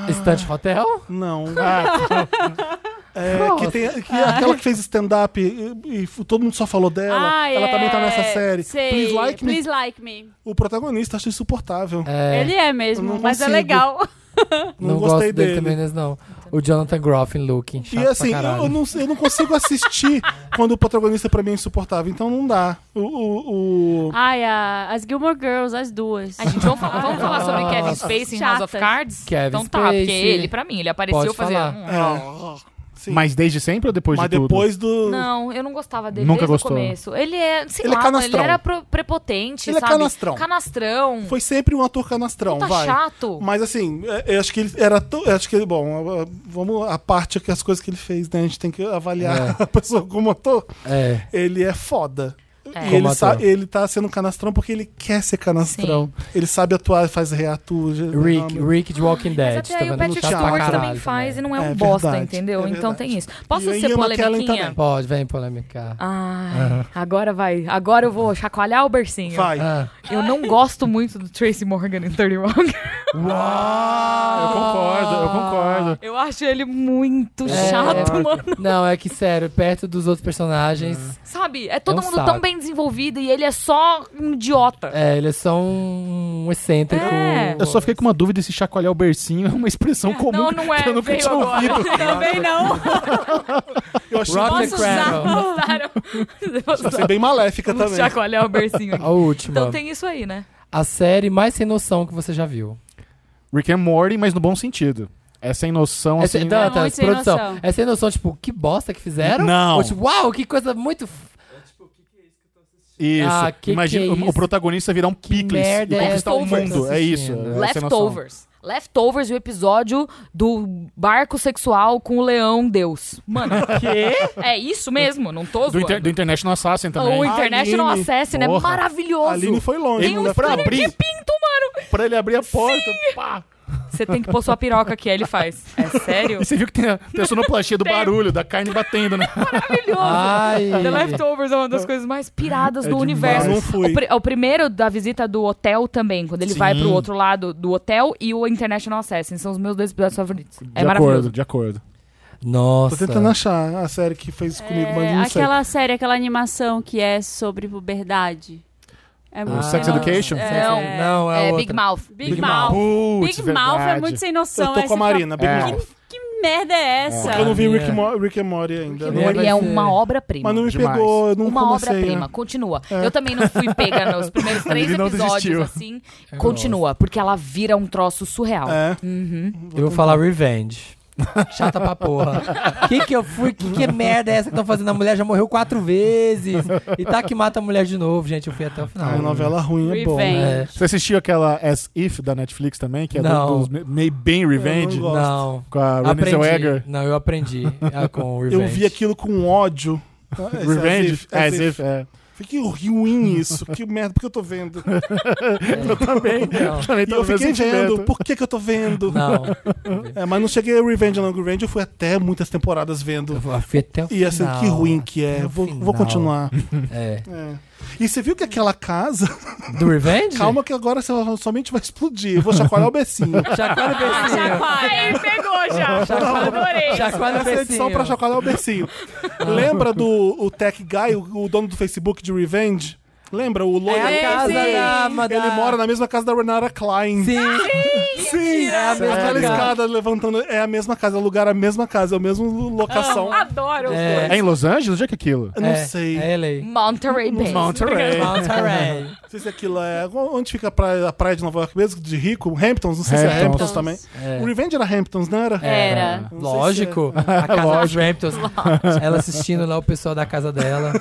Ah. Estante Hotel? Não. Ah, É, que tem, que é aquela que fez stand-up e, e f- todo mundo só falou dela. Ah, ela é. também tá nessa série. Sei. Please Like Me. Please Like Me. O protagonista acho insuportável. É. Ele é Eu mesmo, não mas é consigo. legal. Não, não gostei gosto dele, também, dele. nesse não. O Jonathan Groff em Looking. Chato E assim, pra eu, caralho. eu não, eu não consigo assistir quando o protagonista pra mim é insuportável. Então não dá. O, o, o- Ai, a- as Gilmore Girls, as duas. A gente vamos falar, vamos falar sobre Kevin Nossa. Spacey em House of Chata. Cards? Kevin então tá, porque Spacey. ele, pra mim, ele apareceu Pode fazendo. falar. Ah, hum, é, sim. mas desde sempre ou depois Mas de tudo? depois do. Não, eu não gostava dele Nunca desde gostou. o começo. Ele é, sei Ele é lá, mano, ele canastrão. era pro- prepotente, Ele é sabe? canastrão. Canastrão. Foi sempre um ator canastrão, Puta vai. chato. Mas assim, é- eu acho que ele era. tão- eu acho que ele, bom, a- a- vamos a parte que as coisas que ele fez, né? A gente tem que avaliar a pessoa como ator. É. Ele é foda. É. E Como ele, sa- ator. ele tá sendo canastrão porque ele quer ser canastrão. Ele sabe atuar, faz reato. já- Rick, não, Rick de Walking Mas Dead. até tá aí o vendo? Patrick Chato pra Stewart caralho né? também faz e não é um É bosta, verdade, entendeu? é então tem verdade. isso. E Posso a ser Ian McKellen polemiquinha? também. Pode, vem polêmica. Ai, agora vai. Agora eu vou chacoalhar o bercinho. Vai. Ah. Eu não gosto muito do Tracy Morgan em 30 Rock. Ah. Uau! Eu concordo, eu concordo. Eu acho ele muito É. chato, mano. Não, é que sério, perto dos Ah. outros personagens, Sabe? É todo É um mundo saco. tão bem desenvolvido e ele é só um idiota. é, eles são um excêntrico. É. Eu só fiquei com uma dúvida se chacoalhar o bercinho é uma expressão Não, comum. não é. que eu nunca veio tinha agora. ouvido. Também não. Eu achei, Rock and Posso usar? Cradle. Gostaram? achei bem maléfica Vamos também. chacoalhar o bercinho aqui. A última. Então tem isso aí, né? A série mais sem noção que você já viu. Rick and Morty, mas no bom sentido. É sem noção, É sem- assim... Dantas, muito sem produção. noção. É sem noção, tipo, que bosta que fizeram? Não. Ou, tipo, uau, que coisa muito. f- Isso. Ah, que Imagina que é o- o isso? protagonista virar um picles e merda é conquistar o essa que eu tô mundo. É isso. assistindo? é sem noção. Leftovers. Leftovers, o episódio do barco sexual com o leão Deus. Mano, que? É isso mesmo, não tô Do, zoando. inter, do International Assassin também. O International Aline. Assassin é Porra. A maravilhoso. Aline foi longe. Tem não é um dá scanner abrir. de pinto, mano. Pra ele abrir a porta, pá! Você tem que pôr sua piroca aqui. Aí ele faz. É sério? E você viu que tem a, tem a sonoplastia do barulho, da carne batendo, né? Maravilhoso. Ai. The Leftovers é uma das coisas mais piradas É do demais. universo. Não fui. O, pri- é o primeiro da visita do hotel também, quando ele Sim. vai pro outro lado do hotel e o International Assassin. São os meus dois episódios favoritos. é de acordo, maravilhoso. de acordo. Tô Nossa. tentando achar a série que fez isso É, comigo, É, mas não sei. aquela série, aquela animação que é sobre puberdade. É O Sex Education? É, Não, Ah, Não, é, É, outra. Big Mouth. Big, Big Mouth. Putz, Big Mouth é verdade. muito sem noção. Eu tô Aí com a você fala, Marina, Big É. Mouth. que merda é essa? Eu não vi Sabia. Rick, Mo Rick and Morty ainda. Morty. mas- Ele é vai ser- uma obra-prima. Mas não me Demais. pegou, eu não uma comecei. obra-prima. né? Continua. Eu também não fui pega nos primeiros três Lili não episódios, desistiu. assim. Continua, porque ela vira um troço surreal. Uhum. É. Eu vou falar Revenge. Chata pra porra. Que que eu fui? Que, que merda é essa que estão fazendo? A mulher já morreu quatro vezes. E tá que mata a mulher de novo, gente. Eu fui até o final. Ah, novela ruim é bom. Revenge. É. Você assistiu aquela As If da Netflix também, que é Não. do, dos May Bem Revenge? Eu não gosto. Não. Com a Renée Aprendi. Zellweger. Não, eu aprendi ah, com Revenge. Eu vi aquilo com ódio. Ah, esse Revenge? As If, As If. é. Fiquei ruim isso. Que merda, por que eu tô vendo? É. Também. Não. também E tá eu no mesmo fiquei vendo, sentimento. por que, que eu tô vendo? Não. É, mas não cheguei a Revenge não. Revenge, eu fui até muitas temporadas Eu vendo. vou- eu fui até o E assim, final. que ruim que é. até o Vou, final. vou continuar. É. É. E você viu que aquela casa. Do Revenge? Calma que agora você somente vai explodir. Eu vou chacoalhar o becinho. Chacoalha o Tá Ah, becinho. chacoalha. Pegou já. Adorei. Chacoalha o Ah. Essa é edição pra becinho. chacoalhar o becinho. Lembra do o Tech Guy, o, o dono do Facebook de Revenge? Lembra? O loiro. É a casa Sim. da... da- né? Ele mora na mesma casa da Renata Klein. Sim. Sim, É a mesma aquela casa. escada levantando. É a mesma casa, é o lugar, é a mesma casa, é a mesma locação. Adoro. É. É em Los Angeles? Onde é que é aquilo? Eu não sei. É LA. Monterey Bay. é Monterey. Monterey. Não sei se aquilo é. Onde fica a praia, a praia de Nova York mesmo? De rico? Hamptons? Não sei se é então, Hamptons. Hamptons também. É. O Revenge era Hamptons, não era? Era. Não sei se é. Lógico. A casa dos Hamptons. Ela assistindo lá o pessoal da casa dela.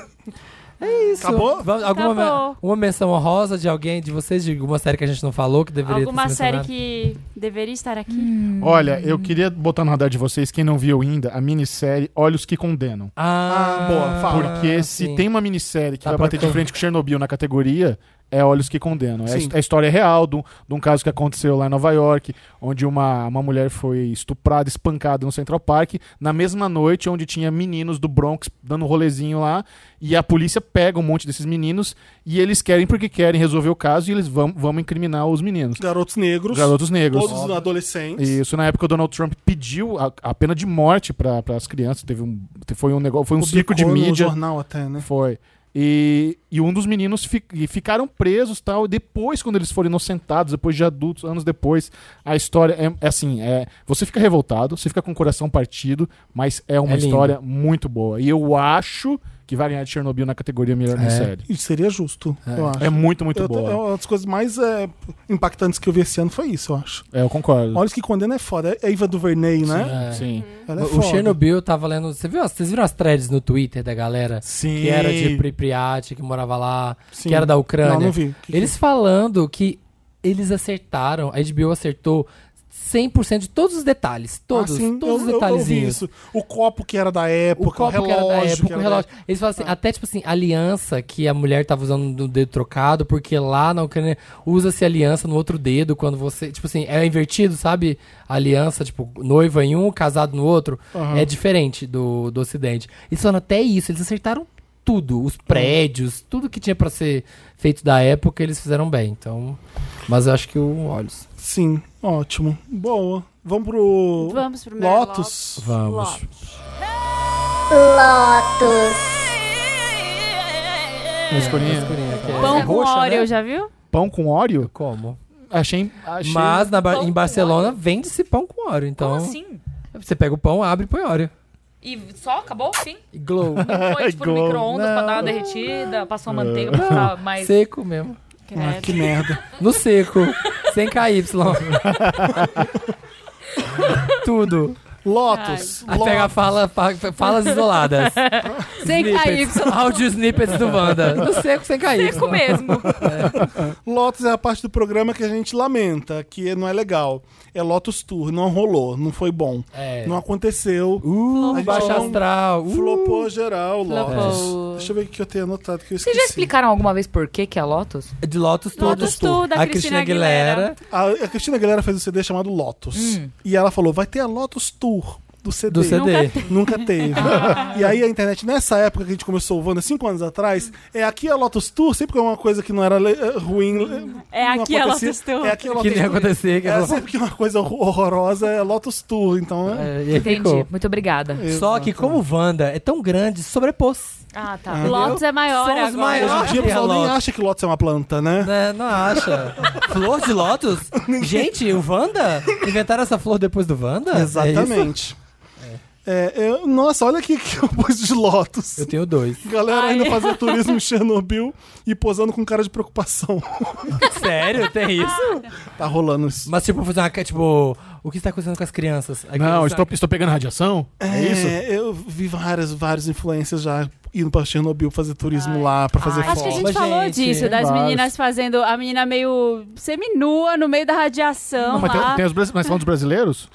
É isso. Acabou? Vamos- alguma me- Acabou. uma menção honrosa de alguém, de vocês, de alguma série que a gente não falou, que deveria Alguma ter sido série mencionada? que deveria estar aqui? Olha, eu queria botar no radar de vocês, quem não viu ainda, a minissérie Olhos que Condenam. Ah, Ah, boa, fala. Porque sim. se tem uma minissérie que Dá vai pra bater de cor- frente com Chernobyl na categoria, é Olhos que Condenam. É a, Sim. his- a história real de um, de um caso que aconteceu lá em Nova York, onde uma, uma mulher foi estuprada, espancada no Central Park, na mesma noite onde tinha meninos do Bronx dando um rolezinho lá, e a polícia pega um monte desses meninos, e eles querem porque querem resolver o caso, e eles vão, vão incriminar os meninos. Os Garotos negros. Garotos negros. Todos adolescentes. Isso, na época o Donald Trump pediu a, a pena de morte para as crianças. Teve um, te- foi um negócio, foi um circo de Publicou no mídia. jornal até, né? Foi. E, e um dos meninos fi- e ficaram presos tal. E depois, quando eles foram inocentados, depois de adultos, anos depois, a história é, é assim: é, você fica revoltado, você fica com o coração partido, mas é uma É lindo. história muito boa. E eu acho que vai ganhar de Chernobyl na categoria melhor É. minissérie. Isso seria justo, eu acho. É muito, muito Eu tô- boa. é uma das coisas mais é, impactantes que eu vi esse ano foi isso, eu acho. É, eu concordo. Olha os que condena é foda. É a Iva Duvernay, né? É. Sim. Ela é O foda. Chernobyl eu tava lendo. Você viu, as- vocês viram as threads no Twitter da galera? Sim. Que era de Pripyat, que morava lá, Sim. que era da é Ucrânia. Não, não vi. Que- Eles falando que eles acertaram, a HBO acertou 100% de todos os detalhes. Todos, Ah, sim, todos eu- os eu- eu ouvi detalhezinhos. isso. O copo que era da época, o, que relógio. era da época, que o era relógio. Eles falam assim, até tipo assim, aliança que a mulher tava usando do dedo trocado, porque lá na Ucrânia usa-se aliança no outro dedo quando você. Tipo assim, é invertido, sabe? Aliança, tipo, noiva em um, casado no outro. É diferente do, do Ocidente. Eles falam até isso, eles acertaram tudo, os prédios, tudo que tinha pra ser feito da época, eles fizeram bem. Então. Mas eu acho que o Olhos. Sim, ótimo. Boa. Vamos pro Vamos pro meu Hum. Lotus. Vamos. Lotus. Lotus, Escurinha. Pão com roxa, Oreo, né? já viu? Pão com óleo? Como? Achei. achei... Mas na Ba- Pão em com Barcelona vende-se pão com óleo, então. Como assim? Você pega o pão, abre e põe óleo. E só? Acabou? Fim? E glow. Põe tipo no Igual. micro-ondas pra Não. É. dar uma derretida, passou uma manteiga pra ficar mais... Seco mesmo. Ah, que merda. No seco. sem KY. Tudo. Lotus. Aí pega fala, fa- fa- falas isoladas. Sem Snippets. KY. Áudio snippets do Wanda. No seco, sem cair. Seco mesmo. Lotus é a parte do programa que a gente lamenta, que não é legal. É Lotus Tour, não rolou, não foi bom. É. Não aconteceu. Uh, Flopou. baixa astral. Uh. Flopou geral, Lotus. Flopou. Deixa eu ver o que eu tenho anotado que eu esqueci. Vocês já explicaram alguma vez por que que é Lotus? De Lotus Lotus todos. Tour, da a Cristina Cristina Aguilera. A, a Cristina Aguilera fez um CD chamado Lotus. E ela falou: vai ter a Lotus Tour do CD. Do CD. Nunca teve. Ah. e aí a internet, nessa época que a gente começou o Wanda, cinco anos atrás, é aqui a Lotus Tour, sempre que é uma coisa que não era le- eh, ruim. le- É não aqui a acontecia, Lotus Tour. É aqui a Lotus Que nem ia Tour. acontecer. Que É sempre que uma coisa hor- horrorosa é Lotus Tour, então. né? É, e aí Entendi. ficou. Muito obrigada. É assim Só que como Wanda é tão grande, sobrepôs. Ah, tá. Lotus é maior São os agora. maiores. Hoje em dia o Ah, pessoal nem Lotus. acha que Lotus é uma planta, né? Né, não acha? flor de Lotus? Gente, o Wanda? Inventaram essa flor depois do Wanda? É isso? Exatamente. É, eu- nossa, olha aqui que eu pus de Lotus. eu tenho dois. Galera ainda Ai. fazendo turismo em Chernobyl e posando com cara de preocupação. Sério? Tem isso? Tá rolando isso. Mas tipo, fazer uma. ca- Tipo, o que está acontecendo com as crianças? Aí Não, criança- estou, estou pegando radiação? É isso? eu vi várias, várias influências já indo pra Chernobyl fazer turismo lá, pra fazer Ai, Acho que a foto. gente Mas, falou gente, disso, das vários. meninas fazendo. A menina meio seminua no meio da radiação Não, mas, lá tem, tem os, brasi- mas falam dos brasileiros?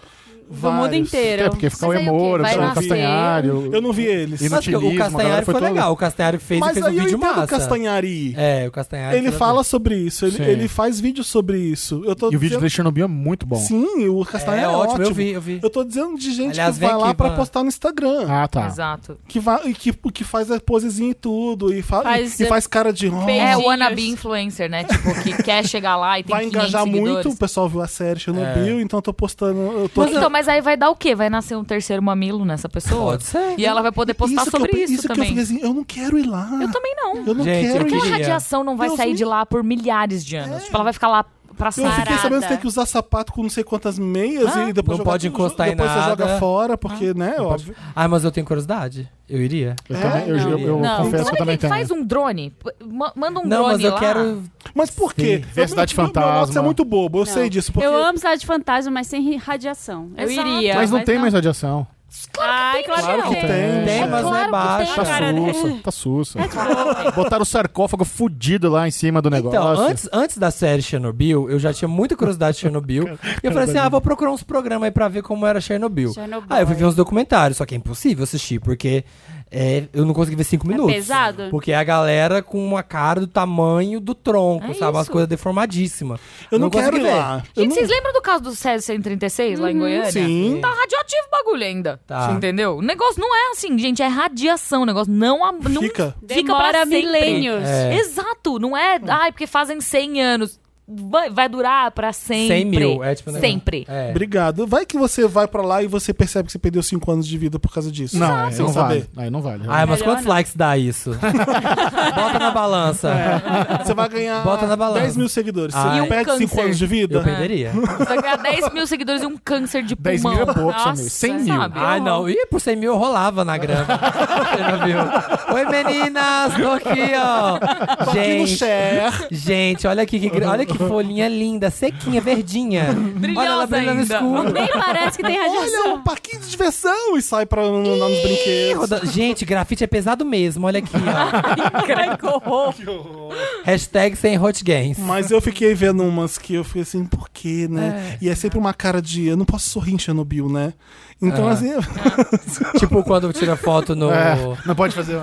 do mundo inteiro. É, porque fica o Mas aí o Emora, quê? Vai o nascer? Castanhário. Eu não vi eles. E no Mas que o Inutilismo, a Castanhari galera foi, foi toda. legal. O Castanhari fez e Mas fez um aí eu vídeo entendo massa. o Castanhari. É, o Castanhari. ele fala sobre isso, ele, Sim. ele faz vídeo sobre isso. Eu tô E o vídeo dizendo... de Chernobyl é muito bom. Sim, o Castanhari É é, ótimo, ótimo, eu vi, eu vi. tô dizendo de gente Aliás, que vem vai lá aqui, pra Pan. postar no Instagram. Ah, tá. Exato. Que, vai, e que, que faz a posezinha e tudo, e, fa- Faz, e eh, faz cara de. "Oh, bem- É o Beijinhos. wannabe influencer, né? Tipo, que quer chegar lá e tem vai 500 engajar muito, seguidores. o pessoal viu a série Chernobyl, então eu tô postando. Eu tô Mas então, mas aí vai dar o quê? Vai nascer um terceiro mamilo nessa pessoa? um- Pode ser. é E ela vai poder postar que eu- sobre isso, isso também. Que eu, fiquei assim, eu não quero ir lá. Eu também não. Eu não Gente, quero eu ir. Aquela queria- radiação não vai Deus sair me- de lá por milhares de anos. Tipo, ela vai ficar lá pra É. Eu fiquei sabendo que sarada. você tem que usar sapato com não sei quantas meias e depois Não jogar pode tudo- encostar em depois você nada. joga fora, porque, né, pode- óbvio. Ah, mas eu tenho curiosidade. Eu iria. Eu, também, eu, eu- eu Não. confesso que eu Sabe também quem que tenho. faz um drone? P- ma- Manda um Não, drone mas eu lá. quero. Mas por quê? Sim. Eu- E a Cidade meu- Meu Fantasma? Lotus é muito bobo, eu Não. sei disso. Porque Eu amo Cidade Fantasma, mas sem ri- radiação. Eu Exato. iria. Mas não tem mais radiação. Ai, tem, claro Michel. que tem. Tem. Tem, É mas não claro é que baixo. Tá cara, sussa, tá sussa. Botaram o sarcófago fudido lá em cima do negócio. Então, antes, antes da série Chernobyl, eu já tinha muita curiosidade de Chernobyl. e eu falei assim: ah, vou procurar uns programas aí pra ver como era Chernobyl. Chernobyl. Aí eu fui ver uns documentários, só que é impossível assistir, porque é, eu não consegui ver cinco minutos. pesado? Porque é a galera com uma cara do tamanho do tronco, É sabe? Umas isso. coisas deformadíssimas. Eu não, quero consegui ir ver. lá. Eu Gente, não- Uhum. vocês lembram do caso do Césio 136 lá em Goiânia? Sim. Tá radioativo o bagulho ainda. Tá. Você Entendeu? O negócio não é assim, gente. É radiação. O negócio não... a- não Fica. Fica Demora para milênios. É. Exato. Não é... Ai, porque fazem 100 anos. Vai, vai durar pra sempre. 100 mil. É, tipo, um negócio- Sempre. É. Obrigado. Vai que você vai pra lá e você percebe que você perdeu 5 anos de vida por causa disso. Não, é, sem não saber. vale. Aí não vale. Ah, mas Melhor quantos não. likes dá isso? Bota na balança. Você vai ganhar Bota na balança. 10 mil seguidores. Ah, você e um perde 5 câncer. anos de vida? Eu perderia. Vai ganhar 10 mil seguidores e um câncer de 10 pulmão. mil é pouco, Samir. Nossa, 100 mil. sabe? Ai, Ah, não. Ih, por 100 mil eu rolava na grama. Você não viu? Oi, meninas! Tô aqui, ó. Tô Tá aqui no Gente, share. gente, olha aqui. Que, gra- olha que folhinha linda, sequinha, verdinha. olha ela Brilhosa brilhando no ainda. escuro. Nem parece que tem Olha, radiação. um parquinho de diversão e sai pra um, andar nos Ih, brinquedos. roda- Gente, grafite é pesado mesmo. Olha aqui, ó. Ai, que horror. Hashtag sem hot games. Mas eu fiquei vendo umas que eu fiquei assim, por quê, né? E é sempre uma cara de, eu não posso sorrir em Chernobyl, né? Então, Ah. assim, Tipo quando tira foto no. É, É, não pode fazer.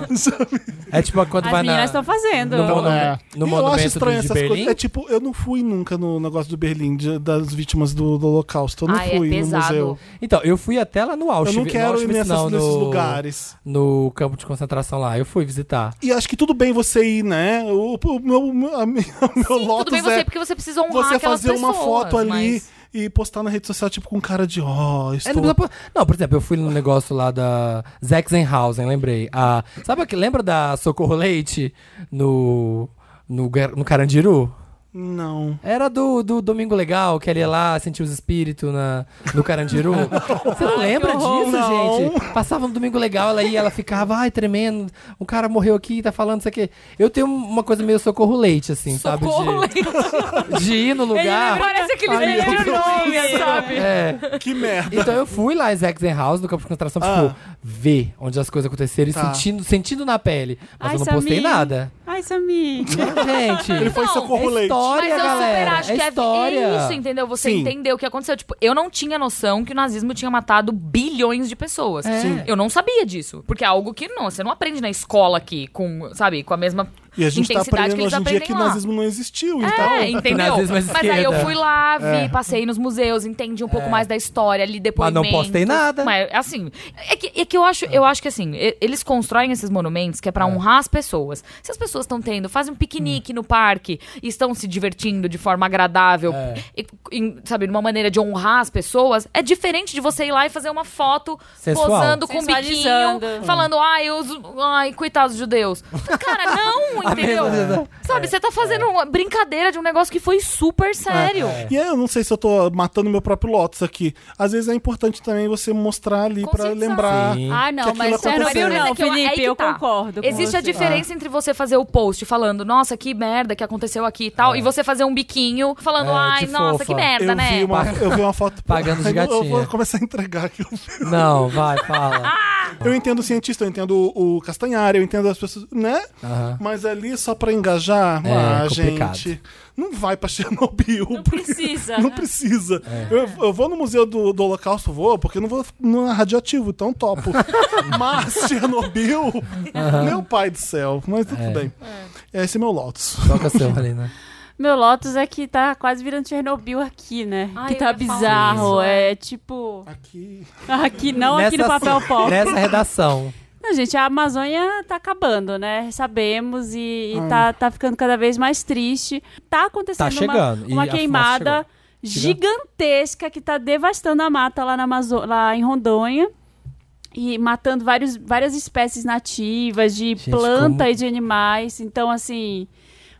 tipo quando As vai na. meninas estão fazendo. No, monu- É. eu acho no monumento estranho do, de essas coisas. Berlim. É tipo, eu não fui nunca no negócio do Berlim, de- das vítimas do, do Holocausto. Eu não Ai, é fui no museu. pesado. Então, eu fui até lá no Eu Auschwitz. não quero ir Auschwitz, nessas- não, nesses no- lugares. No campo de concentração lá. Eu fui visitar. E acho que tudo bem você ir, né? O, o meu, o meu, a minha- o meu Sim, Lotus tudo bem você, é porque você precisa honrar você aquelas fazer uma pessoas, foto ali mas- e postar na rede social, tipo, com cara de, ó, oh, É, estou... não, precisa pôr- não, por exemplo, eu fui no negócio lá da Sachsenhausen, lembrei. Ah, A, sabe aquele, lembra da Socorro Leite no, no, gar- no Carandiru? Não. Era do, do Domingo Legal, que ele ia lá sentir os espíritos na, no Carandiru. Você não lembra horror, disso, não. gente? Passava no Domingo Legal, ela ia, ela ficava, ai, tremendo. Um cara morreu aqui, tá falando isso aqui. Eu tenho uma coisa meio socorro leite, assim, Socorro, sabe? De, de ir no lugar. Parece aquele Ai, menino eu- nome, sabe? É. Que merda. Então eu fui lá em Zaxenhaus, no campo de concentração, pra, tipo, ver onde as coisas aconteceram Ah. Tá. e sentindo, sentindo na pele. Mas Ai, eu não postei Samir. nada. Ai, Samir. Gente, Ele foi Não, socorro é leite. história, Mas eu galera. super acho é que história. é isso, entendeu? Você Sim. entendeu o que aconteceu. Tipo, eu não tinha noção que o nazismo tinha matado bilhões de pessoas. É. Sim. Eu não sabia disso. Porque é algo que não, você não aprende na escola aqui, com, sabe, com a mesma E a gente tá intensidade que aprendendo eles hoje em dia aprendem que o lá. nazismo não existiu. tá então. É, entendeu? Nazismo à Mas aí eu esquerda. fui lá, vi, passei nos museus, entendi um pouco mais da história, li É. Mas depoimentos. não postei nada. Mas, assim, é que, é que eu acho, eu acho que assim, e- eles constroem esses monumentos que é pra honrar as pessoas. Se as pessoas estão tendo, fazem um Hum. piquenique no parque, e estão se divertindo de forma agradável, É. e- em- sabe, de uma maneira de honrar as pessoas, é diferente de você ir lá e fazer uma foto Sensual. posando com um biquinho, Sensualizando. Hum. falando, ai, os, ai, coitados judeus. Cara, não, A entendeu? mesma- Sabe, você tá É. fazendo uma brincadeira de um negócio que foi super sério. E aí, eu não sei se eu tô matando meu próprio Lotus aqui. Às vezes é importante também você mostrar ali pra Conscientizar. lembrar. Sim. Ah, Que não, aquilo mas isso é aconteceu. número Mas não, é que eu- aí Felipe, que eu tá. concordo. com Existe a você. É. diferença entre você fazer o post falando, nossa, que merda que aconteceu aqui e tal, e você fazer um biquinho falando, É, ai, de nossa, fofa. que merda, Eu né? vi, uma, eu vi uma foto. Pagando de Eu- Eu vou gatinha. começar a entregar aqui. Não, vai, fala. Eu entendo o cientista, eu entendo o, o Castanhari, eu entendo as pessoas, né? Aham. Mas ali só pra engajar, É, ah, complicado. gente, não vai pra Chernobyl. Não porque- precisa. Não precisa. É. Eu, eu vou no museu do, do Holocausto, vou, porque eu não vou não é radioativo, então topo. Mas Chernobyl, meu pai do céu. Mas tudo bem. Esse é meu Lotus. Toca seu, Marina. Meu Lotus é que tá quase virando Chernobyl aqui, né? Ai, que eu tá ia falar bizarro. isso, é. É tipo. Aqui. Aqui não, aqui no papel pop. Nessa redação. Não, gente, a Amazônia tá acabando, né? Sabemos e, e tá, tá ficando cada vez mais triste. Tá acontecendo Tá chegando, e uma, uma a fumaça queimada Chegou. gigantesca que tá devastando a mata lá, na Amazo lá em Rondônia. E matando vários, várias espécies nativas de Gente, planta como- e de animais. Então, assim,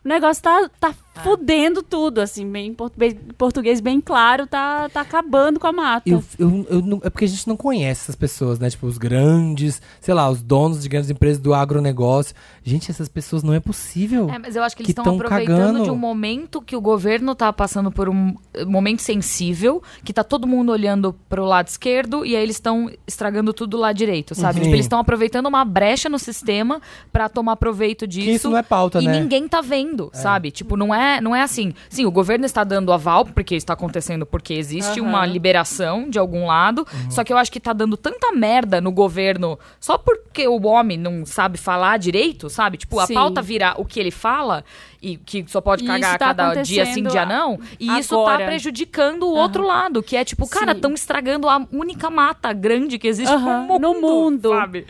o negócio tá, tá fudendo tudo, assim, bem, em portu- bem- em português bem claro, tá, tá acabando com a mata. Eu, eu, eu não- é porque a gente não conhece essas pessoas, né? Tipo, os grandes, sei lá, os donos de grandes empresas do agronegócio. Gente, essas pessoas não é possível. É, mas eu acho que eles Que estão tão aproveitando cagando. de um momento que o governo tá passando por um eh, momento sensível, que tá todo mundo olhando pro lado esquerdo e aí eles estão estragando tudo do lado direito, sabe? Uhum. Tipo, eles estão aproveitando uma brecha no sistema pra tomar proveito disso. isso não é pauta, e né? ninguém tá vendo, sabe? Tipo, não é, não é assim. Sim, o governo está dando aval porque está acontecendo porque existe uma liberação de algum lado, só que eu acho que tá dando tanta merda no governo só porque o homem não sabe falar direito, sabe? Tipo, a Sim. pauta virar o que ele fala e que só pode E cagar isso tá cada dia sim, acontecendo dia não. E isso tá agora. prejudicando o outro lado, que é tipo, cara, Sim. estão estragando a única mata grande que existe Aham, no mundo. no mundo. Sabe?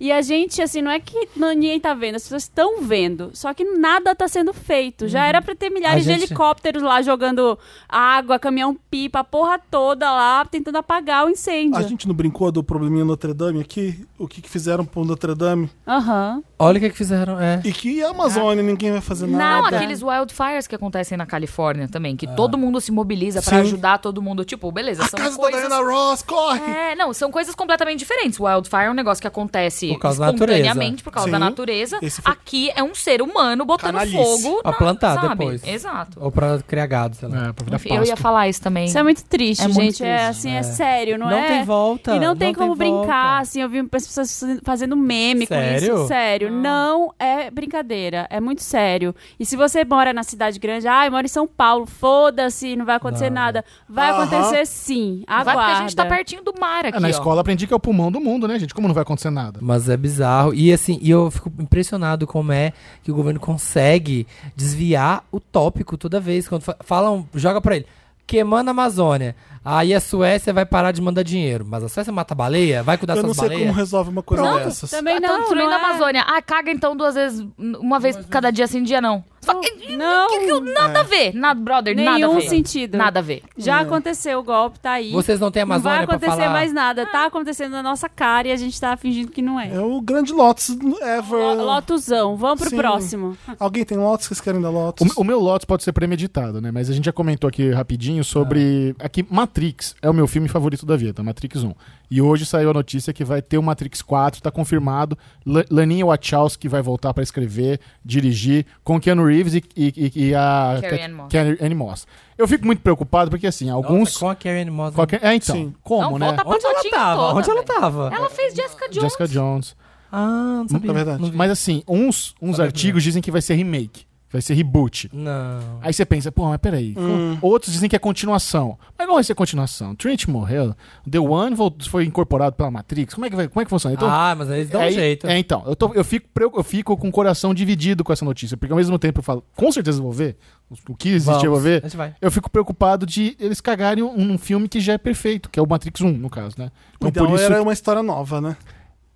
E a gente, assim, não é que não- ninguém tá vendo, as pessoas estão vendo. Só que nada tá sendo feito. Já era pra ter milhares gente- de helicópteros lá jogando água, caminhão-pipa, a porra toda lá, tentando apagar o incêndio. A gente não brincou do probleminha Notre Dame aqui? O que, que fizeram pro Notre Dame? Aham. Olha o que, que fizeram. É. E que a Amazônia ninguém vai fazer Não, nada. aqueles wildfires que acontecem na Califórnia também, que todo mundo se mobiliza pra Sim. ajudar todo mundo. Tipo, beleza, A são casa coisas. da Diana Ross, corre! É, não, são coisas completamente diferentes. Wildfire é um negócio que acontece Por causa da espontaneamente natureza. por causa Sim. da natureza. Esse foi- Aqui é um ser humano botando Canalice. fogo Pra plantar sabe? depois. Exato. Ou pra criar gado, sei lá. É, pra virar Enfim, eu ia Páscoa. falar isso também. Isso é muito triste, É gente. muito É triste. assim, é, sério, não, é? tem volta. E não tem como volta. brincar, assim, eu vi as pessoas fazendo meme com Sério? isso. Sério, não é brincadeira, é muito sério. E se você mora na cidade grande, ah, eu moro em São Paulo, foda-se, não vai acontecer Não. nada. Vai Aham. acontecer sim, Vai aguarda. porque a gente tá pertinho do mar aqui. É, na ó. escola aprendi que é o pulmão do mundo, né, gente? Como não vai acontecer nada? Mas é bizarro. E assim, e eu fico impressionado como é que o governo consegue desviar o tópico toda vez. Quando fa- falam, joga pra ele. Queimando a Amazônia. Aí a Suécia vai parar de mandar dinheiro. Mas a Suécia mata baleia? Vai cuidar Eu não dessas sei como baleias? resolve uma coisa Pronto, dessas. Também Tá não, destruindo não a é. Amazônia. Ah, caga então duas vezes, uma vez cada dia, sem dia não. Fa- Não. que- que- nada a ver. Nada, brother, nada a Nenhum ver. sentido. Nada a ver. Já aconteceu o golpe, tá aí. é. Vocês não têm não vai Amazônia pra acontecer falar. mais nada. Tá acontecendo na nossa cara e a gente tá fingindo que não é. É o grande Lotus ever. Lo- Lotuzão, vamos pro Sim. próximo. Alguém tem Lotus? Vocês querem da O, Lotus? me- o meu Lotus pode ser premeditado, né? Mas a gente já comentou aqui rapidinho sobre. Aqui, Matrix é o meu filme favorito da vida, Matrix 1. E hoje saiu a notícia que vai ter o Matrix 4, tá confirmado. La- Laninha Wachowski vai voltar pra escrever, dirigir, com Keanu Reeves e, e- e- e a. Carrie Ann Moss. Carrie Ann Moss. Eu fico muito preocupado porque, assim, Nossa, alguns. com a Karen Moss. qualquer- É, então. Sim. Não, Como, né? volta- Onde ela Pacotinho tava? toda, Onde ela velho. tava? Ela fez Jessica Jones. Jessica Jones. Ah, não sabia. É verdade. Não vi. Mas, assim, uns, uns Sabe, artigos dizem que vai ser remake, vai ser reboot. Não. Aí você pensa, pô, mas peraí. Hum. Outros dizem que é continuação. Mas não vai ser continuação. Trent morreu, The One vol- foi incorporado pela Matrix. Como é que, vai, como é que funciona? Então, ah, mas aí eles dão um aí- jeito. É, então, eu, tô- eu fico, preu- eu fico com o coração dividido com essa notícia. Porque ao mesmo tempo eu falo, com certeza eu vou ver. O que existe eu vou Vamos, ver. A gente vai. Eu fico preocupado de eles cagarem um, um filme que já é perfeito, que é o Matrix 1, no caso, né? O Então, ideal por isso, era uma história nova, né?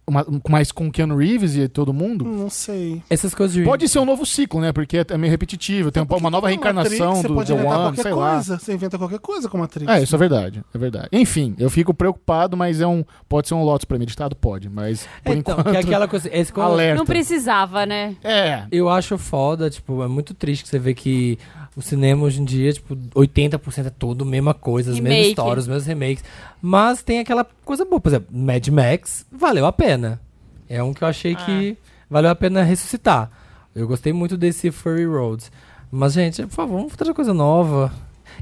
uma, mas com Keanu Reeves e todo mundo, Não sei. Essas coisas de Pode ser um novo ciclo, né? Porque é meio repetitivo. Então, Tem uma nova reencarnação Matrix, Você do pode The inventar One, qualquer sei lá. coisa. Você inventa qualquer coisa com Matrix. É, isso é verdade, é verdade. Enfim, eu fico preocupado, mas é um. Pode ser um Lotus premeditado? Pode, mas por então, enquanto. que é aquela coisa. Esse, Alerta. Não precisava, né? É. Eu acho foda, tipo, é muito triste que você vê que o cinema hoje em dia, tipo, 80% é tudo mesma coisa, as mesmas Remake. histórias, os mesmos remakes. Mas tem aquela coisa boa, por exemplo, Mad Max valeu a pena. É um que eu achei que valeu a pena ressuscitar. Eu gostei muito desse Furry Roads. Mas, gente, por favor, vamos trazer coisa nova.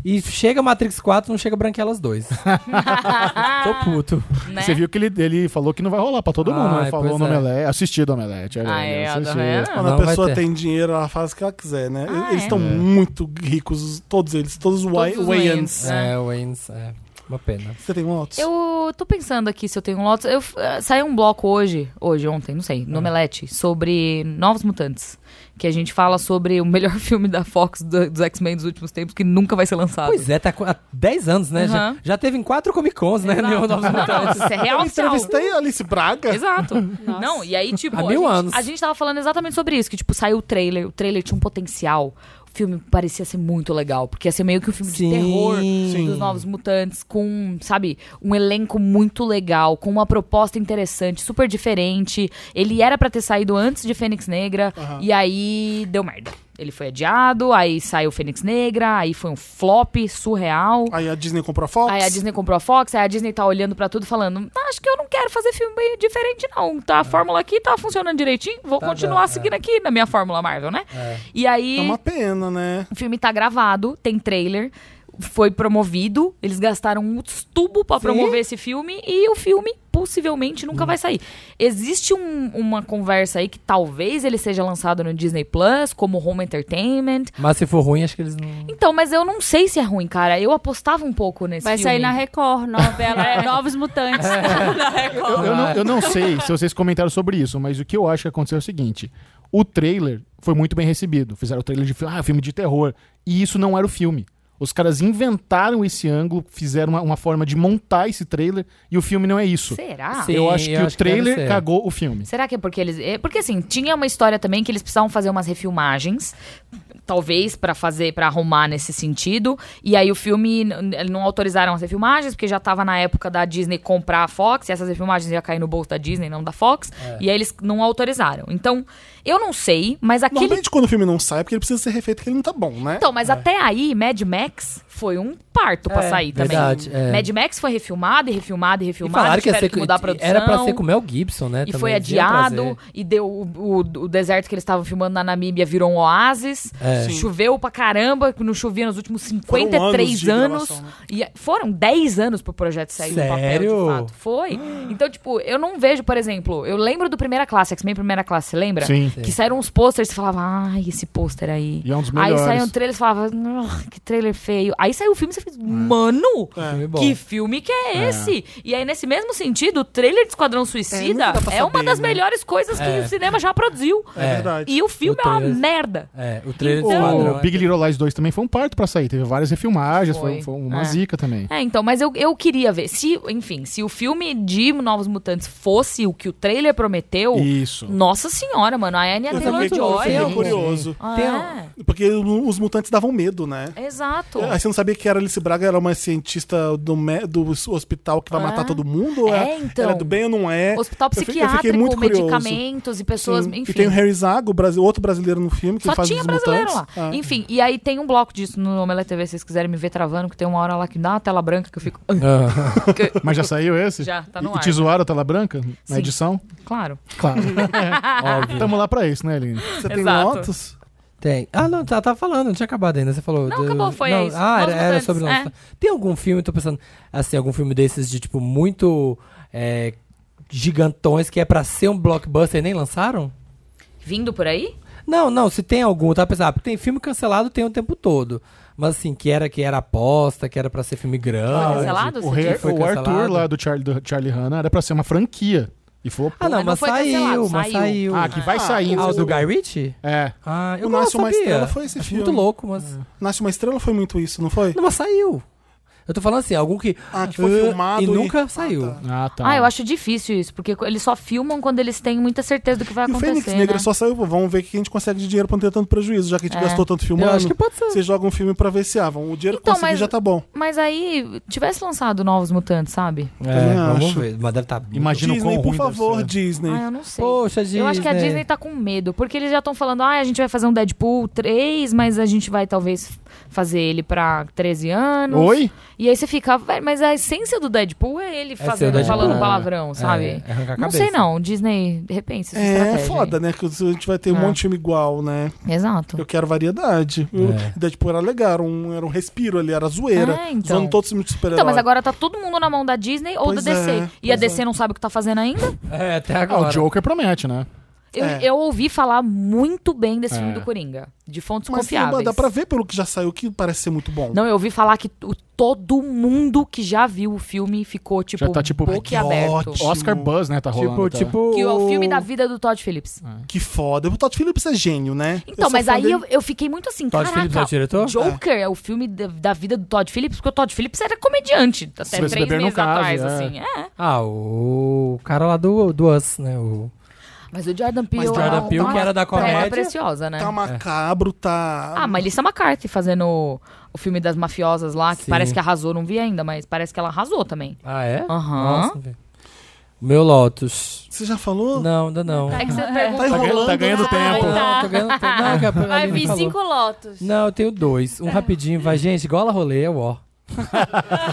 E chega Matrix 4, não chega Branquelas 2. Tô puto. né? Você viu que ele, ele falou que não vai rolar pra todo mundo. Ai, Ele falou pois no é. Omelete. Assisti do Omelete. olha, Ah, é, a assisti. do Renan. Quando Não, a vai pessoa ter. tem dinheiro, ela faz o que ela quiser, né? Ah, eles é? estão É. muito ricos, todos eles, todos os Todos os Wayans. Wayans. É. É, Wayne's, é uma pena. Você tem um Lotus? Eu tô pensando aqui se eu tenho um Lotus. Eu, eh, saiu um bloco hoje, hoje, ontem, não sei, no Omelete, sobre Novos Mutantes. Que a gente fala sobre o melhor filme da Fox do- dos X-Men dos últimos tempos, que nunca vai ser lançado. Pois é, tá co- há 10 anos, né? Já, Uhum. já teve em 4 Comic Cons, né? Nenhum Novos Não, não, isso é real Eu oficial. entrevistei a Alice Braga. Exato. Não, e aí, tipo, Há a mil gente, anos. a gente tava falando exatamente sobre isso, que, tipo, saiu o trailer, o trailer tinha um potencial. O filme parecia ser muito legal, porque ia ser meio que um filme Sim. de terror Sim. dos novos mutantes, com, sabe, um elenco muito legal, com uma proposta interessante, super diferente. Ele era pra ter saído antes de Fênix Negra, e aí deu merda. Ele foi adiado, aí saiu Fênix Negra, aí foi um flop surreal. Aí a Disney comprou a Fox. Aí a Disney comprou a Fox, aí a Disney tá olhando pra tudo e falando: "Ah, Acho que eu não quero fazer filme bem diferente, não. Tá, a fórmula aqui tá funcionando direitinho, vou É. Tá continuar dando, seguindo aqui na minha fórmula Marvel, né? E aí, É uma pena, né? o filme tá gravado, tem trailer, foi promovido, eles gastaram um tubo pra Sim. Hum. promover esse filme e o filme possivelmente nunca vai sair. Existe um- uma conversa aí que talvez ele seja lançado no Disney Plus, como Home Entertainment. Mas se for ruim, acho que eles não. Então, mas eu não sei se é ruim, cara. Eu apostava um pouco nesse Vai filme. sair na Record, novela é Novos Mutantes. É. na Record. Eu, eu não, eu não sei se vocês comentaram sobre isso, mas o que eu acho que aconteceu é o seguinte: o trailer foi muito bem recebido. Fizeram o trailer de fi- ah, filme de terror. E isso não era o filme. Os caras inventaram esse ângulo, fizeram uma, uma forma de montar esse trailer e o filme não é isso. Será? Sim, eu acho que eu o acho que deve trailer ser. cagou o filme. Será que é porque eles. é, Porque assim, tinha uma história também que eles precisavam fazer umas refilmagens, talvez pra fazer, para arrumar nesse sentido. E aí o filme n- n- não autorizaram as refilmagens, porque já tava na época da Disney comprar a Fox, e essas refilmagens iam cair no bolso da Disney, não da Fox. É. E aí eles não autorizaram. Então, eu não sei, mas aquele. Normalmente quando o filme não sai, é porque ele precisa ser refeito, porque ele não tá bom, né? Então, mas até aí, Mad Max foi um parto pra É, sair verdade, também. é. Mad Max foi refilmado e refilmado e E refilmado. falaram que ia tiveram ser, que mudar a produção. era pra ser com o Mel Gibson, né? E também, foi eles iam adiado, trazer. e deu o, o- o deserto que eles estavam filmando na Namíbia virou um oásis. É. Sim. Choveu pra caramba, não chovia nos últimos Foram 53 de anos. gravação, né? E é, foram 10 anos pro projeto sair do papel, Sério? de fato. Foi. Então, tipo, eu não vejo, por exemplo, eu lembro do Primeira Classe, X-Men Primeira Classe, você lembra? Sim. Que saíram uns posters e falava, ai, esse pôster aí. E é um dos Aí melhores. saiu um trailer e falava, "Ah, que trailer feio. Aí saiu o filme e você fez, mano, um Filme bom. que filme que é esse? E aí, nesse mesmo sentido, o trailer de Esquadrão Suicida nunca dá pra é, uma saber, das né? melhores coisas que É. o cinema já produziu. É, verdade. E o filme O é uma trailer- merda. É, o trailer Então- do O Esquadrão. Big Little Lies 2 também foi um parto pra sair. Teve várias refilmagens, foi, um, Foi. foi uma É. zica também. É, então, mas eu, eu queria ver. Se, enfim, se o filme de Novos Mutantes fosse o que o trailer prometeu, Isso. nossa senhora, mano, a é Anya Eu Taylor fiquei eu Joy. fiquei Tem um- curioso. Ah, Tem Porque os mutantes davam medo, né? Exato. Aí você não sabia que era Alice Braga, era uma cientista do, me- do hospital que vai Ah. matar todo mundo? ou É, ela- então. Ela é do bem ou não é? Hospital Eu fi- eu fiquei psiquiátrico, muito curioso. medicamentos e pessoas, Sim. enfim. E tem o Harry Zago, o brasi- outro brasileiro no filme, que Só faz tinha os brasileiro mutantes. lá. Ah. Enfim, e aí tem um bloco disso no Omelete TV, se vocês quiserem me ver travando, que tem uma hora lá que dá uma tela branca que eu fico. Ah, que- Mas já saiu esse? Já, tá E- no E ar. te zoaram a tela branca na Sim. edição? Claro. Claro. óbvio. Estamos lá pra isso, né, Aline? Você tem Exato. notas? Tem. Ah, não, tá, tá falando, não tinha acabado ainda. Você falou. Não, acabou, foi isso. Ah, era, Novos era Mutantes, sobre nós. é. Tem algum filme, tô pensando, assim, algum filme desses de, tipo, muito é, gigantões que é pra ser um blockbuster e nem lançaram? Vindo por aí? Não, não, se tem algum, tá pensando, ah, porque tem filme cancelado tem o tempo todo. Mas assim, que era que era aposta, que era pra ser filme grande. cancelado? O, você rei- diz? que foi o Arthur cancelado? lá do Charlie, do Charlie Hanna era pra ser uma franquia. E falou, Ah, não, Mas não mas foi saiu, cancelado, mas saiu. saiu. Ah, que vai saindo. Ah, o do Guy Ritchie? É. Ah, eu O não Nasce Uma sabia. Estrela foi esse Acho filme. É. muito louco, mas... Nasce uma estrela foi muito isso, não foi? Não, mas saiu. Eu tô falando assim, algum que... Ah, que foi Ah, filmado E e- nunca saiu. Ah, tá. Ah, eu acho difícil isso, porque eles só filmam quando eles têm muita certeza do que E vai o acontecer. Fênix Negra né? só saiu, pô, vamos ver o que a gente consegue de dinheiro pra não ter tanto prejuízo, já que a gente É. gastou tanto Eu filmando. acho que é pode ser. Você joga um filme pra ver se ah, vamos, o dinheiro que Então, conseguir mas- já tá bom. Mas aí, tivesse lançado Novos Mutantes, sabe? também É, vamos acho. ver. Mas deve estar... Imagina o Disney, quão por ruim deve favor, ser. Disney. Ah, eu não sei. Poxa, Disney. Eu acho que a Disney tá com medo, porque eles já estão falando, ah, a gente vai fazer um Deadpool 3, mas a gente vai talvez fazer ele pra 13 anos. Oi? E aí você fica, "Velho, mas a essência do Deadpool é ele ser o fazendo, Deadpool, falando é. palavrão, É, sabe? é arrancar a não cabeça. sei não, Disney, repense essa É estratégia. foda, né? Que a gente vai ter um É. monte de filme igual, né? aí. Exato. Eu quero variedade. É. É. Deadpool era legal, era um, era um respiro ali, era zoeira. É, então. Zoando todos os filmes de super-herói. Então, mas agora tá todo mundo na mão da Disney ou Pois da DC. é, e a pois DC não sabe o que tá fazendo ainda. É, até Ah, agora. o Joker promete, né? Eu, É. eu ouvi falar muito bem desse filme É. do Coringa, de fontes Mas sim, confiáveis. dá pra ver pelo que já saiu que parece ser muito bom. Não, eu ouvi falar que o- todo mundo que já viu o filme ficou, tipo, Já tá, tipo, boquiaberto. ótimo. Oscar Buzz, né, tá rolando. Tipo, tá? tipo... Que é o filme da vida do Todd Phillips. Ah. Que foda. O Todd Phillips é gênio, né? Eu Então, sou mas fã aí dele. eu, eu fiquei muito assim, Todd Phillips é o caraca, diretor? Joker é. o filme da, da vida do Todd Phillips, porque o Todd Phillips era comediante até Se você três beber, não meses case, atrás, é. assim. É. Ah, o cara lá do, do Us, né? O... Mas o Jordan Peele... Mas é Jordan uma Peele, que era da pérola comédia. preciosa, né? Tá macabro, tá. Ah, Melissa McCarthy fazendo o, o filme das mafiosas lá, que Sim. parece que arrasou, não vi ainda, mas parece que ela arrasou também. Ah, é? Aham. Nossa, velho. Meu Lotus. Você já falou? Não, ainda não. Aí É que você Tá pergunta... enrolando. tá ganhando né? tempo. Não, Uh. tá. tô ganhando tempo. Não, que a Vai Aline vir falou. cinco lotos. Não, eu tenho dois. Um rapidinho, vai. Gente, gola rolê é o ó.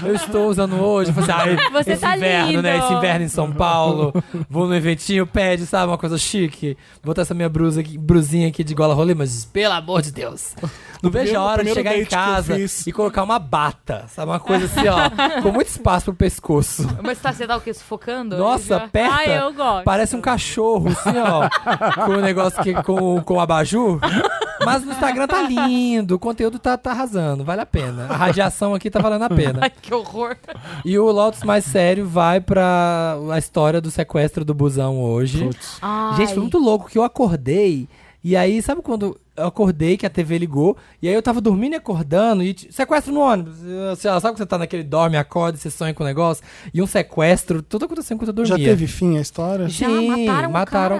eu estou usando hoje. eu falei assim, ah, Você esse tá inverno, lindo. né? Esse inverno em São Paulo. Vou no eventinho, pede, sabe? Uma coisa chique. Vou botar essa minha brusa aqui, brusinha aqui de gola rolê, mas pelo amor de Deus. Não vejo a primeiro- hora de primeiro chegar em date que eu casa fiz. e colocar uma bata, sabe? Uma coisa assim, ó. Com muito espaço pro pescoço. Mas tá, você tá o quê? Sufocando? Nossa, Já- aperta. Ah, eu gosto. Parece um cachorro, assim, ó. com o negócio que, com, com o abajur. Mas no Instagram tá lindo, o conteúdo tá, tá arrasando, vale a pena. A radiação aqui tá valendo a pena. Ai, que horror. E o Lotus mais sério vai pra a história do sequestro do busão hoje. Putz. Gente, foi muito louco que eu acordei. E aí, sabe quando eu acordei que a TV ligou? E aí eu tava dormindo e acordando e t- sequestro no ônibus. Eu- Sei lá, sabe quando você tá naquele dorme, acorda, você sonha com o negócio? E um sequestro, tudo acontecendo enquanto eu dormia. Já teve fim a história? Já Sim, mataram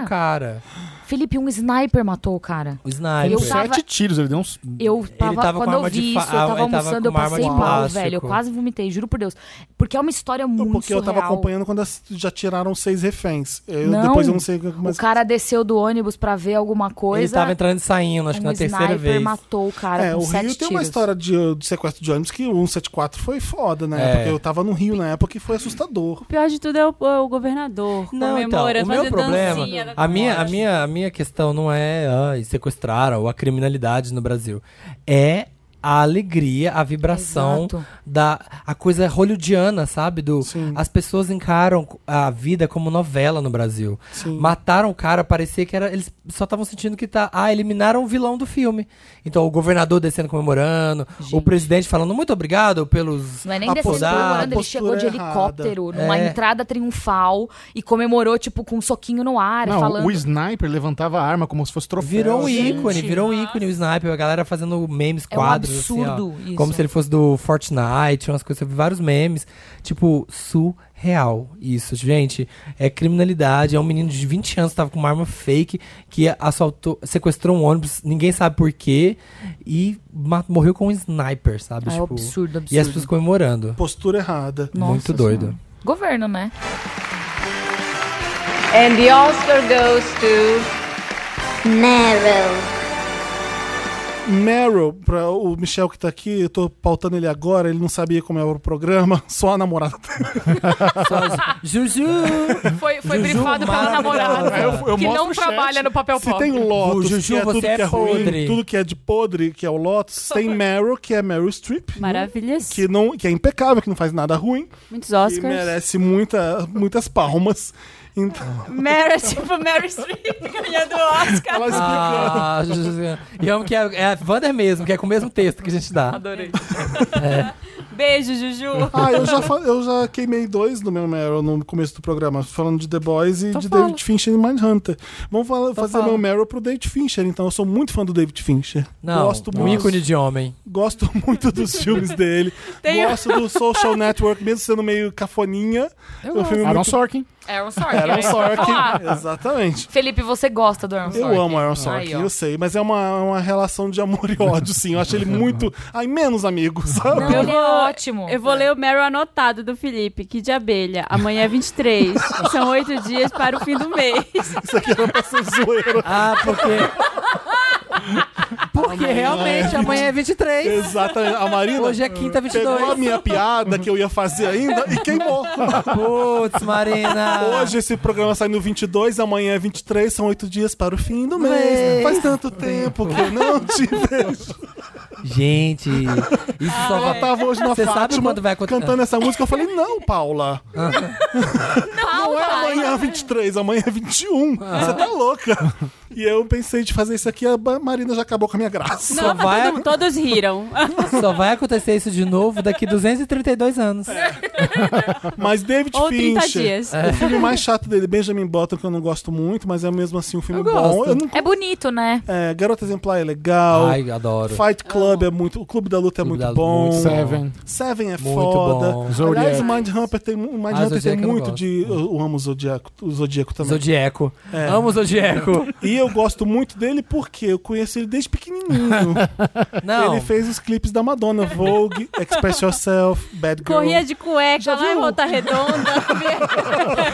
o o cara. cara. Felipe, um sniper matou o cara. O sniper. Eu Com tava- Sete tiros, ele deu uns... Eu tava, tava com quando arma eu de vi fa- isso, eu ah, tava ele tava almoçando, com eu uma arma passei de mal, plástico. velho. Eu quase vomitei, juro por Deus. Porque é uma história Não, muito Porque eu tava surreal. acompanhando quando as- já tiraram seis reféns. Eu- Não. Depois eu não sei como O cara desceu do ônibus pra ver alguma coisa. Ele tava entrando e saindo, acho um que na terceira sniper vez. matou o cara É, com o sete Rio tem uma tiros. história de, de sequestro de ônibus que um o 174 foi foda, né? É. Porque eu tava no Rio na época e foi assustador. O pior de tudo é o, é o governador Não, então, comemorando, o meu fazendo problema, dancinha na a minha, a, comemora. minha, a minha questão não é ah, sequestrar ou a criminalidade no Brasil. É a alegria, a vibração Exato. da a coisa hollywoodiana, sabe? Do as pessoas encaram a vida como novela no Brasil. Mataram o cara, parecia que era eles só estavam sentindo que tá, ah, eliminaram o vilão do filme. Então o governador descendo comemorando, o presidente falando muito obrigado pelos Não é nem descendo apoiados." comemorando, ele postura chegou de errada. helicóptero, numa É. entrada triunfal e comemorou, tipo, com um soquinho no ar, Não, falando. o sniper levantava a arma como se fosse troféu. Virou um assim. ícone, virou um ícone o Sniper, a galera fazendo memes, É um quadros, absurdo assim, ó, isso. como se ele fosse do Fortnite, umas coisas, eu vi vários memes, tipo, surreal isso, gente, é criminalidade, é um menino de 20 anos, que tava com uma arma fake, que assaltou, sequestrou um ônibus, ninguém sabe por quê, e ma- morreu com um Sniper, sabe, Ah, é um tipo, absurdo, absurdo. e as pessoas comemorando, Postura errada. Nossa muito doido. Governo, né? And the Oscar goes to Meryl. Meryl, pra o Michel que tá aqui, eu tô pautando ele agora, ele não sabia como era o programa, só a namorada. Juju! Foi, foi Juju, brifado pela Ah, namorada. É maravilhosa. Eu- eu que mostro não o chat. trabalha no papel Se pop. tem Lotus, O que Juju, é tudo você é que é ruim, podre. tudo que é de podre, que é o Lotus, tem Meryl, que é Meryl Streep, Maravilhas. que, não, que é impecável, que não faz nada ruim, Muitos que Oscars. merece muita, muitas palmas. Então, Mary, tipo Mary Streep ganhando Oscar. ela explica. Ah, Juju. E eu amo que é, é a Wander mesmo, que é com o mesmo texto que a gente dá. Adorei. Beijo, Juju. Ah, eu já, fa- eu já queimei dois no meu Meryl no começo do programa, falando de The Boys e de David Fincher e Mindhunter. Vamos fala- fazer fala. meu Meryl pro David Fincher, então. Eu sou muito fã do David Fincher. Não, Gosto um muito. ícone de homem. Gosto muito dos filmes dele. Tem- Gosto do Social Network, mesmo sendo meio cafoninha. Eu um filme Aaron muito... Sorkin. Aaron Sorkin. Aaron é isso que eu ia falar. Sorkin. Exatamente. Felipe, você gosta do Aaron Eu Sorkin? amo Aaron Aí, Sorkin, ó. eu sei, mas é uma, uma relação de amor e ódio, sim. Eu acho ele muito. Ai, menos amigo, sabe? Não, ele é vou- ótimo. Eu vou ler o Meryl anotado do Felipe, que de abelha. Amanhã é 23. São oito dias para o fim do mês. Isso aqui era pra ser zoeira. Ah, porque. É. Porque realmente amanhã é 23. Exatamente. A Marina. Hoje é quinta Pegou a 22. minha piada que eu ia fazer ainda e queimou. Putz, Marina. Hoje esse programa sai no 22, amanhã é 23, são oito dias para o fim do mês. Mês. Faz tanto tempo que eu não te vejo. Gente, isso Ah, só Ela vai. tava hoje na Você sabe Fátima quando vai Ah. acontecer? cantando essa música. Eu falei, não, Paula. Não é amanhã 23, amanhã é 21. Ah. Você tá louca. E eu pensei de fazer isso aqui, a Ba- Marina já acabou com a minha graça. Só vai, Todo- todos riram. é. só vai acontecer isso de novo daqui 232 anos. É. Mas David Ou 30 Fincher... dias. O filme mais chato dele, Benjamin Button, que eu não gosto muito, mas é mesmo assim um filme Eu bom. gosto. Eu não- É bonito, né? é, Garota Exemplar é legal. Ai, adoro. Fight Club é muito. O Clube da Luta é Clube da muito Luta, bom. muito bom. Seven. Seven é Muito foda. bom. Aliás, Zodiac. o Mind Hunter tem, o Mind Ah, Hunter tem Zodiac eu não muito gosto. de. Eu, eu amo o Zodíaco, o Zodíaco também. É. Zodieco. Amo Zodieaco. E eu gosto muito dele porque eu conheço ele desde pequenininho. Não. Ele fez os clipes da Madonna, Vogue, Express Yourself, Bad Girl. Corria de cueca Já lá em viu? Volta Redonda.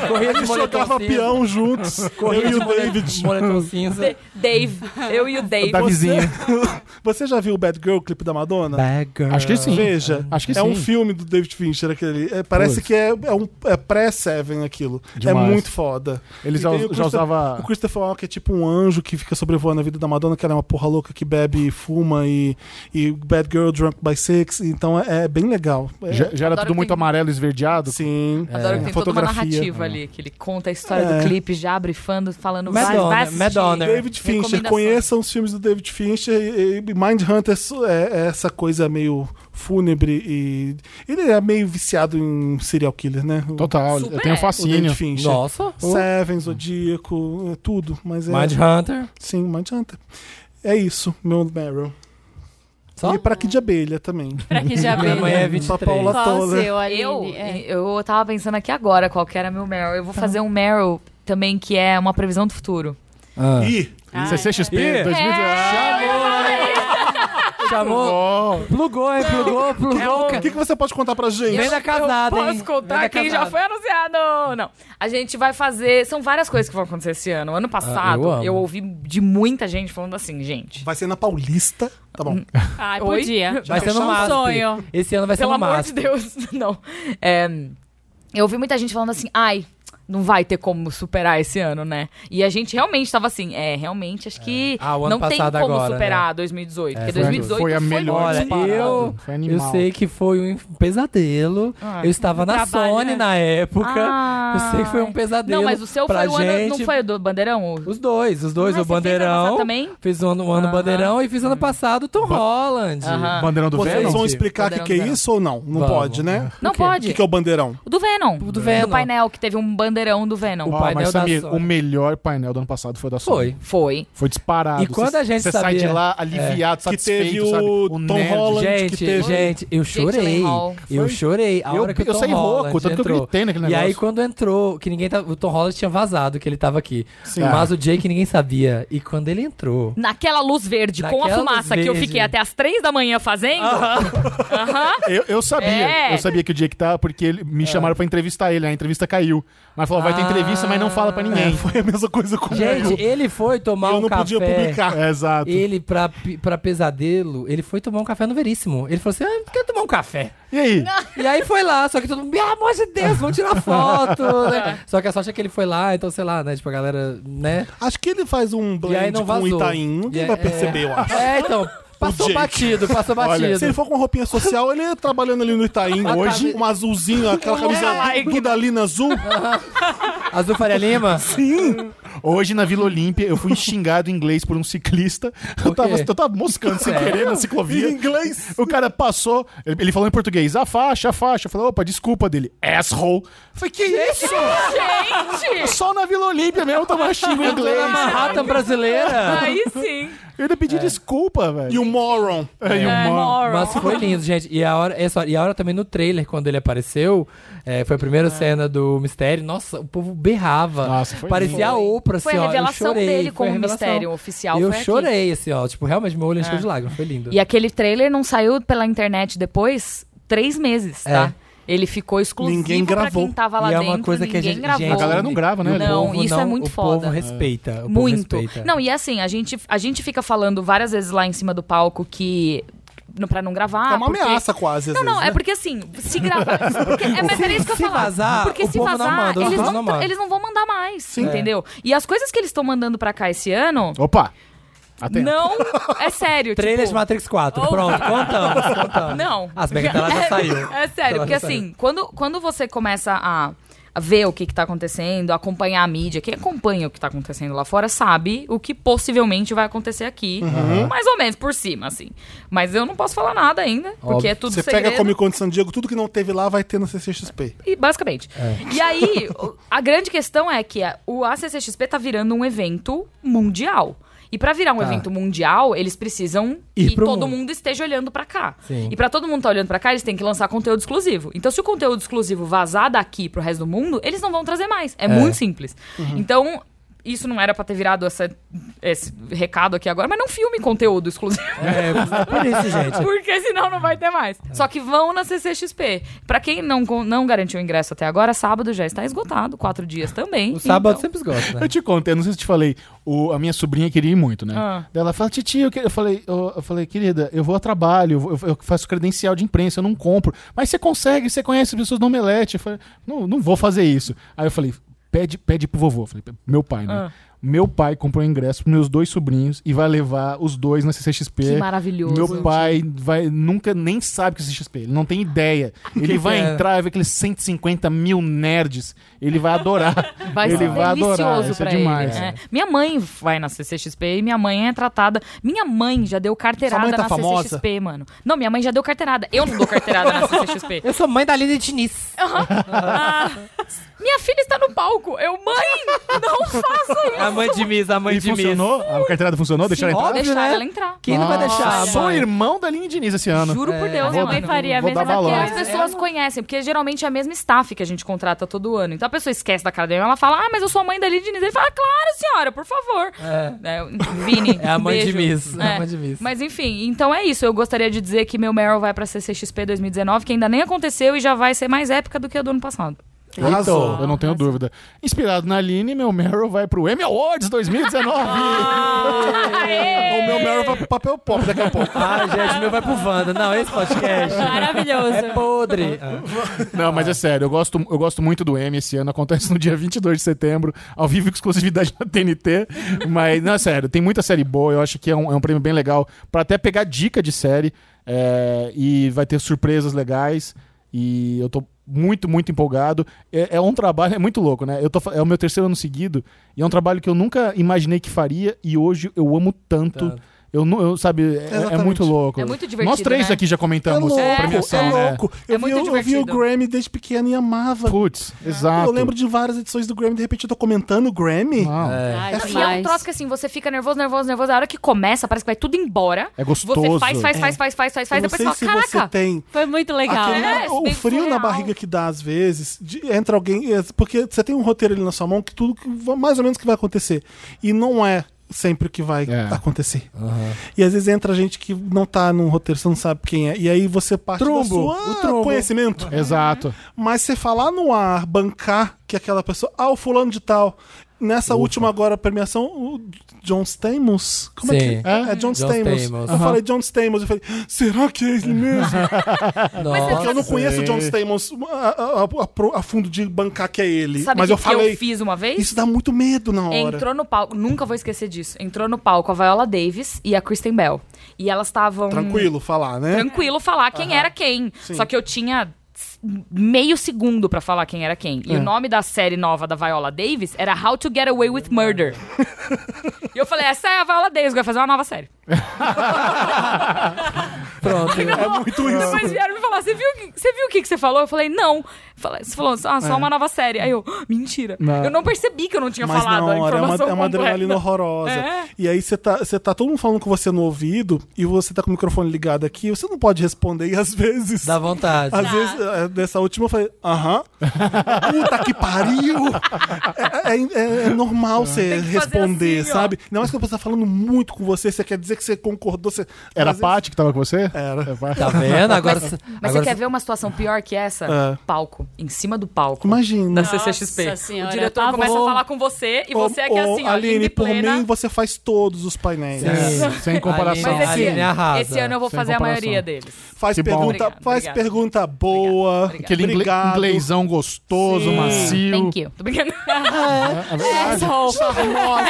Corria de Eles moletom jogavam cinza. peão juntos. Corria eu e de o mole- David. moletom cinza. Dave. Eu e o Dave. Da vizinha. Você já viu o Bad Girl, o clipe da Madonna? Bad girl. Acho que sim. Veja, Acho que é um sim. filme do David Fincher aquele. É, parece Putz. que é, é um é pré-Seven aquilo. Demais. É muito foda. Eles E já, tem o já Christopher- O usava. Christopher Walken é tipo um anjo que fica sobrevoando a vida da Madonna, que ela é uma porra louca que bebe e fuma e, e Bad Girl Drunk by Six. Então é, é bem legal. É, Já, já era Adoro tudo muito tem- amarelo e esverdeado. Sim. É. Adoro É. que tem toda uma Fotografia. É. narrativa ali, que ele conta a história É. do clipe, já brifando, falando vai, Madonna, vai assistir. Madonna. David Fincher, Recomendações. conheçam os filmes do David Fincher e, e Mindhunter é, é essa coisa meio fúnebre e. Ele é meio viciado em serial killer, né? O- Total. Super Tem um é. o David fascínio. Fincher. Nossa. Seven, Zodíaco, é tudo. Mas é. Mindhunter. Sim, Mindhunter. É isso, meu Meryl. Só? E pra que de abelha também. pra que de Amanhã abelha. é Pra 23. Paula Qual o Toller. seu, Aline? Eu, É. Tá. eu tava pensando aqui agora qual que era meu Meryl. Eu vou fazer um Meryl também, que é uma previsão do futuro. Ah. Ih, CCXP Ih. 2019. Chamou. Oh, Plugou, hein? Plugou, É plugou. o que, que você pode contar pra gente? Vem da casada, eu hein? posso Vem contar da quem já casada. foi anunciado? Não. A gente vai fazer... São várias coisas que vão acontecer esse ano. Ano passado, Ah, eu amo. eu ouvi de muita gente falando assim, gente... Vai ser na Paulista. Tá bom. Ai, Oi? podia. Vai ser É no um MASP. sonho. Esse ano vai ser Pelo no amor de MASP. Deus, não. É, eu ouvi muita gente falando assim, ai, não vai ter como superar esse ano, né? E a gente realmente tava assim, é, realmente acho que Ah, o ano não tem como passado agora, né? É, superar 2018, porque foi a- 2018 foi a melhor muito Olha, disparado. eu, Foi animal. eu sei que foi um pesadelo. Ah. eu estava na Trabalho, Sony né? na época. Ah. Eu sei que foi um pesadelo. Não, mas o seu pra foi o ano, gente. não foi o do Bandeirão? O... Os dois, os dois, Ah, o você fez ano passado Bandeirão. também? Fiz o ano, o ano Aham. Bandeirão e fiz ano passado o Tom Holland. Aham. Bandeirão do Vocês Venom? Vocês vão Entendi. explicar o que, que é Bandeirão. isso ou não? Não Vamos. pode, né? Não O quê? O pode. que, que é o bandeirão? O do Venom. do Venom. painel, que teve um Bandeirão do Venom. O Ó, painel mas da Samir, Sony. o melhor painel do ano passado foi o da Sony. Foi. Foi. Foi disparado. E quando a gente Você sai sabia- É. de lá aliviado, Que satisfeito, teve o sabe? Tom nerd. Holland. Gente, que teve- gente, eu chorei. Gyllenhaal. Eu Foi. chorei. A Eu- hora que o eu Tom saí rouco, Holland tanto que eu entrou. gritei naquele E aí negócio. quando entrou, que ninguém tava, o Tom Holland tinha vazado que ele tava aqui. Sim. Mas o Jake ninguém sabia. E quando ele entrou, Naquela luz verde, com a Naquela luz fumaça que eu verde. fiquei até as três da manhã fazendo. Aham. Eu, eu sabia, É. eu sabia que o Jake tava, porque ele, me chamaram pra entrevistar ele, a entrevista caiu. Mas falou, vai ter entrevista, mas não fala pra ninguém. É, Foi a mesma coisa com o gente, Venom. ele foi tomar Eu um não café. podia publicar. É, exato. E, Ele, pra, pi- pra pesadelo, ele foi tomar um café no Veríssimo. Ele falou assim: ah, eu quero tomar um café. aí? E aí foi lá, só que todo mundo, pelo amor de Deus, vamos tirar foto. né? Só que a sorte é que ele foi lá, então sei lá, né? Tipo, a galera, né? Acho que ele faz um aí blend não com o vazou. Itaim. Ninguém E vai é- perceber, eu acho. É, então, passou Jake. batido, passou batido. Se ele for com roupinha social, ele é trabalhando ali no Itaim hoje. Um azulzinho, aquela camisa toda ali na azul. Azul Faria Lima? Hoje na Vila Olímpia, eu fui xingado em inglês por um ciclista. Eu quê? tava, eu tava moscando sem querer na ciclovia. Em inglês? O cara passou, ele, ele falou em português, a faixa, a faixa. Eu falei, opa, desculpa dele, asshole. Eu falei, que isso? Gente! Só na Vila Olímpia mesmo, eu tava xingando em Toda a inglês. Manhattan brasileira. Aí sim. Eu ainda pedi desculpa, velho. E um o Moron. É, e o mano- Mas foi lindo, gente. E a hora, essa hora- e a hora também no trailer, quando ele apareceu, é, foi a primeira cena do mistério. Nossa, o povo berrava. Nossa, Ah, foi Parecia a Oprah, assim, Foi a ó, eu revelação chorei, dele foi como a revelação. mistério oficial. Eu foi aqui. É. chorei, assim, ó. Tipo, realmente, meu olho encheu de lágrimas. Foi lindo. E aquele trailer não saiu pela internet depois três meses, tá? Ele ficou exclusivo Ninguém gravou. pra quem tava lá É. E é dentro, uma coisa que a ninguém gente, gravou. gente, A galera não grava, né? e o Não, povo isso é muito o foda. Povo respeita, o povo Muito. respeita. Não, e assim, a gente, a gente fica falando várias vezes lá em cima do palco que. não- pra não gravar. é uma Ah, porque- ameaça quase, às Não, vezes, não, né? é porque assim, se gravar. Porque, é, mas era isso que eu Se falava. vazar, porque o se povo não vazar, manda, os eles, fãs não não tra- mandam. eles não vão mandar mais. Entendeu? E as coisas que eles estão mandando pra cá esse ano. Opa! Atento. Não, é sério. Trailer de tipo, Matrix 4. Pronto, contamos, contamos. Não. Ah, se bem que ela já saiu. É sério, Ela porque já saiu. assim, quando, quando você começa a a ver o que está acontecendo, acompanhar a mídia, quem acompanha o que está acontecendo lá fora sabe o que possivelmente vai acontecer aqui, Uhum. mais ou menos por cima, assim. Mas eu não posso falar nada ainda, porque é tudo Você segredo. pega a Comic Con de San Diego, tudo que não teve lá vai ter na CCXP. E basicamente. É. E aí, o- a grande questão é que a- o ACCXP tá virando um evento mundial. E pra virar um evento mundial, eles precisam Tá. Ir que pro todo mundo. mundo. esteja olhando pra cá. Sim. E pra todo mundo estar olhando pra cá, eles têm que lançar conteúdo exclusivo. Então, se o conteúdo exclusivo vazar daqui pro resto do mundo, eles não vão trazer mais. É, muito simples. Uhum. Então, isso não era pra ter virado essa- esse recado aqui agora, mas não filme conteúdo exclusivo. É, por isso, Ah. gente. Porque senão não vai ter mais. É. Só que vão na CCXP. Pra quem não, con- não garantiu o ingresso até agora, sábado já está esgotado, quatro dias também. O sábado Então, sempre esgota, né? Eu te contei, não sei se te falei, o- a minha sobrinha queria ir muito, né? Ah. Daí Ela fala, titia, eu, que... eu, falei, eu, eu falei, querida, eu vou a trabalho, eu, vou- eu faço credencial de imprensa, eu não compro. Mas você consegue, você conhece pessoas do Omelete. Eu falei, não, não vou fazer isso. Aí eu falei, pede, pede pro vovô. Eu falei, meu pai, né? Ah. Meu pai comprou ingresso pros meus dois sobrinhos e vai levar os dois na CCXP. Que maravilhoso. Meu pai vai, nunca nem sabe o que é CCXP, ele não tem ideia. Ele que vai é? entrar e ver aqueles 150 mil nerds. Ele vai adorar. Vai ele ser vai delicioso adorar. Isso é pra demais. ele. É. Minha mãe vai na CCXP e minha mãe é tratada. Minha mãe já deu carteirada Sua mãe tá na famosa? CCXP, mano. Não, minha mãe já deu carteirada. Eu não dou carteirada na CCXP. Eu sou mãe da Lili Diniz. Minha filha está no palco. Eu, mãe, não faça isso. A mãe de Miss, a mãe E de Miss. funcionou? A carteirada funcionou? Deixaram Sim, entrar? Ah, óbvio, Deixar né? ela entrar. Quem não vai Nossa, deixar? Sou mãe? irmão da Aline Diniz esse ano. Juro por Minha Deus, minha mãe mãe faria a É. vou mesma dar Porque valor. as É. pessoas conhecem, porque geralmente é a mesma staff que a gente contrata todo ano. Então a pessoa esquece da cara dela, ela fala, ah, mas eu sou a mãe da Lili Diniz. Ele fala, "Ah, claro, senhora, por favor. É, Vini, É a mãe de beijo. Miss. É a É. mãe de Miss. Mas enfim, então é isso. Eu gostaria de dizer que meu Meryl vai pra CCXP 2019, que ainda nem aconteceu e já vai ser mais épica do que a do ano passado. Então, Eu não tenho dúvida. Inspirado na Aline, meu Meryl vai pro Emmy Awards 2019. O Então, meu Meryl vai pro papel pop daqui a pouco. Ah, gente, meu vai pro Wanda. Não, esse podcast é Maravilhoso. podre. Ah. não, mas é sério, eu gosto, eu gosto muito do Emmy esse ano. Acontece no dia 22 de setembro, ao vivo com exclusividade na TNT. Mas, não, é sério, tem muita série boa. Eu acho que é um, é um prêmio bem legal pra até pegar dica de série. é, e vai ter surpresas legais. E eu tô muito, muito empolgado. É, é um trabalho, é muito louco, né? Eu tô, fa- é o meu terceiro ano seguido. E é um trabalho que eu nunca imaginei que faria. E hoje eu amo tanto. Tanto. Eu, não- eu, sabe, é- é, Exatamente. muito louco. É muito divertido, Nós três né? aqui já É comentamos louco, a é, premiação, né? louco. É Eu, vi, muito eu, vi o divertido. Grammy desde pequeno e amava. Putz, exato. Eu lembro de várias edições do Grammy, de repente eu tô comentando o Grammy. Não, é. É Ai, E é um Ah, demais. troço que assim, você fica nervoso, nervoso, nervoso. A hora que começa, parece que vai tudo embora. é gostoso. Você faz, faz, É. faz, faz, faz, faz, faz. eu não Depois sei você se fala, você caraca. tem Foi muito legal. aquele- É, o bem frio na surreal. barriga que dá às vezes, de- entra alguém, é, porque você tem um roteiro ali na sua mão que tudo que va- mais ou menos que vai acontecer e não é sempre o que vai É. acontecer. E às vezes entra gente que não tá num roteiro, você não sabe quem é. E aí você parte Trumbo, do o seu Trumbo. É. conhecimento. Exato. Mas você falar no ar, bancar que aquela pessoa, ah, o fulano de tal. Nessa última agora premiação, o John Stamos? Como é Sim. que é? É John, Stamos. Stamos. Eu falei John Stamos, eu falei, será que é ele mesmo? Porque eu Nossa. não conheço o John Stamos a, a- a- a- a fundo de bancar que é ele. Sabe o mas que, eu que falei, eu fiz uma vez? isso dá muito medo na hora. Entrou no palco, nunca vou esquecer disso. Entrou no palco a Viola Davis e a Kristen Bell. E elas estavam. Tranquilo falar, né? Tranquilo falar quem era quem. Só que eu tinha s- meio segundo pra falar quem era quem. E o nome da série nova da Viola Davis era How to Get Away with Murder. e eu falei, essa é a Viola Davis, vai fazer uma nova série. Pronto. É muito isso. Depois vieram me falar, você viu, o que- você viu o que, que você falou? Eu falei, não. Fala- Você falou, ah, só uma nova série. Aí eu, "Ah, mentira. Não. Eu não percebi que eu não tinha Mas falado na hora a é uma, informação é uma completa. adrenalina horrorosa. É. E aí você tá, você tá todo mundo falando com você no ouvido e você tá com o microfone ligado aqui, você não pode responder e às vezes. Dá vontade. Às vezes, eh, nessa última eu falei, aham. Puta que pariu! É, é- é normal você Tem que fazer responder, assim, ó. sabe? Ainda mais quando a pessoa tá falando muito com você, você quer dizer que você concordou. Você... Era a Às vezes- Paty que tava com você? Era. É, vai. Tá vendo? Agora. Mas, Mas agora você quer ver uma situação pior que essa? É. Palco. Em cima do palco. Imagina. Na CCXP. Nossa senhora, o diretor tá começa bom. a falar com você e Ô, você é que ô, assim, ó, Aline, em por plena. mim você faz todos os painéis. Sim. É, sem comparação. Mas Mas esse- Aline arrasa. esse ano eu vou Sem fazer a comparação. maioria deles. Faz Que bom. pergunta, Obrigada, faz obrigada. pergunta boa. Aquele ingle- Obrigado. inglesão gostoso, Sim. macio. Thank you. Tô brincando. É, É verdade.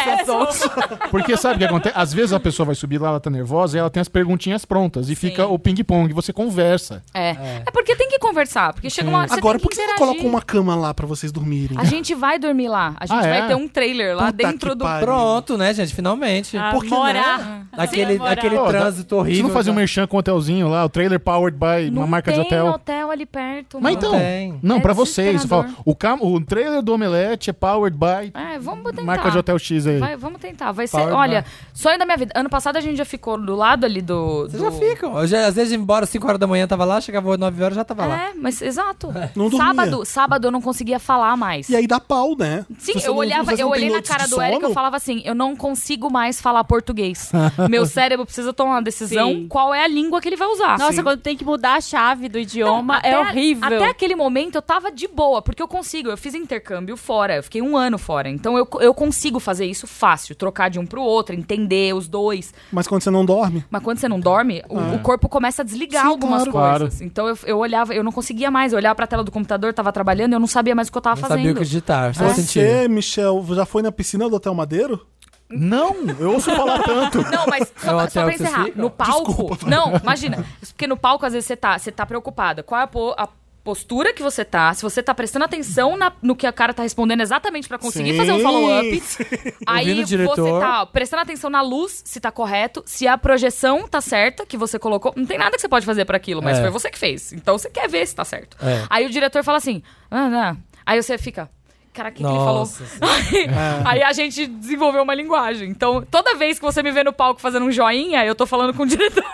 Porque sabe o que acontece? Às vezes a pessoa vai subir lá, ela tá nervosa e ela tem as perguntinhas prontas e fica o ping-pong, você conversa. É. é. porque tem que conversar. Porque chega uma hora. que você Agora, tem por que que você não interagir. coloca uma cama lá pra vocês dormirem? A gente vai dormir lá. A gente Ah, é? vai ter um trailer lá Puta dentro que do. pariu. Pronto, né, gente? Finalmente. Ah. Por que Ah, Morar. aquele moral. aquele Pô, dá- trânsito Você horrível. não fazia um tá- merchan com o hotelzinho lá, o trailer powered by Não uma marca de tem hotel. ali perto. Mas mano. então, tem. não, É pra vocês. eu falo, desesperador. o, cam- o trailer do Omelete é powered by É, vamos tentar. marca de hotel X aí. Vai, vamos tentar. Vai ser. Power olha, sonho da minha vida. Ano passado a gente já ficou do lado ali do. Vocês do- já ficam. Eu já- às vezes, embora 5 horas da manhã tava lá, chegava 9 horas já tava lá. É, mas exato. Não dormia. sábado, sábado eu não conseguia falar mais. E aí dá pau, né? Se Sim, você eu não- olhava, vocês eu não têm olhei na noites cara de do Eric e sono? eu falava assim: eu não consigo mais falar português. Meu cérebro precisa tomar uma decisão Sim. qual é a língua que ele vai usar. Então, Nossa, quando tem que mudar a chave do idioma, Até- é horrível. Até aquele momento eu tava de boa, porque eu consigo. Eu fiz intercâmbio fora, eu fiquei um ano fora. Então eu, eu consigo fazer isso fácil, trocar de um pro outro, entender os dois. Mas quando você não dorme, Mas quando você não dorme, o, Ah. o corpo começa a desligar Sim, algumas claro. coisas. Então eu, eu olhava, eu não conseguia mais. Eu olhava pra tela do computador, tava trabalhando, eu não sabia mais o que eu tava Não fazendo. sabia o que digitar. Só sentido. você, Michel, já foi na piscina do Hotel Madeiro? Não, eu ouço falar tanto. Não, mas É o só, só hotel pra que encerrar, vocês ficam? no palco. não, imagina. Porque no palco, às vezes, você tá, você tá preocupada. Qual é a, po- a postura que você tá? Se você tá prestando atenção na- no que a cara tá respondendo exatamente pra conseguir fazer um Sim, follow-up. sim. Aí Ouvindo o diretor. você tá ó, prestando atenção na luz, se tá correto, se a projeção tá certa que você colocou. Não tem nada que você pode fazer pra aquilo, mas É. foi você que fez. Então você quer ver se tá certo. É. Aí o diretor fala assim: ah, não. Aí você fica. Cara, o que, que ele falou? Nossa Aí, aí a gente desenvolveu uma linguagem. Então, toda vez que você me vê no palco fazendo Ah. um joinha, eu tô falando com o diretor.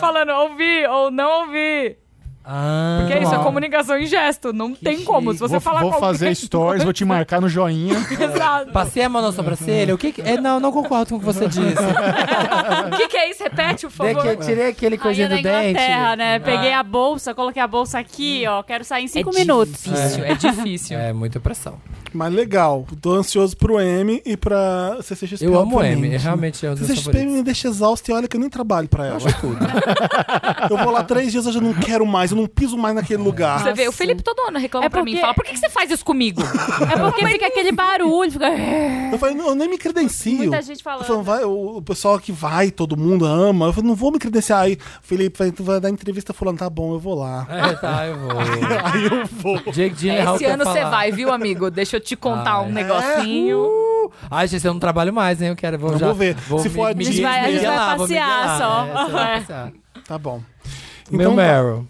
falando, ouvi ou não ouvi. Ah, Porque é isso, é uau. comunicação em gesto. Não tem como. Se você vou falar vou qualquer fazer stories, vou te marcar no joinha. Exato. Passei a mão na sobrancelha, o que que... É, não, não concordo com o que você disse. O que, que é isso? Repete, por Dê que eu favor. tirei aquele coisinha Rainha da do dente. Inglaterra, né? Peguei a bolsa, coloquei a bolsa aqui, ó. Quero sair em cinco é minutos. Difícil, é difícil. É, muita pressão. Mas legal, tô ansioso pro M e pra CCXP. Eu amo o M, obviamente, né? realmente é um dos meus CCXP favoritos. me deixa exausto e olha que eu nem trabalho pra ela. eu vou lá três dias, eu já não quero mais, eu não piso mais naquele lugar. Você vê, o Felipe todo ano reclama É pra mim e porque- fala: por que, que você faz isso comigo? É porque fica aquele barulho, fica. Eu falei, não, eu nem me credencio. Muita gente Eu falando. falei, vai, o, o pessoal que vai, todo mundo ama. Eu falei, não vou me credenciar. Aí, Felipe, vai, tu vai dar entrevista fulano, tá bom, eu vou lá. É, tá, eu vou. Aí é eu vou. Jake Gyllenhaal Esse quer ano você falar. vai, viu, amigo? Deixa eu te contar Ai. um negocinho. É, Uh! Ai, gente, eu não trabalho mais, hein? Eu quero. Vou Eu já, vou ver. Se for a gente vai- a gente vai passear só. É. Tá bom. Meu Então tá. Meryl.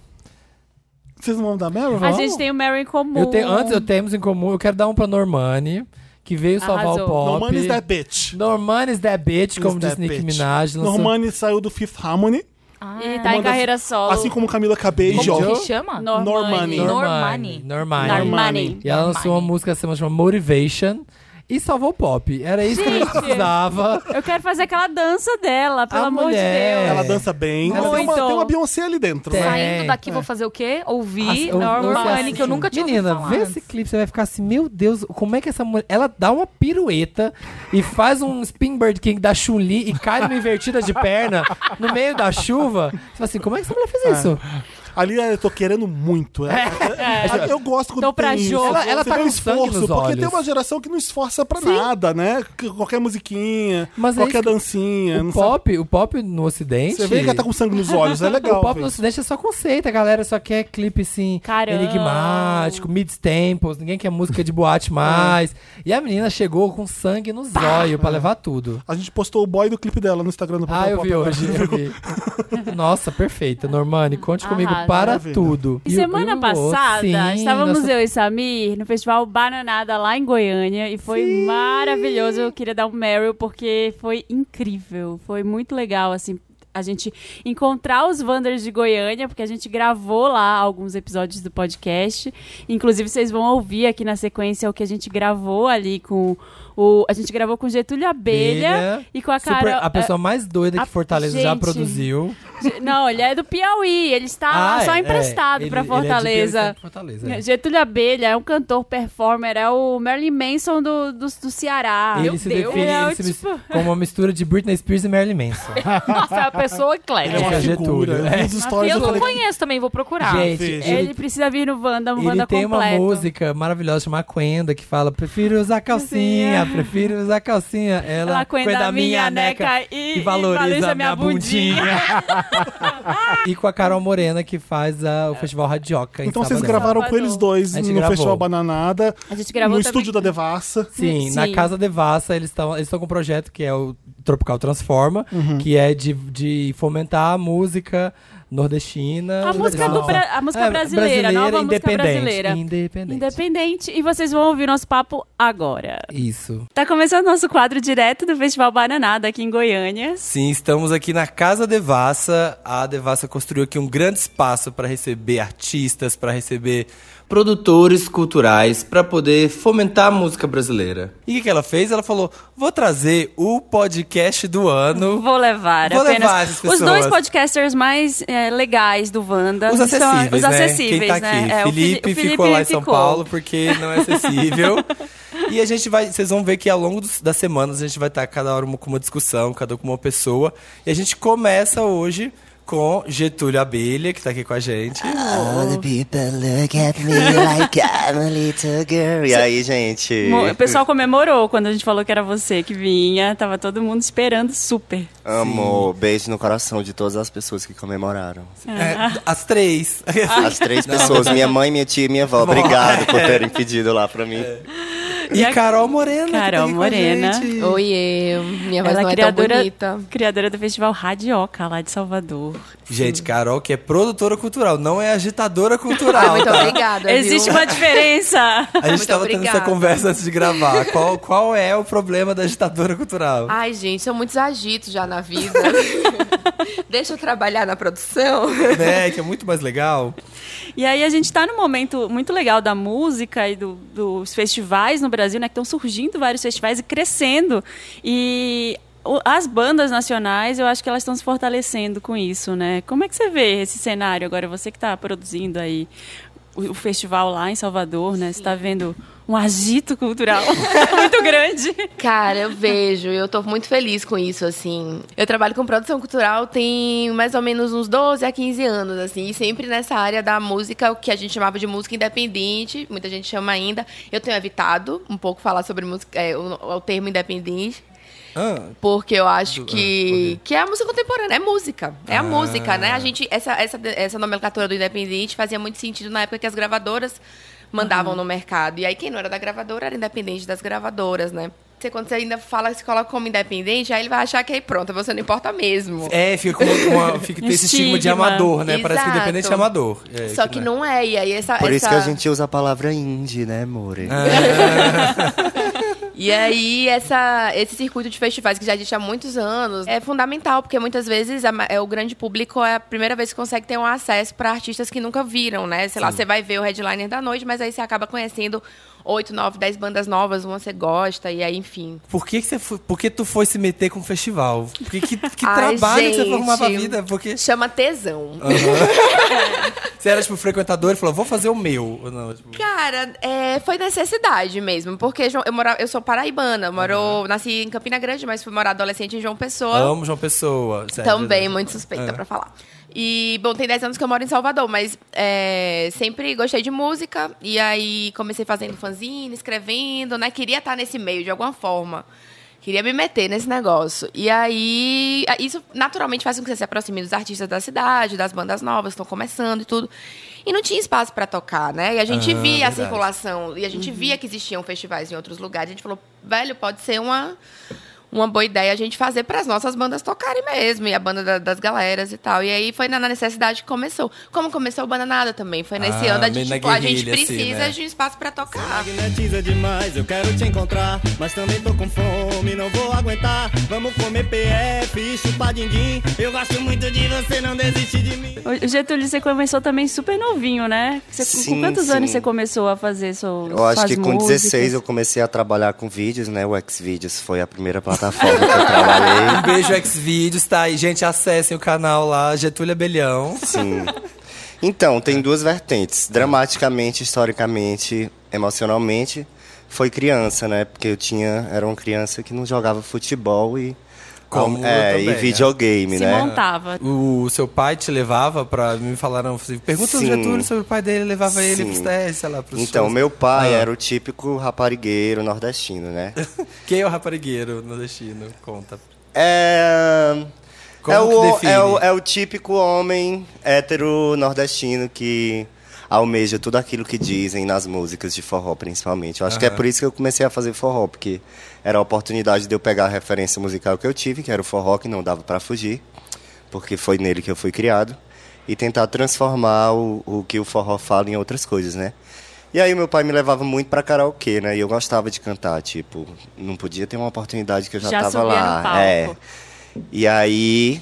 Vocês não vão dar Meryl? A Vamos? gente tem o Mary em comum. Eu tenho, antes eu temos em comum, eu quero dar um pra Normani, que veio salvar Arrasou. o pop. No Man is that bitch. Normani's that bitch, como Is disse that Nicki bitch. Minaj. lançou- Normani saiu do Fifth Harmony, E tá Uma das- em carreira solo. Ah. assim como Camila Cabello. Como Joe? que chama? Normani. Normani. Normani. Normani. Normani. E ela lançou uma Normani. música que se chama Motivation e salvou o pop. Era isso que eu Gente. precisava. Eu quero fazer aquela dança dela, pelo A amor mulher. de Deus. Ela dança bem. Ela tem, uma, Muito. tem uma Beyoncé ali dentro. Tem. né? Saindo daqui, vou fazer o quê? Ouvir Nossa, eu- Normani, nossa, é que É. eu assim. nunca tinha Menina, ouvido falar vê antes. esse clipe, você vai ficar assim, meu Deus, como é que essa mulher... Ela dá uma pirueta e faz um spin bird king da Chun-Li e cai numa invertida de perna no meio da chuva. Você fala assim, como é que essa mulher fez isso? Ali eu tô querendo muito. É. É. Eu gosto quando Tô Então, pra tem isso. jogo. Ela- ela Você tá vê o com sangue esforço, nos porque tem olhos. uma geração que não esforça pra nada, né? Que- Qualquer musiquinha, Mas é qualquer isso que- dancinha. o não sabe- pop, o pop no ocidente... Você vê que ela tá com sangue nos olhos, é legal. O pop ver no isso. ocidente é só conceito, a galera só quer clipe assim, Carão. enigmático, mid-tempos, ninguém quer música de É. boate mais. E a menina chegou com sangue no zóio pra levar tudo. A gente postou o boy do clipe dela no Instagram do Ah, Papel eu Pop vi agora. hoje. eu vi. Nossa, perfeita. Normani, conte comigo Arrasa. para Maravilha. tudo. E semana o- passada, sim, estávamos nossa- eu e Samir no festival Bananada lá em Goiânia e foi maravilhoso. Eu queria dar um Meryl porque foi incrível, foi muito legal assim a gente encontrar os Wanders de Goiânia, porque a gente gravou lá alguns episódios do podcast. Inclusive vocês vão ouvir aqui na sequência o que a gente gravou ali com o a gente gravou com Getúlio Abelha, Abelha, e com a super- Carol a pessoa mais doida que é, a- Fortaleza já gente. produziu. eh, Não, ele é do Piauí, ele está lá Ah, só é, emprestado é, pra ele- ele é de Fortaleza. Piauí, tá em Fortaleza, é. Getúlio Abelha é um cantor, performer, é o Marilyn Manson do, do, do Ceará. Ele se Deus. define Ele é ele se- tipo- como uma mistura de Britney Spears e Marilyn Manson. Nossa, é uma pessoa Ele é eclética. uma Getúlio, figura. Eu vi é. os stories, eu eu não falei, conheço também, vou procurar. Gente, veja. Ah, Ele, é precisa vir no Wanda, no Ele Wanda tem uma completo. música maravilhosa chamada Quenda que fala: prefiro usar calcinha, prefiro usar calcinha. Ela, Ela quenda, a minha neca, e, valoriza, a minha bundinha. e com a Carol Morena que faz a- o Festival Radioca. em Então vocês Salvador. gravaram com eles dois A gente no gravou. Festival Bananada, né, A gente no gravou também- estúdio da Devassa. Sim, na Sim. Casa Devassa eles estão eles tão com um projeto que é o Tropical Transforma, Uhum. que é de, de fomentar a música nordestina. A música, do, Brasil. Bra- a música brasileira, nova música É, independente, brasileira. Independente. Independente. E vocês vão ouvir nosso papo agora. Isso. Tá começando nosso quadro direto do Festival Bananada aqui em Goiânia. Sim, estamos aqui na Casa Devassa. A Devassa construiu aqui um grande espaço para receber artistas, para receber produtores culturais, para poder fomentar a música brasileira. E o que que ela fez? Ela falou: vou trazer o podcast do ano. Vou levar Vou apenas levar essas os dois pessoas. podcasters mais é, legais do Wanda. Os são- acessíveis, os né? acessíveis, Quem tá aqui? né? É, o Felipe, Fili- o ficou lá em São ficou. Paulo porque não é acessível. e a gente vai, vocês vão ver que ao longo dos- das semanas a gente vai estar cada hora uma- com uma discussão, cada um com uma pessoa. E a gente começa hoje com Getúlio Abelha, que tá aqui com a gente. Ah. All the people look at me like I'm a little girl. E aí, gente? Mo- O pessoal comemorou quando a gente falou que era você que vinha. Tava todo mundo esperando super. Amo. Beijo no coração de todas as pessoas que comemoraram. É, as três. As três pessoas, minha mãe, minha tia e minha avó. Obrigado por terem pedido lá pra mim. É. E E a- Carol Morena. que tá Carol aqui com a Morena. gente. Oiê, minha voz Ela não é é tão criadora, bonita. criadora do Festival Radioca, lá de Salvador. Gente, Carol, que é produtora cultural, não é agitadora Ai, cultural. muito tá? obrigada. viu? Existe uma diferença. A gente Muito tava tendo essa obrigada. conversa antes de gravar. Qual, qual é o problema da agitadora cultural? Ai, gente, são muitos agitos já na vida. Deixa eu trabalhar na produção. né? Que é muito mais legal. E aí a gente está num momento muito legal da música e do- dos festivais no Brasil, né? Que estão surgindo vários festivais e crescendo. E o- as bandas nacionais, eu acho que elas estão se fortalecendo com isso, né? Como é que você vê esse cenário agora? Você que está produzindo aí o, o festival lá em Salvador, né? Você está vendo um agito cultural muito grande. Cara, eu vejo, eu tô muito feliz com isso, assim. Eu trabalho com produção cultural tem mais ou menos uns 12 a 15 anos, assim, e sempre nessa área da música, o que a gente chamava de música independente, muita gente chama ainda. Eu tenho evitado um pouco falar sobre música, é, o, o termo independente. Ah, Porque eu acho que, que é a música contemporânea, é música. É Ah. a música, né? A gente, essa, essa, essa nomenclatura do independente fazia muito sentido na época que as gravadoras mandavam no mercado. E aí quem não era da gravadora era independente das gravadoras, né? Você, quando você ainda fala, se coloca como independente, aí ele vai achar que aí pronto, você não importa mesmo. É, fica com uma, fica tem esse estigma de Estigma. amador, né? Parece que Exato. independente é amador. É, Só que não é, e aí essa... Por isso que essa- a gente usa a palavra indie, né, More? É. E aí, essa, esse circuito de festivais que já existe há muitos anos é fundamental, porque muitas vezes a ma- é, o grande público é a primeira vez que consegue ter um acesso para artistas que nunca viram, né? Sei lá, Sim. você vai ver o headliner da noite, mas aí você acaba conhecendo oito, nove, dez bandas novas, uma você gosta, e aí, enfim. Por que, que você foi, por que tu foi se meter com o festival? Porque que, que Ai, trabalho que você foi arrumar pra gente, vida? Porque... Chama tesão. Você era, tipo, frequentador e falou, vou fazer o meu. Ou Não, tipo, Cara, é, foi necessidade mesmo, porque João- eu, morava, eu sou paraibana, moro, nasci em Campina Grande, mas fui morar adolescente em João Pessoa. amo João Pessoa. sério. Também, muito suspeita É. pra falar. E, bom, tem 10 anos que eu moro em Salvador, mas é, sempre gostei de música. E aí comecei fazendo fanzine, escrevendo, né? Queria estar nesse meio de alguma forma. Queria me meter nesse negócio. E aí, a- isso naturalmente faz com que você se aproxime dos artistas da cidade, das bandas novas que estão começando e tudo. E não tinha espaço pra tocar, né? E a gente Ah, via a verdade. Uhum. circulação, e a gente via que existiam festivais em outros lugares. A gente falou, velho, pode ser uma uma boa ideia a gente fazer para as nossas bandas tocarem mesmo, e a banda da- das galeras e tal. E aí foi na, na necessidade que começou. Como começou o Bananada também, foi nesse Ah, ano, a meio gente, na tipo, a gente guerrilha, assim, precisa né? de um espaço para tocar. Magnetiza demais, eu quero te encontrar, mas também tô com fome, não vou aguentar. Vamos comer PF e chupar dindim. Eu gosto muito de você, não desiste de mim. O Getúlio, você começou também super novinho, né? Você- com Sim, quantos anos sim. você começou a fazer seu, Eu acho suas que com músicas? 16 eu comecei a trabalhar com vídeos, né? O Xvideos foi a primeira plataforma que eu trabalhei. Um beijo, Xvideos, tá aí. Gente, acessem o canal lá, Getúlio Abelhão. Sim. Então, tem duas vertentes. Dramaticamente, historicamente, emocionalmente, foi criança, né? Porque eu tinha. Era uma criança que não jogava futebol e. Como eu é, também, e né? videogame, né? O seu pai te levava pra... Me falaram, assim, pergunta Sim. ao Getúlio sobre o pai dele, levava ele Sim. pros testes, sei lá, pros Então, shows. meu pai Ah. era o típico raparigueiro nordestino, né? Quem é o raparigueiro no destino? Conta. É. Como é, que o, define? é, o, é o típico homem hétero nordestino que almeja tudo aquilo que dizem nas músicas de forró, principalmente. Eu acho que é Aham. por isso que eu comecei a fazer forró, porque era a oportunidade de eu pegar a referência musical que eu tive, que era o forró, que não dava pra fugir, porque foi nele que eu fui criado, e tentar transformar o, o que o forró fala em outras coisas, né? E aí meu pai me levava muito pra karaokê, né? E eu gostava de cantar, tipo, não podia ter uma oportunidade que eu já, Já tava subia no lá. palco. É. E aí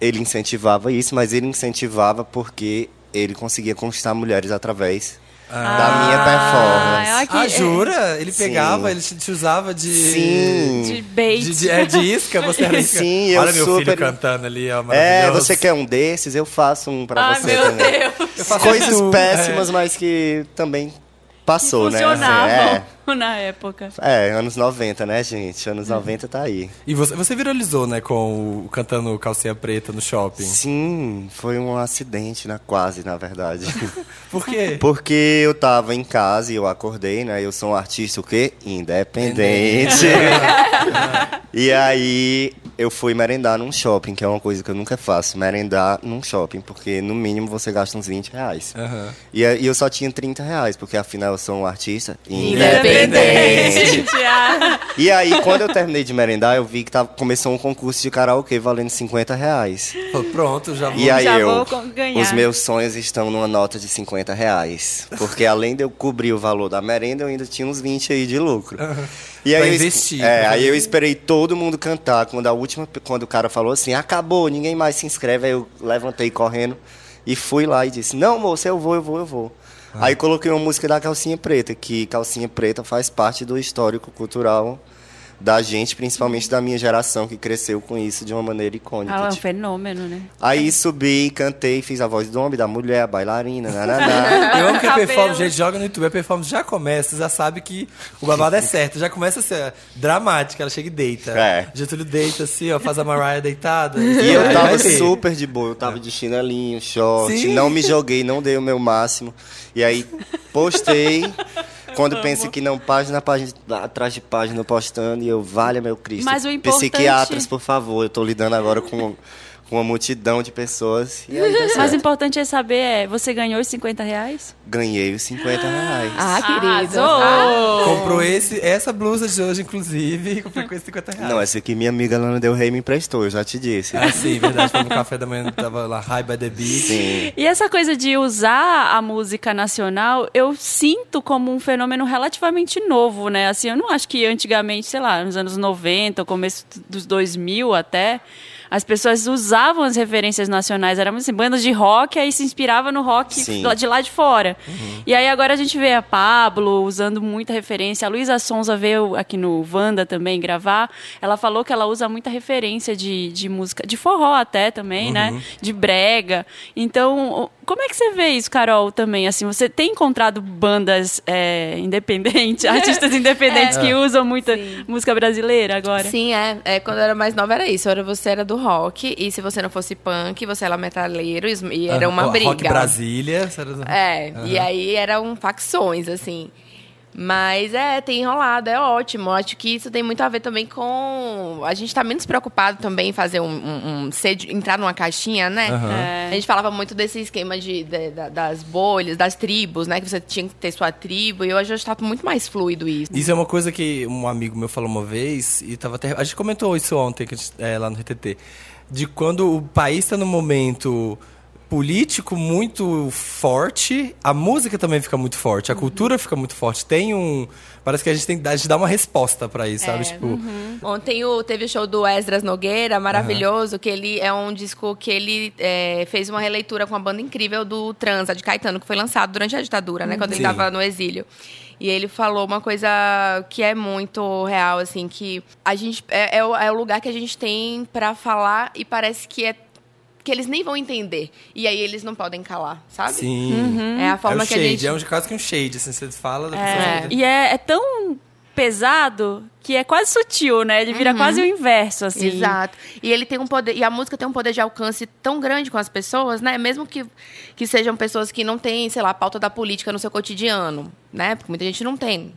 ele incentivava isso, mas ele incentivava porque ele conseguia conquistar mulheres através Ah. da minha performance. Ah, é- jura? Ele Sim. pegava, ele te te usava de... Sim. De bait. De, de, é de isca? Você era isca? Sim, eu Olha meu filho super- cantando ali, ó, É, maravilhoso. você quer um desses? Eu faço um pra Ai, você meu também. Eu faço Coisas tudo, péssimas, é. mas que também passou, né? Assim, Funcionavam na época. é. é, anos 90, né, gente? Anos Uhum. 90 tá aí. E você, você viralizou, né, com o cantando calcinha preta no shopping. Sim, foi um acidente, né? Quase, na verdade. Por quê? Porque eu tava em casa e eu acordei, né? Eu sou um artista o quê? Independente. e aí eu fui merendar num shopping, que é uma coisa que eu nunca faço, merendar num shopping, porque no mínimo você gasta uns 20 reais. Aham. E aí eu só tinha 30 reais, porque afinal eu sou um artista independente. Independente. ah. E aí, quando eu terminei de merendar, eu vi que tava, começou um concurso de karaokê valendo 50 reais. Falou, Pronto, já vou. E aí já eu, vou ganhar. os meus sonhos estão numa nota de 50 reais. Porque além de eu cobrir o valor da merenda, eu ainda tinha uns 20 aí de lucro. E aí Pra eu es- investir, né? é, pra aí eu fazer- esperei todo mundo cantar. Quando a última, quando o cara falou assim, acabou, ninguém mais se inscreve, aí eu levantei correndo. E fui lá e disse: Não, moça, eu vou, eu vou, eu vou. Ah. Aí coloquei uma música da Calcinha Preta, que Calcinha Preta faz parte do histórico cultural da gente, principalmente da minha geração, que cresceu com isso de uma maneira icônica. Ah, é um tipo. fenômeno, né? Aí subi, cantei, fiz a voz do homem, da mulher, a bailarina, nananá. Eu amo que a performance, gente, joga no YouTube, a performance já começa, você já sabe que o babado é certo. Já começa a ser dramática, ela chega e deita. É. Getúlio deita assim, ó, faz a Mariah deitada. E eu Aí tava vai ver. super de boa, eu tava de chinelinho, short, Sim. não me joguei, não dei o meu máximo. E aí postei. Quando pensa que não, página, página, atrás de página postando, e eu, valha meu Cristo. Mas o importante- Psiquiatras, por favor, eu tô lidando agora com, com uma multidão de pessoas. E aí deu Mas o certo. importante é saber, é, você ganhou os 50 reais? Ganhei os 50 reais. Ah, querido. Ah, Comprou esse, essa blusa de hoje, inclusive, comprei com esse 50 reais. Não, é- essa aqui minha amiga Lana Del Rey me emprestou, eu já te disse. Ah, sim, verdade. Foi no café da manhã, tava lá, High by the Beach. Sim. E essa coisa de usar a música nacional, eu sinto como um fenômeno relativamente novo, né? Assim, eu não acho que antigamente, sei lá, nos anos 90, ou começo dos 2000 até, as pessoas usavam as referências nacionais. Eram assim, bandas de rock, aí se inspirava no rock Sim. lá- de lá de fora. Uhum. E aí agora a gente vê a Pablo usando muita referência. A Luísa Sonza veio aqui no Wanda também gravar. Ela falou que ela usa muita referência de, de música, de forró até também, Uhum. né? De brega. Então, o- como é que você vê isso, Carol, também? Assim, você tem encontrado bandas é, independentes, artistas independentes É. que usam muita música brasileira agora? Sim, é. é. Quando eu era mais nova era isso. Era, você era do rock, e se você não fosse punk, você era metaleiro, e- e era uma Ah, briga. né? Rock Brasília. sabe? É, e Aham. aí eram facções, assim. Mas é, tem enrolado, é ótimo. Eu Acho que isso tem muito a ver também com. A gente tá menos preocupado também em fazer um. um- um- ser de- entrar numa caixinha, né? Aham. A gente falava muito desse esquema de, de- da- das bolhas, das tribos, né? Que você tinha que ter sua tribo, e hoje está tá muito mais fluido isso. Isso é uma coisa que um amigo meu falou uma vez, e tava até. A gente comentou isso ontem que a gente- é, lá no RTT. De quando o país está num momento político muito forte, a música também fica muito forte, Uhum. a cultura fica muito forte. Tem um. Parece que a gente tem a gente dá uma resposta pra isso, É. sabe? Tipo. Uhum. Ontem o- teve o show do Esdras Nogueira, maravilhoso, que ele é um disco que ele é, fez uma releitura com a banda incrível do Transa, de Caetano, que foi lançado durante a ditadura, né? Quando ele Sim. tava no exílio. E ele falou uma coisa que é muito real, assim, que a gente. É, é o, é o lugar que a gente tem pra falar e parece que é. Que eles nem vão entender. E aí eles não podem calar, sabe? Sim. É a forma um que shade, a gente. É um, quase que um shade, assim, você fala da pessoa. É, fala- E é, é tão pesado que é quase sutil, né? Ele vira quase o inverso, assim. Uhum. Exato. E ele tem um poder, e a música tem um poder de alcance tão grande com as pessoas, né? Mesmo que, que sejam pessoas que não têm, sei lá, a pauta da política no seu cotidiano, né? Porque muita gente não tem.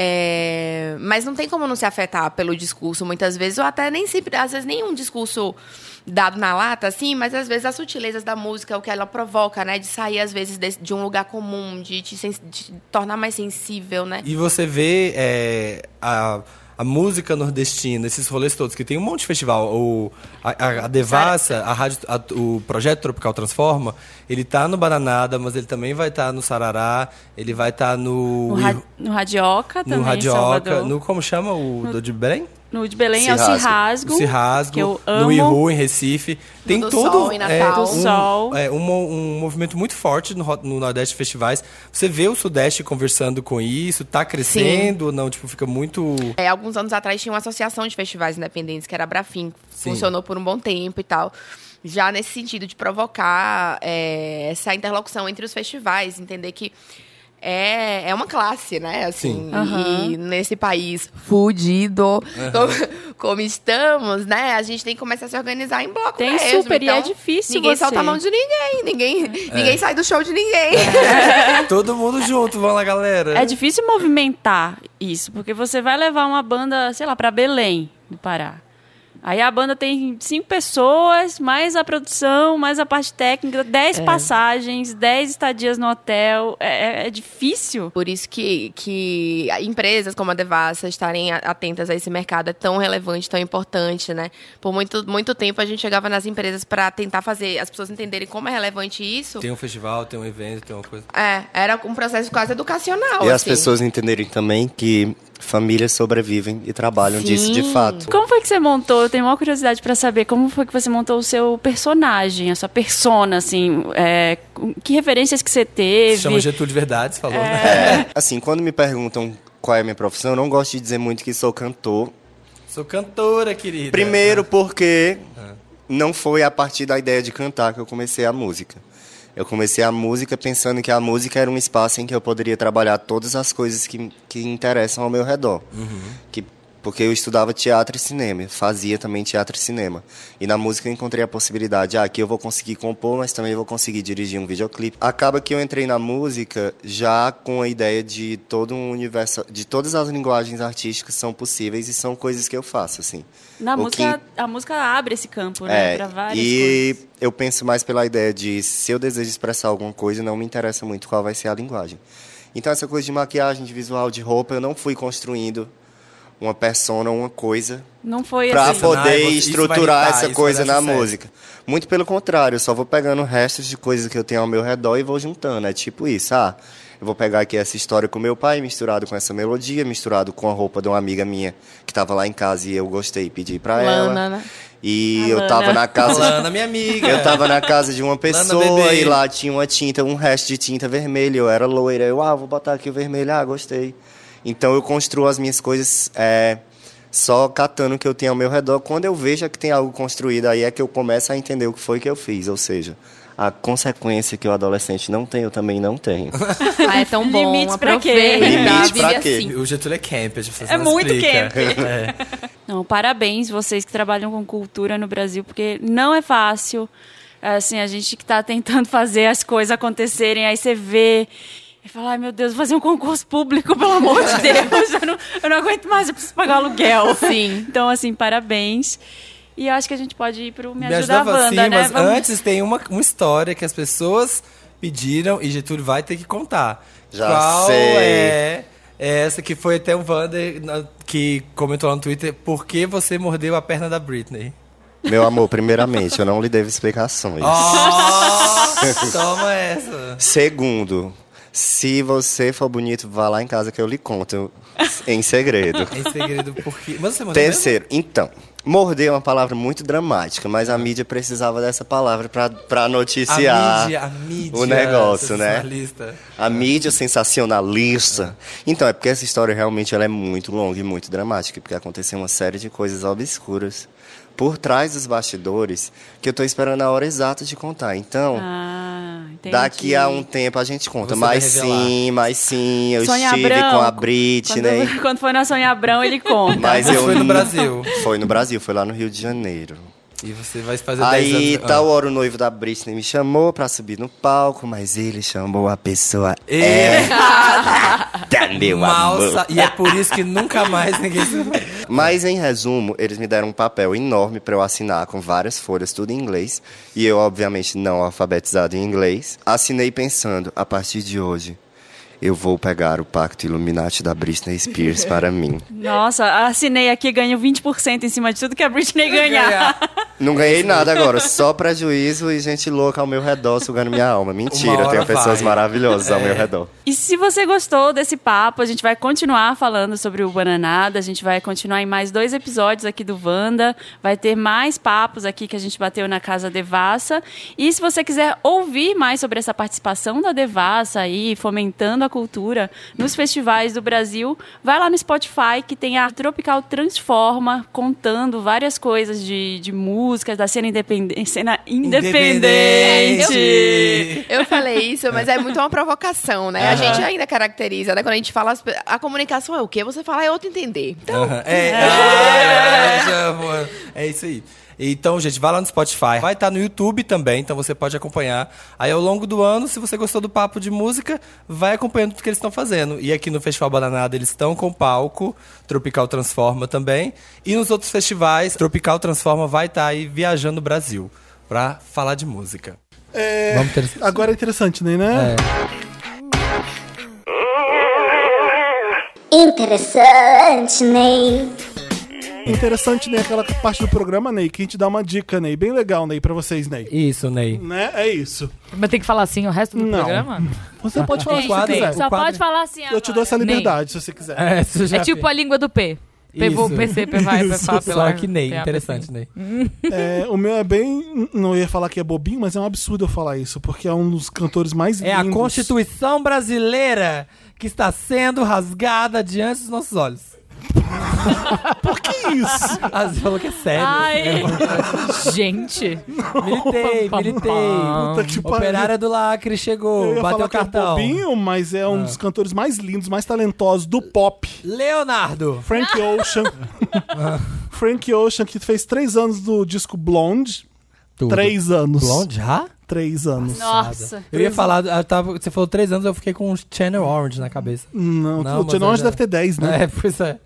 É, mas não tem como não se afetar pelo discurso muitas vezes, ou até nem sempre, às vezes nem um discurso dado na lata, assim, mas às vezes as sutilezas da música, o que ela provoca, né? De sair, às vezes, desse- de, um lugar comum, de te, sen- de te tornar mais sensível, né? E você vê é, a, a música nordestina, esses rolês todos, que tem um monte de festival. O, a, a- a Devassa, a rádio, a- o Projeto Tropical Transforma, ele tá no Bananada, mas ele também vai estar no Sarará, ele vai estar no. No, ra- no Radioca no também, em Radioca, Salvador. no como chama o do de Belém? No de Belém Se é o Se rasga. Rasgo. Se rasgo, Que eu no amo. Ihu, em Recife. Tem do todo Sol em Natal. um, Do Sol. é, um, mo- um movimento muito forte no, ro- no Nordeste Festivais. Você vê o Sudeste conversando com isso, tá crescendo ou não? Tipo, fica muito. É, alguns anos atrás tinha uma associação de festivais independentes, que era a Brafim. Sim. Funcionou por um bom tempo e tal. Já nesse sentido de provocar é, essa interlocução entre os festivais, entender que é, é uma classe, né? Assim, Sim. Aham. E nesse país fudido Aham. como, como estamos, né? A gente tem que começar a se organizar em bloco Tem mesmo. super, e é Então, difícil Ninguém você- solta a mão de ninguém. Ninguém, É. ninguém sai do show de ninguém. Todo mundo junto, vamos lá, galera. É difícil movimentar isso, porque você vai levar uma banda, sei lá, pra Belém, do Pará. Aí a banda tem cinco pessoas, mais a produção, mais a parte técnica, dez É. passagens, dez estadias no hotel. É, é- é difícil. Por isso que, que empresas como a Devassa estarem a- atentas a esse mercado é tão relevante, tão importante, né? Por muito, muito tempo a gente chegava nas empresas para tentar fazer as pessoas entenderem como é relevante isso. Tem um festival, tem um evento, tem uma coisa. É, era um processo quase educacional. E as assim. pessoas entenderem também que Famílias sobrevivem e trabalham disso de fato. Como foi que você montou? Eu tenho uma curiosidade pra saber como foi que você montou o seu personagem, a sua persona, assim, é, com- que referências que você teve? Chama Getúlio Verdades, falou. né? É, assim, quando me perguntam qual é a minha profissão, eu não gosto de dizer muito que sou cantor. Sou cantora, querida. Primeiro porque não foi a partir da ideia de cantar que eu comecei a música. Eu comecei a música pensando que a música era um espaço em que eu poderia trabalhar todas as coisas que, que interessam ao meu redor. Que, porque eu estudava teatro e cinema, fazia também teatro e cinema. E na música eu encontrei a possibilidade, ah, aqui eu vou conseguir compor, mas também vou conseguir dirigir um videoclipe. Acaba que eu entrei na música já com a ideia de todo um universo, de todas as linguagens artísticas são possíveis e são coisas que eu faço, assim. Na O que É, música, a música abre esse campo, né? pra várias e eu penso mais pela ideia de se eu desejo expressar alguma coisa, não me interessa muito qual vai ser a linguagem. Então, essa coisa de maquiagem, de visual, de roupa, eu não fui construindo uma persona, uma coisa, Não foi para assim. poder Isso vai estruturar irritar, isso essa vai coisa dar na sucesso. música. Muito pelo contrário, eu só vou pegando restos de coisas que eu tenho ao meu redor e vou juntando. É tipo isso, ah, eu vou pegar aqui essa história com meu pai, misturado com essa melodia, misturado com a roupa de uma amiga minha que estava lá em casa e eu gostei e pedi para ela. Lana, né? E A eu tava Lana. na casa. Lana, minha amiga. Eu tava na casa de uma pessoa bebê. e lá tinha uma tinta, um resto de tinta vermelha. Eu era loira. Eu, ah, vou botar aqui o vermelho. Ah, gostei. Então eu construo as minhas coisas é, só catando o que eu tenho ao meu redor. Quando eu vejo que tem algo construído, aí é que eu começo a entender o que foi que eu fiz. Ou seja, a consequência que o adolescente não tem, eu também não tenho. Ah, é tão bom. Limites pra quê? aproveita, Limites vive pra quê? assim. O Getúlio é camp, a gente É muito camp. É. Não, parabéns vocês que trabalham com cultura no Brasil, porque não é fácil. Assim, a gente que está tentando fazer as coisas acontecerem, aí você vê e fala, ai meu Deus, vou fazer um concurso público, pelo amor de Deus, eu não, eu não aguento mais, eu preciso pagar aluguel. Sim. Então, assim, parabéns. E eu acho que a gente pode ir pro Me, Me Ajuda, ajudava Wanda, sim, né? mas Vamos- antes tem uma, uma história que as pessoas pediram e Getúlio vai ter que contar. Já Qual sei. é essa que foi até um Vander na- que comentou lá no Twitter, por que você mordeu a perna da Britney? Meu amor, primeiramente, eu não lhe devo explicações. Toma essa. Segundo, se você for bonito, vá lá em casa que eu lhe conto em segredo. Em segredo, porque... Mas você mordeu mesmo? Terceiro, então. Morder é uma palavra muito dramática, mas Ah. a mídia precisava dessa palavra pra- pra A noticiar mídia, a mídia. o negócio, né? sensacionalista. A mídia sensacionalista. Então, é porque essa história realmente ela é muito longa e muito dramática, porque aconteceu uma série de coisas obscuras por trás dos bastidores que eu tô esperando a hora exata de contar. Então, Ah, entendi. daqui a um tempo a gente conta. Você vai mas revelar. sim, mas sim, eu Sônia estive Abrão, com a Quando, Britney. quando foi na Sônia Abrão, ele conta. Mas Mas eu foi no Brasil. Foi no Brasil, foi lá no Rio de Janeiro. E você vai fazer 10 anos... Aí, Ah. tal hora, o noivo da Britney me chamou pra subir no palco, mas ele chamou a pessoa E, errada, É, meu amor. malsa, e é por isso que nunca mais ninguém... Mas, em resumo, eles me deram um papel enorme pra eu assinar com várias folhas, tudo em inglês. E eu, obviamente, não alfabetizado em inglês. Assinei pensando, a partir de hoje, eu vou pegar o pacto Illuminati da Britney Spears para mim. Nossa, assinei aqui, ganho 20% em cima de tudo que a Britney ganhar. Não ganhei nada agora, só prejuízo e gente louca ao meu redor sugando minha alma. Uma Mentira, hora tenho pessoas vai. É. maravilhosas ao meu redor. E se você gostou desse papo, a gente vai continuar falando sobre o Bananada, a gente vai continuar em mais dois episódios aqui do Wanda, vai ter mais papos aqui que a gente bateu na Casa Devassa. E se você quiser ouvir mais sobre essa participação da Devassa aí, fomentando a cultura nos festivais do Brasil, vai lá no Spotify que tem a Tropical Transforma contando várias coisas de, de músicas da cena independente. Cena independente. Eu falei isso, mas é muito uma provocação, né? A gente ainda caracteriza, né? Quando a gente fala, as pe- a comunicação é o que você fala, é outro entender. Então, Aham. É, Ah, eu amo. é isso aí. Então, gente, vai lá no Spotify, vai estar no YouTube também, então você pode acompanhar. Aí ao longo do ano, se você gostou do papo de música, vai acompanhando tudo que eles estão fazendo. E aqui no Festival Bananada eles estão com palco, Tropical Transforma também. E nos outros festivais, Tropical Transforma vai estar aí viajando o Brasil pra falar de música. É, Vamos ter esse- Agora é interessante, né? né? Interessante, Ney. É. Interessante, Ney, aquela parte do programa, Ney, que a gente dá uma dica, Ney. Bem legal, Ney, pra vocês, Ney. Isso, Ney. Né? É isso. Mas tem que falar assim o resto do Não. programa? Você pode falar Gente, o quadro, Ney, Zé. só O quadro- pode falar assim É Eu te dou essa agora. liberdade, se você quiser. É, você já É tipo fez. a língua do P. P, Isso. PC, P, vai, P, fá, P, Só lá, que Ney, P, A, P, interessante, Ney. É, o meu é bem. Não ia falar que é bobinho, mas é um absurdo eu falar isso, porque é um dos cantores mais É a lindos. Constituição brasileira que está sendo rasgada diante dos nossos olhos. Por que isso? Ah. Ah, você falou que é sério. Ai. É. Gente. Militei, militei. Puta que pariu. Operária do Lacre Eu chegou, ia bateu falar o que é cartão. bobinho, mas é um dos cantores mais lindos, mais talentosos do pop. Leonardo. Frank Ocean. Frank Ocean, que fez três anos do disco Blonde. Tudo. Três anos. Blonde já? Três anos. Nossa. Eu ia falar, eu tava- você falou três anos, eu fiquei com um Channel Orange na cabeça. Não, Não, o mas Tino eu Orange já- deve ter dez, né? É, pois é.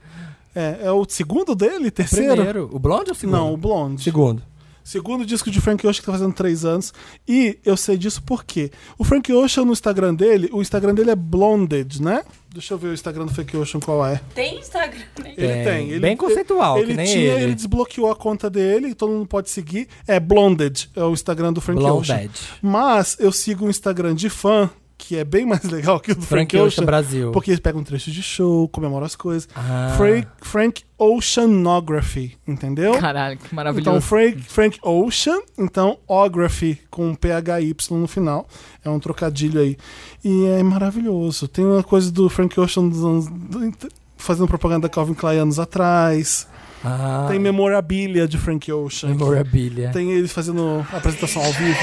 É, é o segundo dele? Terceiro? Primeiro. O Blonde ou o segundo? Não, o Blonde. Segundo. Segundo disco de Frank Ocean que tá fazendo três anos. E eu sei disso porque o Frank Ocean no Instagram dele, o Instagram dele é Blonded, né? Deixa eu ver o Instagram do Frank Ocean qual é. Tem Instagram, né? Ele tem. Ele, Bem conceitual, ele, que nem tinha, ele. ele desbloqueou a conta dele, todo mundo pode seguir. É Blonded, é o Instagram do Frank Ocean. Blonded. Mas eu sigo um Instagram de fã, que é bem mais legal que o do Frank, Frank Ocean é Brasil. Porque eles pegam um trecho de show, comemoram as coisas. Ah. Frank, Frank Oceanography, entendeu? Caralho, que Então, maravilhoso. Frank, Frank Ocean, então Ography com PHY no final. É um trocadilho aí. E é maravilhoso. Tem uma coisa do Frank Ocean dos anos, do- fazendo propaganda da Calvin Klein anos atrás. Ah, é. Tem memorabilia de Frank Ocean. memorabilia. Tem ele fazendo apresentação ao vivo.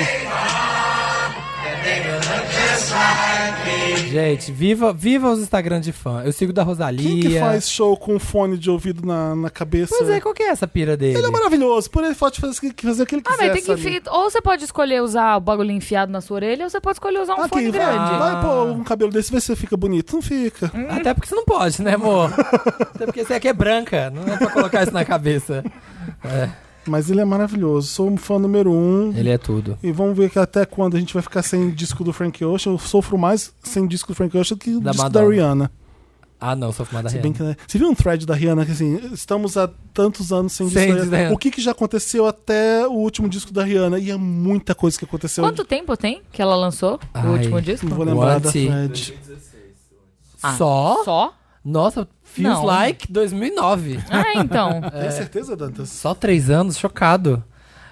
Gente, viva, viva os Instagram de fã. Eu sigo da Rosalia. Quem que faz show com um fone de ouvido na, na cabeça? Pois é, qual que é essa pira dele? Ele é maravilhoso, por ele pode fazer, o que- fazer o que ele Ah, quiser. mas tem que sabe? fi- Ou você pode escolher usar o bagulho enfiado na sua orelha, ou você pode escolher usar um Aqui, fone vai, grande. Ah, Hum. vai pôr um cabelo desse, vê se fica bonito. Não fica. Até porque você não pode, né, amor? Até porque você aqui é branca, não é pra colocar isso na cabeça. Mas ele é maravilhoso. Sou um fã número um. Ele é tudo. E vamos ver que até quando a gente vai ficar sem disco do Frank Ocean. Eu sofro mais sem disco do Frank Ocean do que o Da disco Madonna. da Rihanna. Ah, não, sou fumada Se real. bem que, né, Você viu um thread da Rihanna que assim, estamos há tantos anos sem, Sem disco disco da da Rihanna. Rihanna. O que, que já aconteceu até o último disco da Rihanna? E é muita coisa que aconteceu. Quanto tempo tem que ela lançou Ai, o último disco? Não vou lembrar da What? thread. Ah, Só? Só? Nossa, feels Não. like 2009. Ah, então. Tem É. certeza, Dantas? Só três anos, chocado.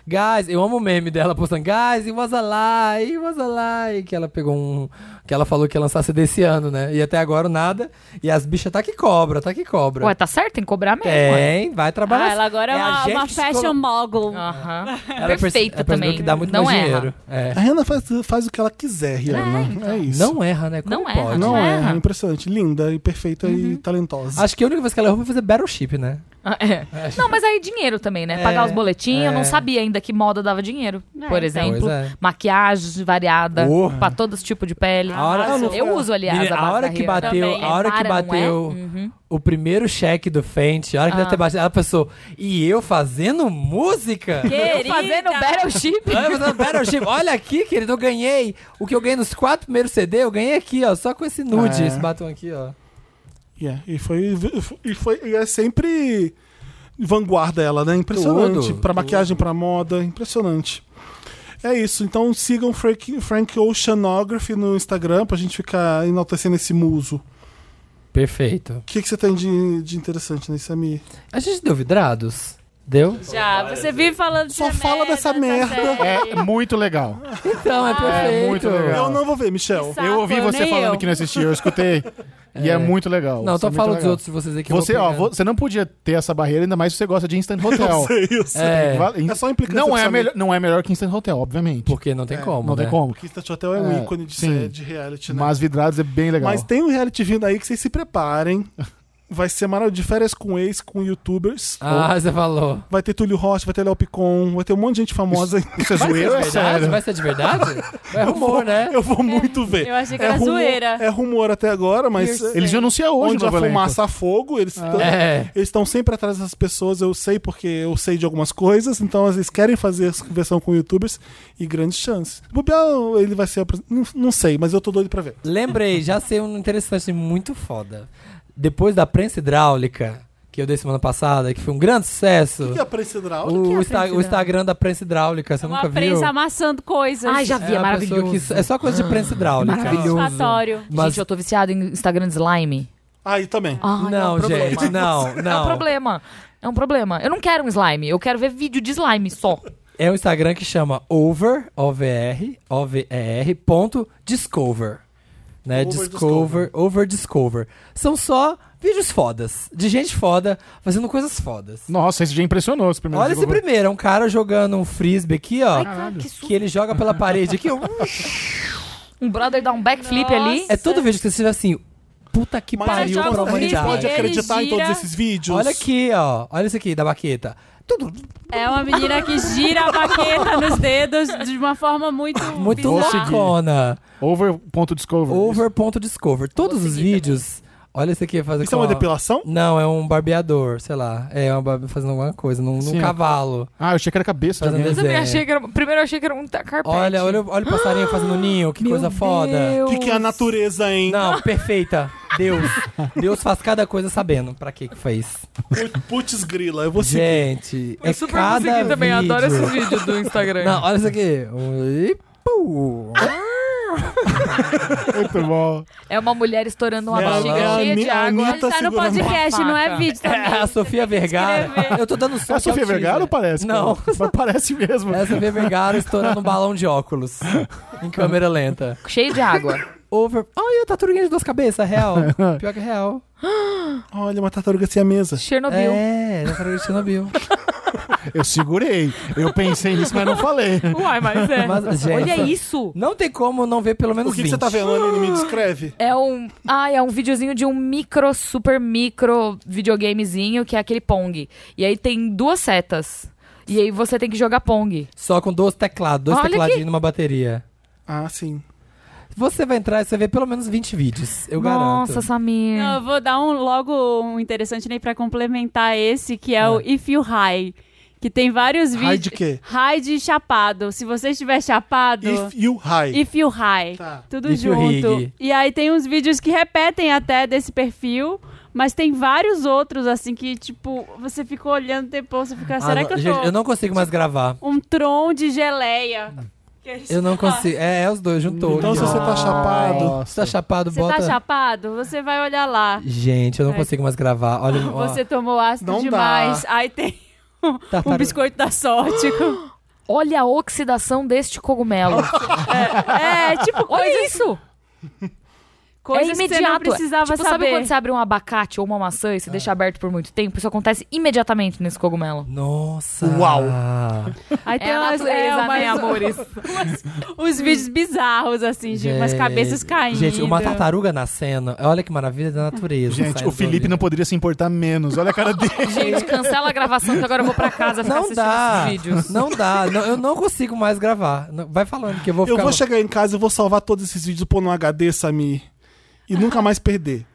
Guys, eu amo o meme dela postando Guys, it was a lie, it was a lie Que ela pegou um... Que ela falou que ia lançar CD esse ano, né? E até agora nada. E as bichas tá que cobra, tá que cobra. Ué, tá certo? Tem que cobrar mesmo. ué. Tem, vai trabalhar. Ah, ela agora é, a uma, gente uma que fashion colo- mogul. Aham. Ela é perce- Perfeita ela percebeu também. que dá muito não mais erra. dinheiro. É. A Rihanna faz, faz o que ela quiser, Rihanna. É, isso. Não erra, né? Como Não erra, pode? Não Não é, erra. é Uhum. impressionante. Linda e perfeita e talentosa. Acho que a única vez que ela errou foi fazer Battleship, né? Ah, é. Não, mas aí dinheiro também, né? Pagar os boletins. Eu é. não sabia ainda que moda dava dinheiro. então. por exemplo, Pois é. maquiagem variada Oh. pra todo tipo de pele. A hora- Ah, não eu uso, aliás, Menina, a, base hora da que Rihanna. bateu, Também, a hora que Para, não é? bateu Uhum. Ah. o primeiro cheque do Fenty, a hora que deve ter batido, ela pensou, e eu fazendo música? Eu Querida. fazendo Battleship. Olha, eu fazendo Battleship. Olha aqui, querido, eu ganhei. O que eu ganhei nos quatro primeiros CD, eu ganhei aqui, ó. Só com esse nude, É. esse batom aqui, ó. Yeah, É, E foi e foi e é sempre vanguarda ela, né? Impressionante. Tudo, Pra maquiagem, pra moda, impressionante. É isso. Então sigam Frank, Frank Oceanography no Instagram pra gente ficar enaltecendo esse muso. Perfeito. O que, que você tem de, de interessante nesse Samir? A gente deu vidrados? Deu? Já, você vive falando de Só fala dessa merda. É muito legal. Então, é perfeito. Tá, muito legal. Ah, Eu não vou ver, Michel. Saco, eu ouvi você nem falando eu. que não assistiu, eu escutei. E é muito legal. Não, eu Isso é tô muito falando dos legal. outros de vocês aqui. eu Você, vou ó, pegando. você não podia ter essa barreira, ainda mais se você gosta de Instant Hotel. Eu sei isso. É. É só implicância não, é com melhor, não é melhor que Instant Hotel, obviamente. Porque não tem como, É, não né? tem como. Kistat Hotel é um É, ícone de, sim. sé- de reality, né? Mas Vidrados é bem legal. Mas tem um reality vindo aí que vocês se preparem. Vai ser maravilhoso. De férias com ex, com youtubers. Ah, você falou. Vai ter Túlio Rocha, vai ter Léo Picon, vai ter um monte de gente famosa. Isso é zoeiro, é Verdade? sério. Vai ser de verdade? É rumor, né? Eu vou muito ver. Eu achei que é era rumor, zoeira. É rumor até agora, mas Pierce. Eles iam anunciar hoje onde no a novo elenco. fumaça a fogo, eles Ah. tão- É. eles estão sempre atrás dessas pessoas. Eu sei porque eu sei de algumas coisas, então eles querem fazer essa versão com youtubers e grandes chances. O Bobear, ele vai ser. apres- Não, não sei, mas eu tô doido pra ver. assim, Lembrei, já sei um interessante muito foda. Depois da prensa hidráulica, que eu dei semana passada, que foi um grande sucesso. O que é a prensa hidráulica? O, O que é a Insta- prensa o Instagram da prensa hidráulica, você É Uma nunca prensa viu? É amassando coisas. Ai, já vi, é uma pessoa maravilhoso. que- é só coisa Ah, de prensa hidráulica. Satisfatório. Mas- Gente, eu tô viciado em Instagram de slime. Ah, e também. Ah, é não, um problema. gente, não, É um não. problema. É um problema. Eu não quero um slime. Eu quero ver vídeo de slime só. É um Instagram que chama over, O-V-R, O-V-E-R, ponto, discover. Né? Over Discover, Discover. over discover. São só vídeos fodas, de gente foda, fazendo coisas fodas. Nossa, esse já impressionou os primeiros Olha esse Google. primeiro, é um cara jogando um frisbee aqui, ó. Caralho. que, ele joga pela parede aqui, ó. Um brother dá um backflip ali. É todo vídeo que você vê assim, puta que Mas é pariu joga pra um frisbee, humanidade. Pode acreditar em gira. todos esses vídeos. Olha aqui, ó. Olha isso aqui da baqueta. É uma menina que gira a baqueta nos dedos de uma forma muito. Muito bizarra. loucona. Over.discover. Over.discover. Todos os vídeos. Olha esse aqui fazendo. Isso é uma depilação? Não, é um barbeador, sei lá. É uma barbe... fazendo alguma coisa, num, num Sim. cavalo. Ah, eu achei que era a cabeça. de Fazendo alguém. Eu também desenho. achei que era, primeiro eu achei que era um ta- carpete. Olha, olha, o- olha o passarinho fazendo ninho, que Meu coisa foda. O que, que é a natureza, hein? Não, perfeita. Deus. Deus faz cada coisa sabendo pra que que fez. Put- Putz grila, eu vou seguir. Gente, Eu é super cada consegui também, vídeo. adoro esses vídeos do Instagram. Não, olha isso aqui. E, pum. Muito bom. É uma mulher estourando uma É a- bexiga é a cheia Ani- de a água. Anitta Ele tá no segurando uma podcast, não é vídeo. É a Sofia Vergara. Eu tô dando É sorte. a Sofia ao Vergara ou teaser. parece? Não. cara? Mas parece mesmo. É a Sofia Vergara estourando um balão de óculos. Em câmera lenta. Cheio de água. Over. Olha a tartaruguinha de duas cabeças, real. Pior que real. Olha, uma tartaruga sem a mesa. Chernobyl. É, tartaruga de Chernobyl. Eu segurei. Eu pensei nisso, mas não falei. Uai, mas é. Mas, gente, Olha isso. Não tem como não ver pelo menos O que, que 20. você tá vendo, Anne? Me descreve. É um. Ah, é um videozinho de um micro, super micro videogamezinho, que é aquele Pong. E aí tem duas setas. E aí você tem que jogar Pong. Só com dois teclados, dois Olha tecladinhos aqui. numa bateria. Ah, sim. Você vai entrar e você vê pelo menos 20 vídeos. Eu Nossa, garanto. Samir. Não, eu vou dar um logo um interessante nem pra complementar esse, que é Ah. o If You High. Que tem vários vídeos. High de quê? High de chapado. Se você estiver chapado. If you high. If You High. Tá. Tudo If you junto. rig. E aí tem uns vídeos que repetem até desse perfil. Mas tem vários outros, assim, que, tipo, você ficou olhando depois, você fica, Ah, será não, que eu gente, tô... eu não consigo mais gravar. Um tron de geleia. Que eles Eu não falam. consigo. É, é os dois, juntou. Então, se você tá chapado. Você tá chapado, Você bota. tá chapado? Você vai olhar lá. Gente, eu não É. consigo mais gravar. Olha, ó, Tá Você tomou ácido Não dá. demais. Aí tem um tartaruga- biscoito da sorte. Olha a oxidação deste cogumelo. é, tipo, Olha coisas, isso. coisas é que você imediato. não precisava tipo, saber. sabe quando você abre um abacate ou uma maçã É. e você deixa aberto por muito tempo? Isso acontece imediatamente nesse cogumelo. Nossa. Uau. Aí tem É a umas, natureza, umas- né, amores? umas- uns vídeos bizarros, assim, de umas Gente, cabeças caindo. Gente, uma tartaruga nascendo. Olha que maravilha da natureza. Gente, saindo o Felipe ali. não poderia se importar menos. Olha a cara dele. Gente, cancela a gravação que agora eu vou pra casa ficar Não assistindo dá. esses vídeos. Não dá. Não- eu não consigo mais gravar. Não- Vai falando que eu vou Eu ficar. vou chegar em casa e vou salvar todos esses vídeos e pôr no HD, Samir. E nunca mais perder.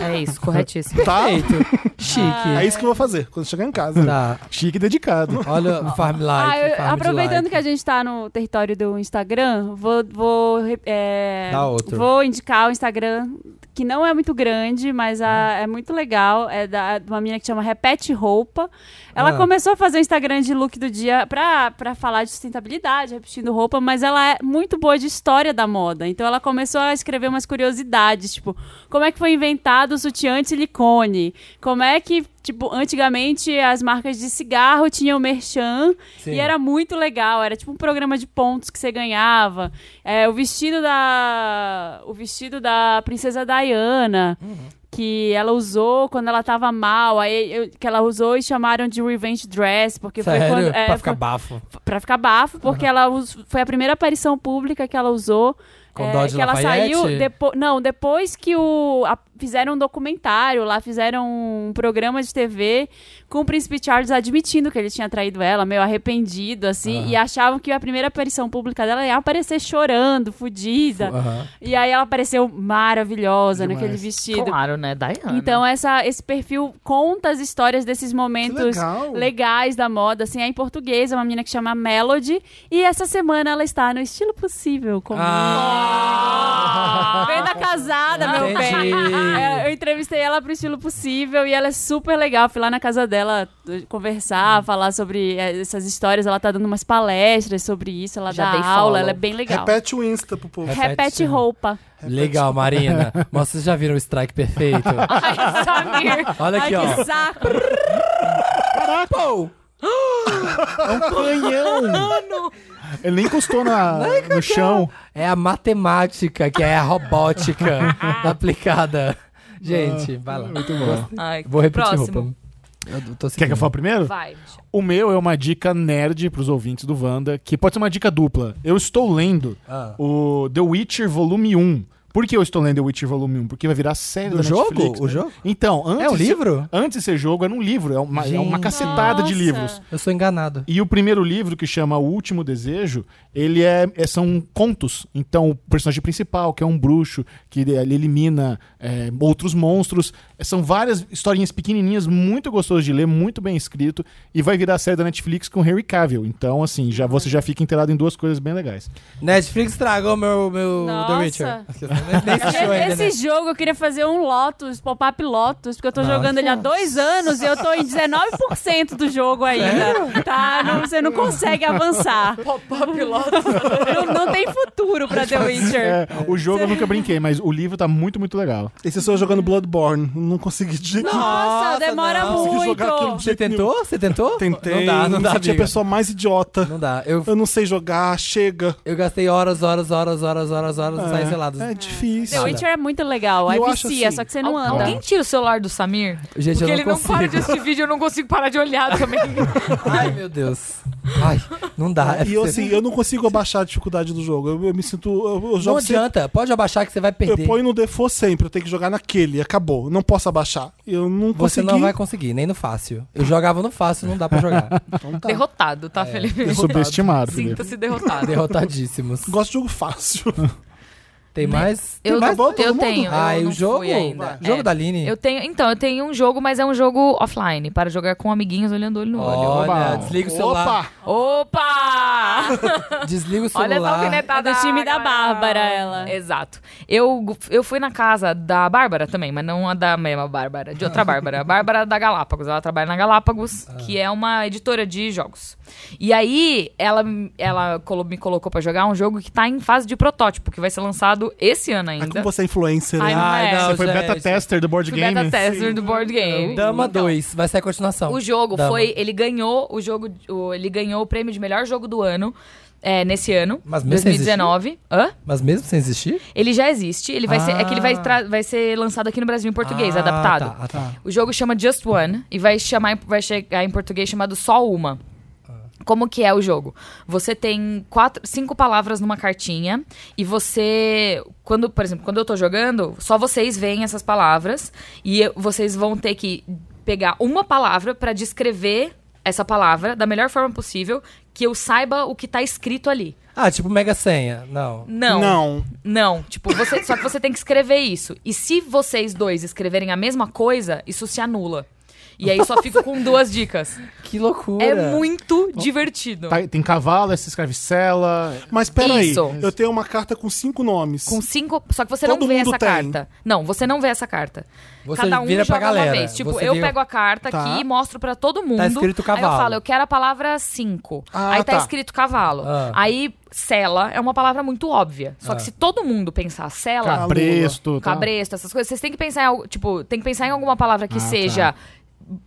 É isso, corretíssimo. Tá? Perfeito. Chique. É isso que eu vou fazer quando chegar em casa. Tá. Chique e dedicado. Olha o farm Ah, like. eu- farm aproveitando like. que a gente tá no território do Instagram, vou vou re- é, Dá outro. vou indicar o Instagram que não é muito grande, mas Ah. a- é muito legal, é da de uma menina que chama Repete Roupa. Ela Ah. começou a fazer o Instagram de look do dia pra, pra falar de sustentabilidade, repetindo roupa, mas ela é muito boa de história da moda. Então ela começou a escrever umas curiosidades, tipo, como é que foi inventado o sutiã de silicone? Como é que, tipo, antigamente as marcas de cigarro tinham merchan Sim. e era um muito legal, era tipo um programa de pontos que você ganhava. É, o vestido da. O vestido da princesa Diana. Uhum. Que ela usou quando ela tava mal, aí eu- que ela usou e chamaram de revenge dress, porque foi Sério? quando. é, pra ficar foi- bafo. pra ficar bafo, porque ela us- foi a primeira aparição pública que ela usou. é, Com dó de que ela Lafayette? saiu depois não depois que o a- fizeram um documentário lá fizeram um programa de TV com o príncipe Charles admitindo que ele tinha traído ela meio arrependido assim Aham. e achavam que a primeira aparição pública dela ia aparecer chorando fudida Aham. e aí ela apareceu maravilhosa Demais. naquele vestido Claro, né? Diana. então, essa, esse perfil conta as histórias desses momentos legal. legais da moda. Assim, é em português, é uma menina que chama Melody. E essa semana ela está no estilo possível. Como... Ah. Venda casada, meu Entendi. bem. É, eu entrevistei ela pro estilo possível e ela é super legal. Fui lá na casa dela eh, conversar, falar sobre eh, essas histórias. Ela tá dando umas palestras sobre isso, ela Já dá dei aula, follow. ela é bem legal. Repete o Insta pro povo. Repete, roupa. Legal, Marina. Mas vocês já viram o strike perfeito? Olha aqui, Ai, ó. que saco. Pô! É um canhão! Ele nem encostou na, no chão. É a matemática, que é a robótica aplicada. Gente, Ah, vai lá. muito bom. Ai, Vou repetir próximo. roupa. Eu tô Quer que seguindo. eu fale primeiro? Vai. O meu é uma dica nerd pros ouvintes do Wanda, que pode ser uma dica dupla. Eu estou lendo Ah. o The Witcher Volume 1. Por que eu estou lendo The Witcher Volume 1? Porque vai virar série Ah. Do da jogo? Netflix, O né? jogo? Então, antes... um de ser- livro? Antes de ser jogo, era um livro. É uma, é uma Gente. cacetada de Nossa. livros. Eu sou enganado. E o primeiro livro, que chama O Último Desejo, ele é, é- são contos. Então, o personagem principal, que é um bruxo, que ele ele elimina é, outros monstros. São várias historinhas pequenininhas, muito gostosas de ler, muito bem escrito. E vai virar a série da Netflix com Henry Cavill. Então, assim, já você já fica inteirado em duas coisas bem legais. Netflix estragou meu, meu The Nossa. Witcher. Nem- nem assistiu ainda, Esse né? jogo eu queria fazer um Lotus, pop-up Lotus, porque eu tô Nossa. jogando ele há dois anos e eu tô em 19% do jogo ainda. Tá? Não- você não consegue avançar. Pop-up Lotus. Não, não tem futuro pra The Witcher. É, o jogo eu nunca brinquei, mas o livro tá muito, muito legal. Esse sou eu jogando Bloodborne. Não consegui de Nossa, demora não consegui muito. jogar aquilo de Você jeito nenhum. tentou? Você tentou? Tentei. Não dá, não dá, me senti a amiga. pessoa mais idiota. Não dá. Eu, Eu não sei jogar, chega. Tá eu gastei horas, horas, horas, horas, horas, horas, É, sai seladas. É The difícil. Witcher é muito legal. E Aí eu acho vicia, assim, só que você não Al- anda. Alguém tira o celular do Samir? Gente, Porque eu não ele não para de consigo. assistir vídeo, eu não consigo parar de olhar também. Ai, meu Deus. Ai, não dá. É E eu, você- assim, eu não consigo abaixar a dificuldade do jogo. Eu, eu me sinto. Eu, eu não jogo sempre- adianta. Pode abaixar que você vai perder. Eu ponho no default sempre, eu tenho que jogar naquele, acabou. Eu Não posso abaixar. Eu não Você consegui. não vai conseguir, nem no fácil. Eu jogava no fácil, não dá pra jogar. Derrotado, É. tá, Felipe? Subestimado. Felipe. Sinta-se derrotado. Derrotadíssimos. Gosto de jogo fácil. Tem mais? Eu, Tem mais? Acabou todo eu mundo? tenho. Ah, eu e o não jogo? fui ainda. Jogo É. da Aline? Eu tenho, então, eu tenho um jogo, mas é um jogo offline, para jogar com amiguinhos olhando olho no olho. Olha, Oba. desliga o celular. Opa! Opa! Desliga o Olha essa celular. alfinetada É do time da galera. Bárbara, ela. Exato. Eu, eu fui na casa da Bárbara também, mas não a da mesma Bárbara, de outra Bárbara. A Bárbara da Galápagos. Ela trabalha na Galápagos, Ah. que é uma editora de jogos. E aí, ela, ela colo- me colocou pra jogar um jogo que tá em fase de protótipo, que vai ser lançado esse ano Ah, Ai, como ainda. você é influencer, Ai, né? Ai, não, Você foi gente. beta tester do board é Fui game. Beta tester do board game. Dama Então, 2, vai sair a continuação. o jogo Dama. foi. Ele ganhou o jogo. o- ele ganhou o prêmio de melhor jogo do ano é, nesse ano. Mas mesmo assim? sem existir? 2019. Hã? Mas mesmo sem existir? Ele já existe. Ele vai ser. É que ele vai, Ah. tra- vai ser lançado aqui no Brasil em português, Ah, adaptado. tá, ah, tá. O jogo chama Just One e vai chamar, vai chegar em português chamado Só Uma. Ah. Como que é o jogo? Você tem quatro, cinco palavras numa cartinha e você, quando, por exemplo, quando eu tô jogando, só vocês veem essas palavras e eu- vocês vão ter que pegar uma palavra pra descrever essa palavra da melhor forma possível que eu saiba o que tá escrito ali. Ah, tipo Mega Senha. Não. Não. Não. Não, tipo, você, só que você tem que escrever isso. E se vocês dois escreverem a mesma coisa, isso se anula. E aí só fico com duas dicas. Que loucura. É muito divertido. Tá- tem cavalo, essa escravicela. Mas peraí, Isso. eu tenho uma carta com cinco nomes. Com cinco. Só que você Todo não vê mundo essa tem. carta. Não, você não vê essa carta. Você Cada um vira pra joga galera. uma vez. Tipo, Você eu vira- Tá pego a carta Tá. aqui e mostro pra todo mundo. escrito cavalo. Aí eu falo, eu quero a palavra cinco. Ah, aí tá, tá. escrito cavalo. Ah. Aí cela é uma palavra muito óbvia. Só que se todo mundo pensar cela, Cabresto. tal. cabresto, essas coisas. Vocês têm que pensar em algo, tipo, tem que pensar em alguma palavra Ah, tá. que seja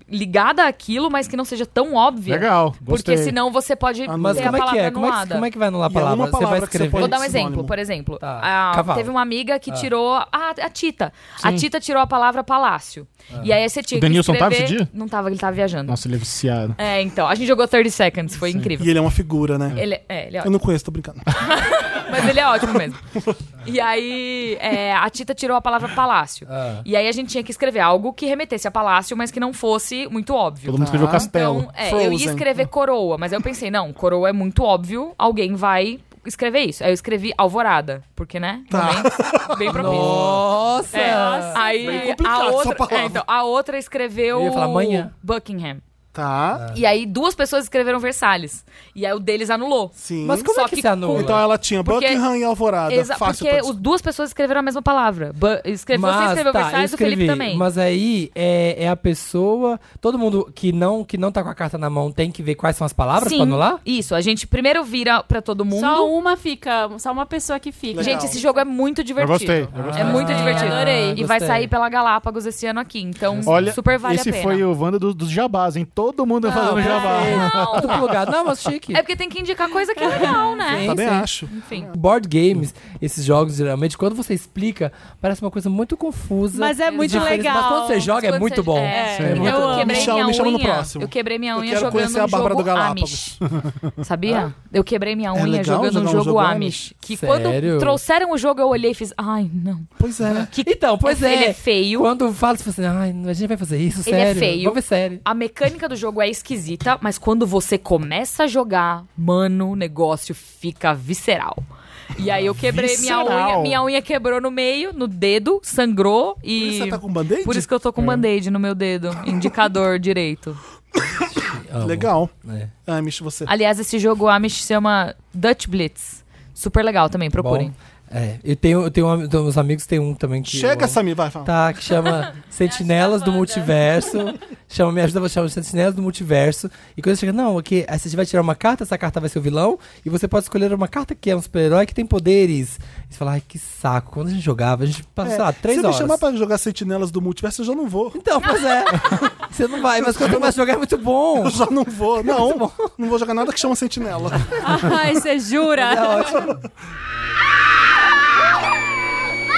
ligada àquilo, mas que não seja tão óbvia. Legal, Porque gostei. senão você pode Ah, Mas ter a como é que palavra é? Como é que, anulada. como é que vai anular a E é uma palavra? Você vai palavra que você escrever. pode- Vou dar um Sinônimo. exemplo, por exemplo. Tá. a- Cavalo. teve uma amiga que Ah. tirou. Ah, a Tita. A Tita tirou a palavra palácio. Ah. E aí você tinha O Denilson que tava esse escrever... dia? Não tava, ele tava viajando. Nossa, ele é viciado. É, então. A gente jogou 30 Seconds, foi incrível. E ele é uma figura, né? Ele, é, ele é Eu não conheço, tô brincando. Mas ele é ótimo mesmo. E aí, é, a Tita tirou a palavra palácio. Ah. E aí a gente tinha que escrever algo que remetesse a palácio, mas que não fosse muito óbvio. Todo mundo escreveu castelo. Então, é, eu ia Frozen. escrever coroa, mas eu pensei, não, coroa é muito óbvio, alguém vai escrever isso. Aí eu escrevi alvorada, porque, né? Também, bem propício. Nossa! É, aí complicado a essa outra, palavra. é, então, a outra escreveu Eu ia falar amanhã. Buckingham. Tá. E aí duas pessoas escreveram Versalhes. E aí o deles anulou. Sim. Mas como Só é que, se anula? Então ela tinha Buckingham e Alvorada. Exa- fácil porque pra- o- duas pessoas escreveram a mesma palavra. Bu- escreve- você escreveu tá, Versalhes, eu o Felipe escrevi. também. Mas aí é, é a pessoa. Todo mundo que não, que não tá com a carta na mão tem que ver quais são as palavras Sim, pra anular? Isso, a gente primeiro vira pra todo mundo. Só um. uma fica, só uma pessoa que fica. Gente, esse jogo é muito divertido. gostei, eu gostei. É muito Ah, divertido. adorei. E vai Gostei. sair pela Galápagos esse ano aqui. Então, Olha, super vale esse a pena. foi o Wanda do- dos jabás, hein? Todo mundo Não, fazendo jabá. não. Tudo plugado. Não, mas chique. É porque tem que indicar coisa que é legal, né? Sim, Também sim. acho. Enfim. Board games, esses jogos, geralmente, quando você explica, parece uma coisa muito confusa. Mas é muito diferente, Mas legal. quando você joga, é Quando muito você- bom. é, Sim. muito eu bom. quebrei Me chama- minha me chama no unha. próximo. Eu quebrei minha Eu unha quero jogando conhecer a um Bárbara jogo do Amish. Galápagos. Sabia? Eu quebrei minha É unha legal jogando um jogar um jogo jogo Amish. Amish? Que quando Sério? trouxeram o jogo, eu olhei e fiz, ai, não. Pois é. então, pois é. Ele é feio. Quando fala, você fala assim, ai, a gente vai fazer isso, Ele sério. é feio. Vamos ver sério. A mecânica do jogo é esquisita, mas quando você começa a jogar, mano, o negócio fica visceral. E aí eu quebrei minha Visceral. unha, minha unha quebrou no meio, no dedo, sangrou e Por isso você tá com band-aid? Por isso que eu tô com band-aid no meu dedo, indicador direito. Legal. É. Amish, você. Aliás, esse jogo Amish se chama Dutch Blitz. Super legal também, procurem. Bom, é, eu tenho, eu tenho um, então, meus amigos tem um também que Chega, eu, Samir, vai, fala. Tá, que chama Sentinelas do Multiverso. Chama, me ajuda, chama Sentinelas do Multiverso. E quando você chega, não, aqui, aí você vai tirar uma carta, essa carta vai ser o vilão, e você pode escolher uma carta que é um super-herói que tem poderes. E você fala, ai, que saco. Quando a gente jogava, a gente passou, sei lá, três É. Se horas. me chamar pra jogar Sentinelas do Multiverso, eu já não vou. Então, pois é. Você não vai, mas quando começa a jogar é muito bom. Eu já não É vou. Não, não vou jogar nada que chama Sentinela. Ai, você jura? É ótimo.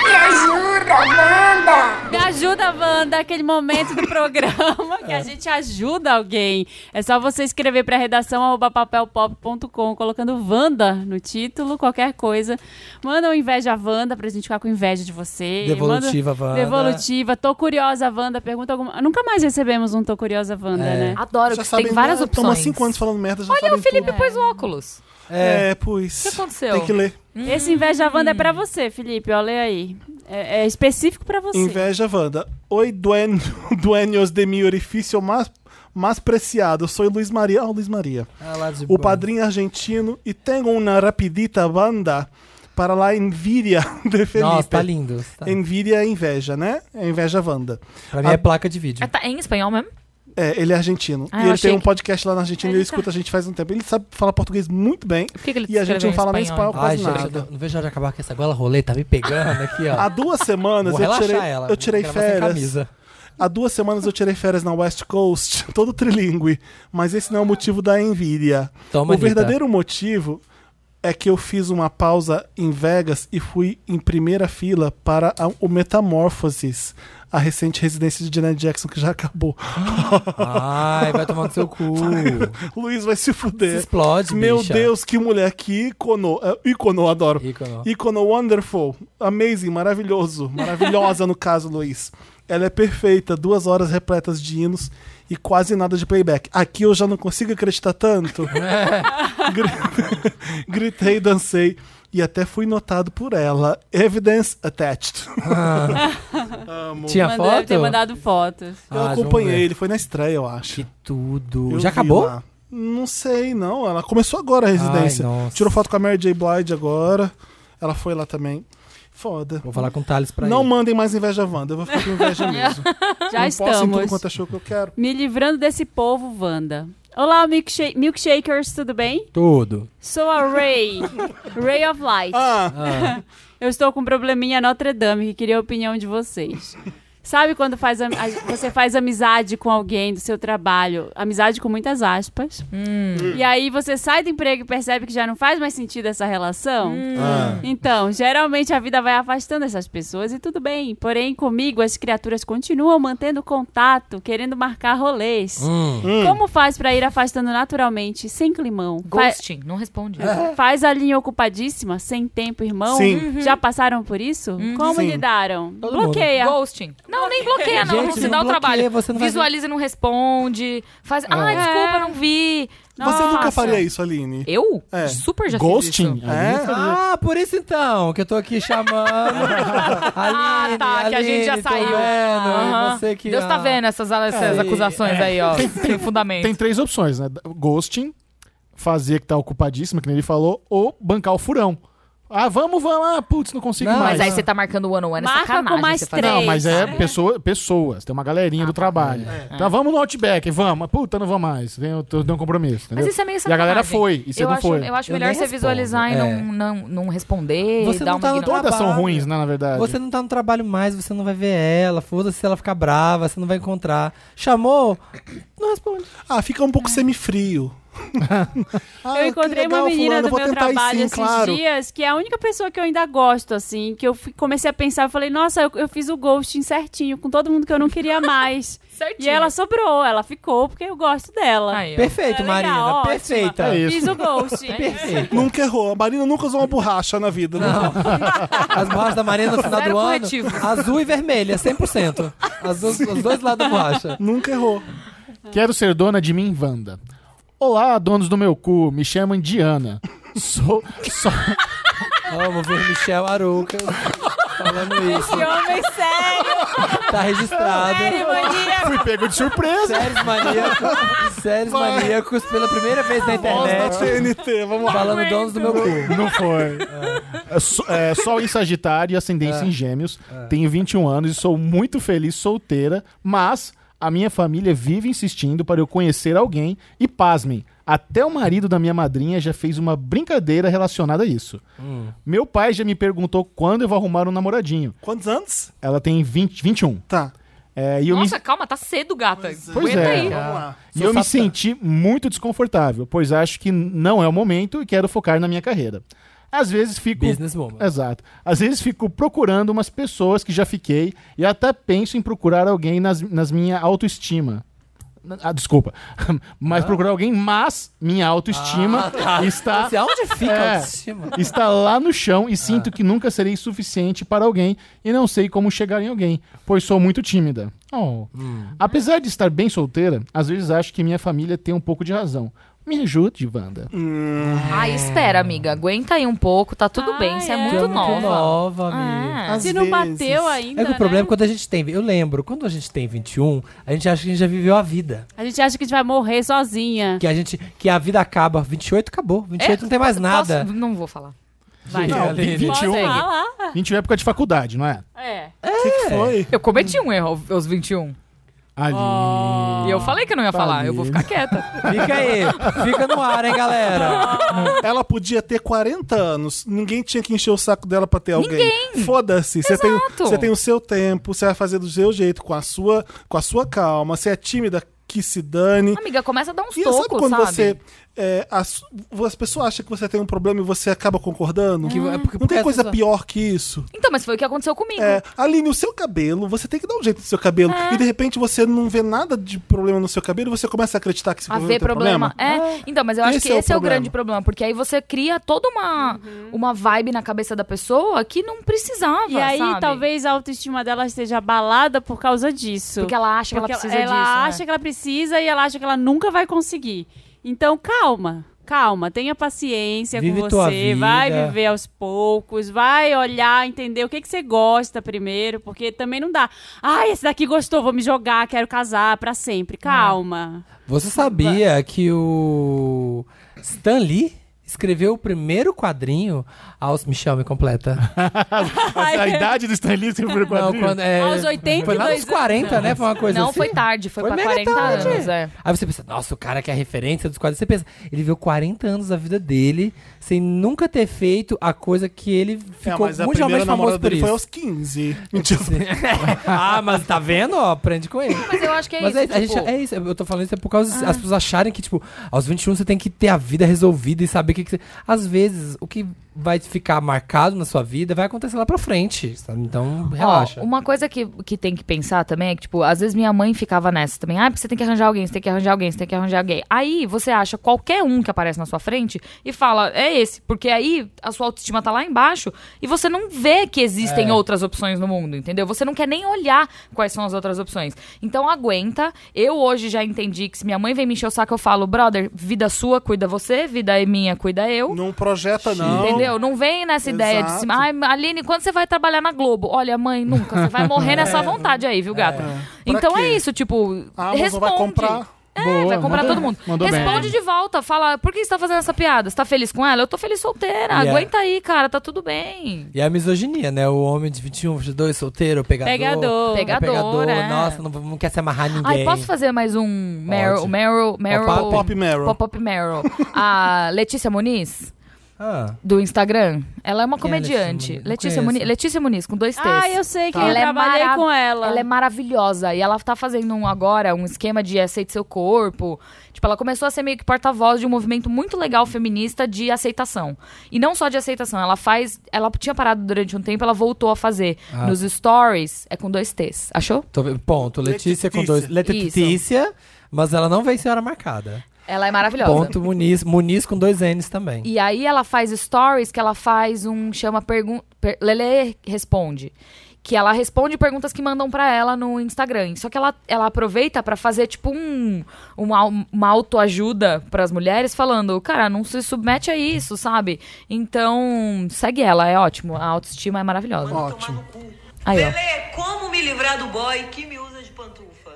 Me ajuda, Wanda! Me ajuda, Wanda, aquele momento do programa que a É. gente ajuda alguém. É só você escrever para redação arroba papelpop.com, colocando Wanda no título, qualquer coisa. Manda um inveja Wanda pra gente ficar com inveja de você. Devolutiva, Manda- Wanda. Devolutiva, tô curiosa, Wanda. Pergunta alguma. Nunca mais recebemos um tô curiosa, Wanda, É. né? Adoro, Já que tem sabem, várias né? Tamo há opções. cinco anos falando merda, já Olha, sabem o Felipe tudo. pôs o óculos. É. É, pois. O que aconteceu? Tem que ler. Uhum. Esse inveja Wanda é pra você, Felipe. Olha aí. É, é específico pra Assim. você. Inveja, Wanda. Oi, duen- dueños de mi orifício mais, mais preciado. Sou Luiz Maria. Ah, o Luiz Maria. Ah, lá de o boa. padrinho argentino e tenho uma rapidita banda para lá envidia de Felipe. Nossa, tá lindo. Tá. Envidia é inveja, né? É inveja Wanda. Pra mim é placa de vídeo. Ah, tá, é em espanhol mesmo? É, ele é argentino. Ah, eu e ele achei tem um que- tá- podcast lá na Argentina e ele escuta a gente faz um tempo. Ele sabe falar português muito bem. Por que, que ele E a gente escreveu não em fala nem espanhol Ai, quase gente, nada. eu não, não vejo a hora de acabar com essa gola rolê, tá me pegando aqui, ó. Há duas semanas Tá. Vou eu relaxar tirei, ela. eu tirei vou gravar sem férias. camisa. Há duas semanas eu tirei férias na West Coast, todo trilingue, mas esse não é o motivo da envidia. Toma, o Anitta. verdadeiro motivo é que eu fiz uma pausa em Vegas e fui em primeira fila para a- o Metamorphosis, a recente residência de Janet Jackson que já acabou. Ai, vai tomar no seu cu. Luiz vai se Se fuder. explode, Meu bicha. Deus, que mulher, que ícono. É, ícono, adoro. Ícono. Ícono wonderful. Amazing, maravilhoso. Maravilhosa, no caso, Luiz. Ela é perfeita, duas horas repletas de hinos e quase nada de playback. Aqui eu já não consigo acreditar tanto. Gri- Gritei, dancei e até fui notado por ela. Evidence attached. Tinha Wanda deve foto? ter mandado fotos. Eu Ah, vamos acompanhei, ver. ele foi na estreia, eu acho. Que tudo. Eu Já vi acabou? lá. Não sei, não. Ela começou agora a residência. Ai, nossa. Tirou foto com a Mary J. Blige agora. Ela foi lá também. Foda. Vou falar com o Thales pra Não ele. mandem mais inveja Wanda. Eu vou ficar com inveja mesmo. Já não posso em tudo estamos. quanto é show que eu quero. Me livrando desse povo, Wanda. Olá, milksha- milkshakers, tudo bem? Tudo. Sou a Ray, Ray of Light. Ah, Eu estou com um probleminha Notre Dame que queria a opinião de vocês. Sabe quando faz am- a- você faz amizade com alguém do seu trabalho? Amizade com muitas aspas. E aí você sai do emprego e percebe que já não faz mais sentido essa relação? Então, geralmente a vida vai afastando essas pessoas e tudo bem. Porém, comigo as criaturas continuam mantendo contato, querendo marcar rolês. Né? Como faz pra ir afastando naturalmente, sem climão? Fa- Ghosting, não responde. É, Faz a linha ocupadíssima, sem tempo, irmão. Sim. Uhum. Já passaram por isso? Como Sim. lidaram? Todo Bloqueia. Ghosting. Não, nem bloqueia, não. Gente, se não dá bloqueia, o trabalho. você não vai- Visualiza e não responde. Faz. Ah, É. desculpa, não vi. Você nunca Nossa. faria isso, É. Aline? Eu? Super já fiz Ghosting? isso. É? Ah, por isso então, que eu tô aqui chamando. ah, tá, que a gente já saiu. Aham. Você que, Deus tá ah, vendo essas, essas é, acusações é. aí, ó. Tem- Sem fundamento. Tem três opções, né? Ghosting, fazer que tá ocupadíssima, que nem ele falou, ou bancar o furão. Ah, vamos, vamos. Ah, putz, não consigo Não, mais. mas aí você tá marcando o ano one é Marca com sacanagem. mais você fazer. Não, mas é pessoa, pessoas, tem uma galerinha do trabalho. é. Tá, vamos no Outback, vamos. Ah, Puta, não vou mais. Tem, eu tô- deu um compromisso. Mas entendeu? isso é meio E a sacanagem. galera foi, e você eu não acho, foi. Eu acho melhor você visualizar e não, não, não responder. Você dar não uma tá no ignorada. Todas são ruins, né, na verdade. Você não tá no trabalho mais, você não vai ver ela. Foda-se se ela ficar brava, você não vai encontrar. Chamou? Não responde. Ah, fica um pouco semifrio. Ah, É. eu que encontrei legal, uma menina fulano, do vou meu tentar ir trabalho sim, esses claro. dias, que é a única pessoa que eu ainda gosto, assim, que eu fui- comecei a pensar, eu falei, nossa, eu, eu fiz o ghosting certinho, com todo mundo que eu não queria mais. Certinho. E ela sobrou, ela ficou, porque eu gosto dela. Aí, ó. É Perfeito, legal, Marina. ótima. Perfeita. É isso. Fiz o ghosting. Nunca errou. A Marina nunca usou uma borracha na vida. Ah. né? As borrachas da Marina no final Zero do ano, corretivo. azul e vermelha, 100%. Azul, os dois lados da borracha. Nunca errou. Quero ser dona de mim, Wanda. Olá, donos do meu cu, me chamam Diana. Sou. sou... Amo ver Michel Aruca falando isso. Que homem sério, Tá registrado. sério, maníaco. Fui pego de surpresa. Sérios maníacos, sérios maníacos pela primeira vez na Voz da internet. TNT, vamos lá. Falando donos do meu cu. Não foi. É. so- é, Sol em Sagitário e ascendência em Gêmeos. Tenho 21 anos e sou muito feliz solteira, mas a minha família vive insistindo para eu conhecer alguém e pasmem. Até o marido da minha madrinha já fez uma brincadeira relacionada a isso. Meu pai já me perguntou quando eu vou arrumar um namoradinho. Quantos anos? Ela tem 20, 21. Tá. É, e eu me- Nossa, calma, tá cedo, gata. Pois Aguenta é. aí. Vamos lá. E eu me senti muito desconfortável, pois acho que não é o momento e quero focar na minha carreira. Às vezes fico. Business woman. Exato. Às vezes fico procurando umas pessoas que já fiquei e até penso em procurar alguém nas, nas minha autoestima. Na- Ah, desculpa. Ah. Mas procurar alguém, mas minha autoestima está. Assim, aonde fica É. a autoestima? Está lá no chão e sinto que nunca serei suficiente para alguém e não sei como chegar em alguém, pois sou muito tímida. Oh. Apesar de estar bem solteira, às vezes acho que minha família tem um pouco de razão. Me ajude, Wanda. Ai, Ah, espera, amiga. Aguenta aí um pouco, tá tudo Ah, bem. Você é, é. muito Muito nova. nova, amiga. É. Às Se não vezes. bateu ainda, É que o problema é né? quando a gente tem. Eu lembro, quando a gente tem 21, a gente acha que a gente já viveu a vida. A gente acha que a gente vai morrer sozinha. Que a gente. Que a vida acaba. 28 acabou. 28 não tem mais nada. Posso? Não vou falar. Vai, Não, Aline. 21. Pode falar. 21 é época de faculdade, não é? É. O que, que foi? Eu cometi um erro aos 21. Ali. e eu falei que não ia falar. Eu vou Aline. ficar quieta. Fica aí. Fica no ar, hein, galera. Ela podia ter 40 anos. Ninguém tinha que encher o saco dela pra ter alguém. Ninguém. Foda-se. Você tem, Exato. você tem o seu tempo, você vai fazer do seu jeito, com a sua, com a sua calma. Você é tímida, que se dane. Amiga, começa a dar uns E tocos, sabe quando é sabe? você. É, as, as pessoas acham que você tem um problema e você acaba concordando? Que- é Não porque- porque tem as coisa pessoas- pior que isso. Então, mas foi o que aconteceu comigo. É, Aline, o seu cabelo, você tem que dar um jeito no seu cabelo. É. E de repente você não vê nada de problema no seu cabelo, você começa a acreditar que Tá esse a problema ver tem problema. problema. É. Então, mas eu acho Esse que é o esse é o problema. grande problema, porque aí você cria toda uma, uma vibe na cabeça da pessoa que não precisava, E aí, sabe? talvez a autoestima dela esteja abalada por causa disso. Porque ela acha que ela Porque precisa Tipo, ela disso. né? acha que ela precisa e ela acha que ela nunca vai conseguir. Então, calma. Calma, tenha paciência Vive com tua você, vai vida. viver aos poucos, vai olhar, entender o que, que você gosta primeiro, porque também não dá. Ah, esse daqui gostou, vou me jogar, quero casar pra É. sempre. Calma. Você sabia que o Stan Lee escreveu o primeiro quadrinho aos Michel me completa. A idade do Stanley sempre foi Não, quadrinho. quando, é, Ah, aos 82 foi lá nos 40, né? Foi uma coisa Não, assim. foi tarde, foi, Foi pra mega 40 tarde. anos, é. Aí você pensa, nossa, o cara que é a referência dos quadrinhos. Você pensa, ele viu 40 anos da vida dele sem nunca ter feito a coisa que ele É, ficou mas a primeira mundialmente namorada famoso por dele foi isso. aos 15. Então, Mentira. ah, mas tá vendo? Ó, aprende com ele. Mas eu acho que é Mas isso. é, a tipo, Ah. gente, é isso, eu tô falando isso é por causa um as pessoas acharem que, tipo, aos 21 você tem que ter a vida resolvida e saber o que, que você. Às vezes, o que vai ficar marcado na sua vida, vai acontecer lá pra frente, sabe? Então, Ó, um relaxa. uma coisa que, que tem que pensar também é que, tipo, às vezes minha mãe ficava nessa também. Ah, porque você tem que arranjar alguém, você tem que arranjar alguém, você tem que arranjar alguém. Aí você acha qualquer um que aparece na sua frente e fala, é esse. Porque aí a sua autoestima tá lá embaixo e você não vê que existem É. outras opções no mundo, entendeu? Você não quer nem olhar quais são as outras opções. Então aguenta. Eu hoje já entendi que se minha mãe vem me encher o saco, eu falo, brother, vida sua, cuida você, vida é minha, cuida eu. Não projeta, não. Entendeu? Não vem nessa ideia de Exato. se Ai, Aline, quando você vai trabalhar na Globo? Olha, mãe, nunca. Você vai morrer nessa vontade aí, viu, gata? Então é isso, tipo, A Ah, Amazon responde. vai comprar. É, vai comprar todo mundo. Responde de volta, fala, por que você tá fazendo essa piada? Você tá feliz com ela? Eu tô feliz solteira. Yeah. Aguenta aí, cara, tá tudo bem. E a misoginia, né? O homem de 21, 22, solteiro, pegador. Pegador. É Pegador, Pegador, é. Nossa, não, não quer se amarrar ninguém. Ai, posso fazer mais um Meryl, Pode. Meryl, Meryl. Pop- Pop Meryl. Pop-up Meryl. A Letícia Muniz, Ah, do Instagram, ela é uma comediante. Letícia, Não Muniz, conheço. Letícia Muniz, com dois T's. Ah, eu sei Tá. que eu trabalhei mara- com ela. é Ela é maravilhosa. E ela tá fazendo um, agora um esquema de aceite seu corpo. Tipo, ela começou a ser meio que porta-voz de um movimento muito legal feminista de aceitação. E não só de aceitação, ela faz. Ela tinha parado durante um tempo, ela voltou a fazer. Ah. Nos stories, é com dois T's. Achou? Tô vendo- ponto, Letícia com dois. Letícia, mas ela não vem senhora marcada. Ela é maravilhosa. Ponto Muniz, Muniz com dois N's também. E aí ela faz stories que ela faz um chama pergunta. Lele responde. Que ela responde perguntas que mandam pra ela no Instagram. Só que ela, ela aproveita pra fazer, tipo, um, uma, au- uma autoajuda pras mulheres, falando, cara, não se submete a isso, sabe? Então, segue ela, é ótimo. A autoestima é maravilhosa. Ótimo. Aí, ó. Lele, como me livrar do boy que me usa de pantufa?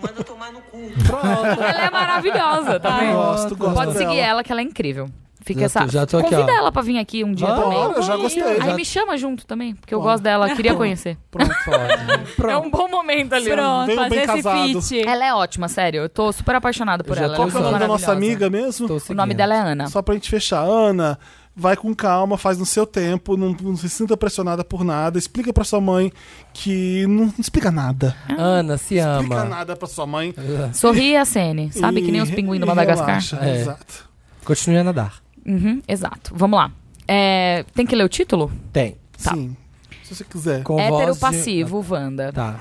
Manda tomar no cu. Ela é maravilhosa, tá Ah, vendo? gosto, gosto Pode seguir dela. ela, que ela é incrível. Fica Já essa. tô- já tô aqui, Convida ó. ela pra vir aqui um dia Bora, também. eu já gostei, Aí já- me chama junto também, porque eu Bora. gosto dela, queria Pronto. conhecer. Pronto, É um bom momento ali. Pronto, Veio fazer bem esse casado. fit. Ela é ótima, sério. Eu tô super apaixonada por ela. Qual ela que é o nome da nossa maravilhosa. amiga mesmo? O nome dela é Ana. Só pra gente fechar. Ana, vai com calma, faz no seu tempo, não, não se sinta pressionada por nada. Explica pra sua mãe que não, não explica nada. Ana, se Não ama. explica nada pra sua mãe. Sorri a Sene, sabe? que nem os E- pinguins do e Madagascar. relaxa, É. Exato. Continue a nadar. Uhum, exato. Vamos lá. É, tem que ler o título? Tem. Tá. Sim. Se você quiser. Com Hétero voz de- passivo, Wanda. Tá.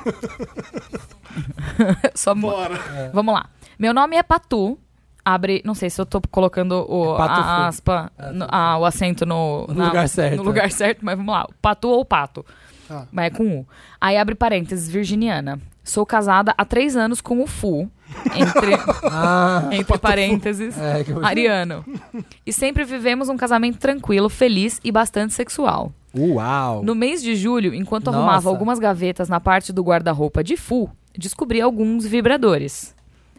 Só mo- É. Vamos lá. Meu nome é Patu. Abre, não sei se eu tô colocando o, É Patufu. a aspa, no- ah, o acento no, No lugar certo. é. no lugar certo, mas vamos lá. Patu ou pato. Tá. Mas é com U. Aí abre parênteses, virginiana. Sou casada há três anos com o Fu. Entre, Ah. entre parênteses, É, que eu- ariano. E sempre vivemos um casamento tranquilo, feliz e bastante sexual. Uau. No mês de julho, enquanto Nossa. arrumava algumas gavetas na parte do guarda-roupa de full, descobri alguns vibradores.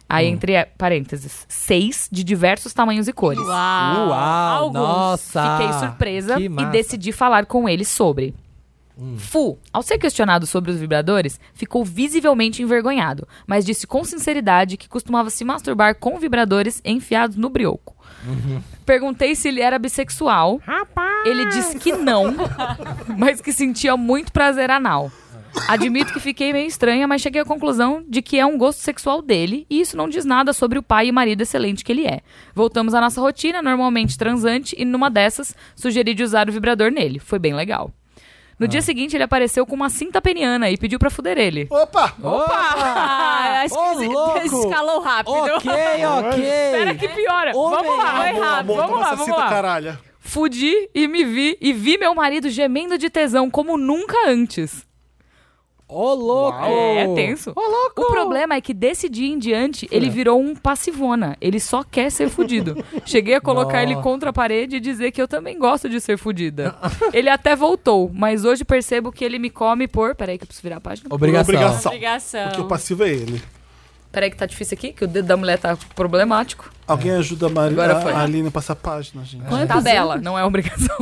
Aí, Hum. entre é, parênteses, seis de diversos tamanhos e cores. Uau. Uau, Alguns. nossa. Fiquei surpresa Que e massa. Hum. decidi falar com ele sobre. Fu, ao ser questionado sobre os vibradores, ficou visivelmente envergonhado, mas disse com sinceridade que costumava se masturbar com vibradores enfiados no brioco. Uhum. Perguntei se ele era bissexual. Ele disse que não, mas que sentia muito prazer anal. Admito que fiquei meio estranha, mas cheguei à conclusão de que é um gosto sexual dele e isso não diz nada sobre o pai e marido excelente que ele é. Voltamos à nossa rotina, normalmente transante, e numa dessas sugeri de usar o vibrador nele. Foi bem legal. No dia seguinte, ele apareceu com uma cinta peniana e pediu pra fuder ele. Opa! Ah, acho que esse- escalou rápido. Ok, ok. Espera que piora. vamos lá, Foi rápido. Amor, vamos toma lá, essa vamos cinta, lá. caralho. Fudi e me vi, e vi meu marido gemendo de tesão como nunca antes. Ô, louco! É, é tenso. O problema é que desse dia em diante, É. ele virou um passivona. Ele só quer ser fudido. Cheguei a colocar ele Nossa. contra a parede e dizer que eu também gosto de ser fudida. ele até voltou, mas hoje percebo que ele me come por... Peraí que eu preciso virar a página. Obrigação. Obrigação. Obrigação. Porque o passivo é ele. Peraí que tá difícil aqui, que o dedo da mulher tá problemático. Alguém ajuda a, Mari- Agora a- foi. a Aline a passar a página, gente. Tabela, não é obrigação.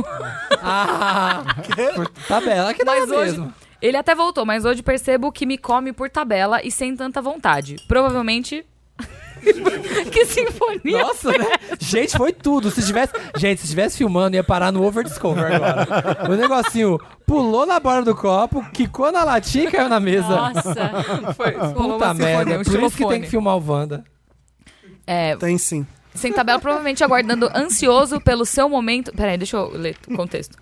Por tabela Tá que Mas dá hoje- É mesmo. Ele até voltou, mas hoje percebo que me come por tabela e sem tanta vontade. Provavelmente. que sinfonia! Nossa, né? Gente, foi tudo. Se tivesse... Gente, se estivesse filmando, ia parar no Over Discover agora. O negocinho pulou na borda do copo, quicou na latinha e caiu na mesa. Nossa! Foi, rolou Puta uma sinfonia, merda. é um Por isso que xilofone. tem que filmar o Wanda. É, Tem sim. Sem tabela, provavelmente aguardando ansioso pelo seu momento. Peraí, deixa eu ler o contexto.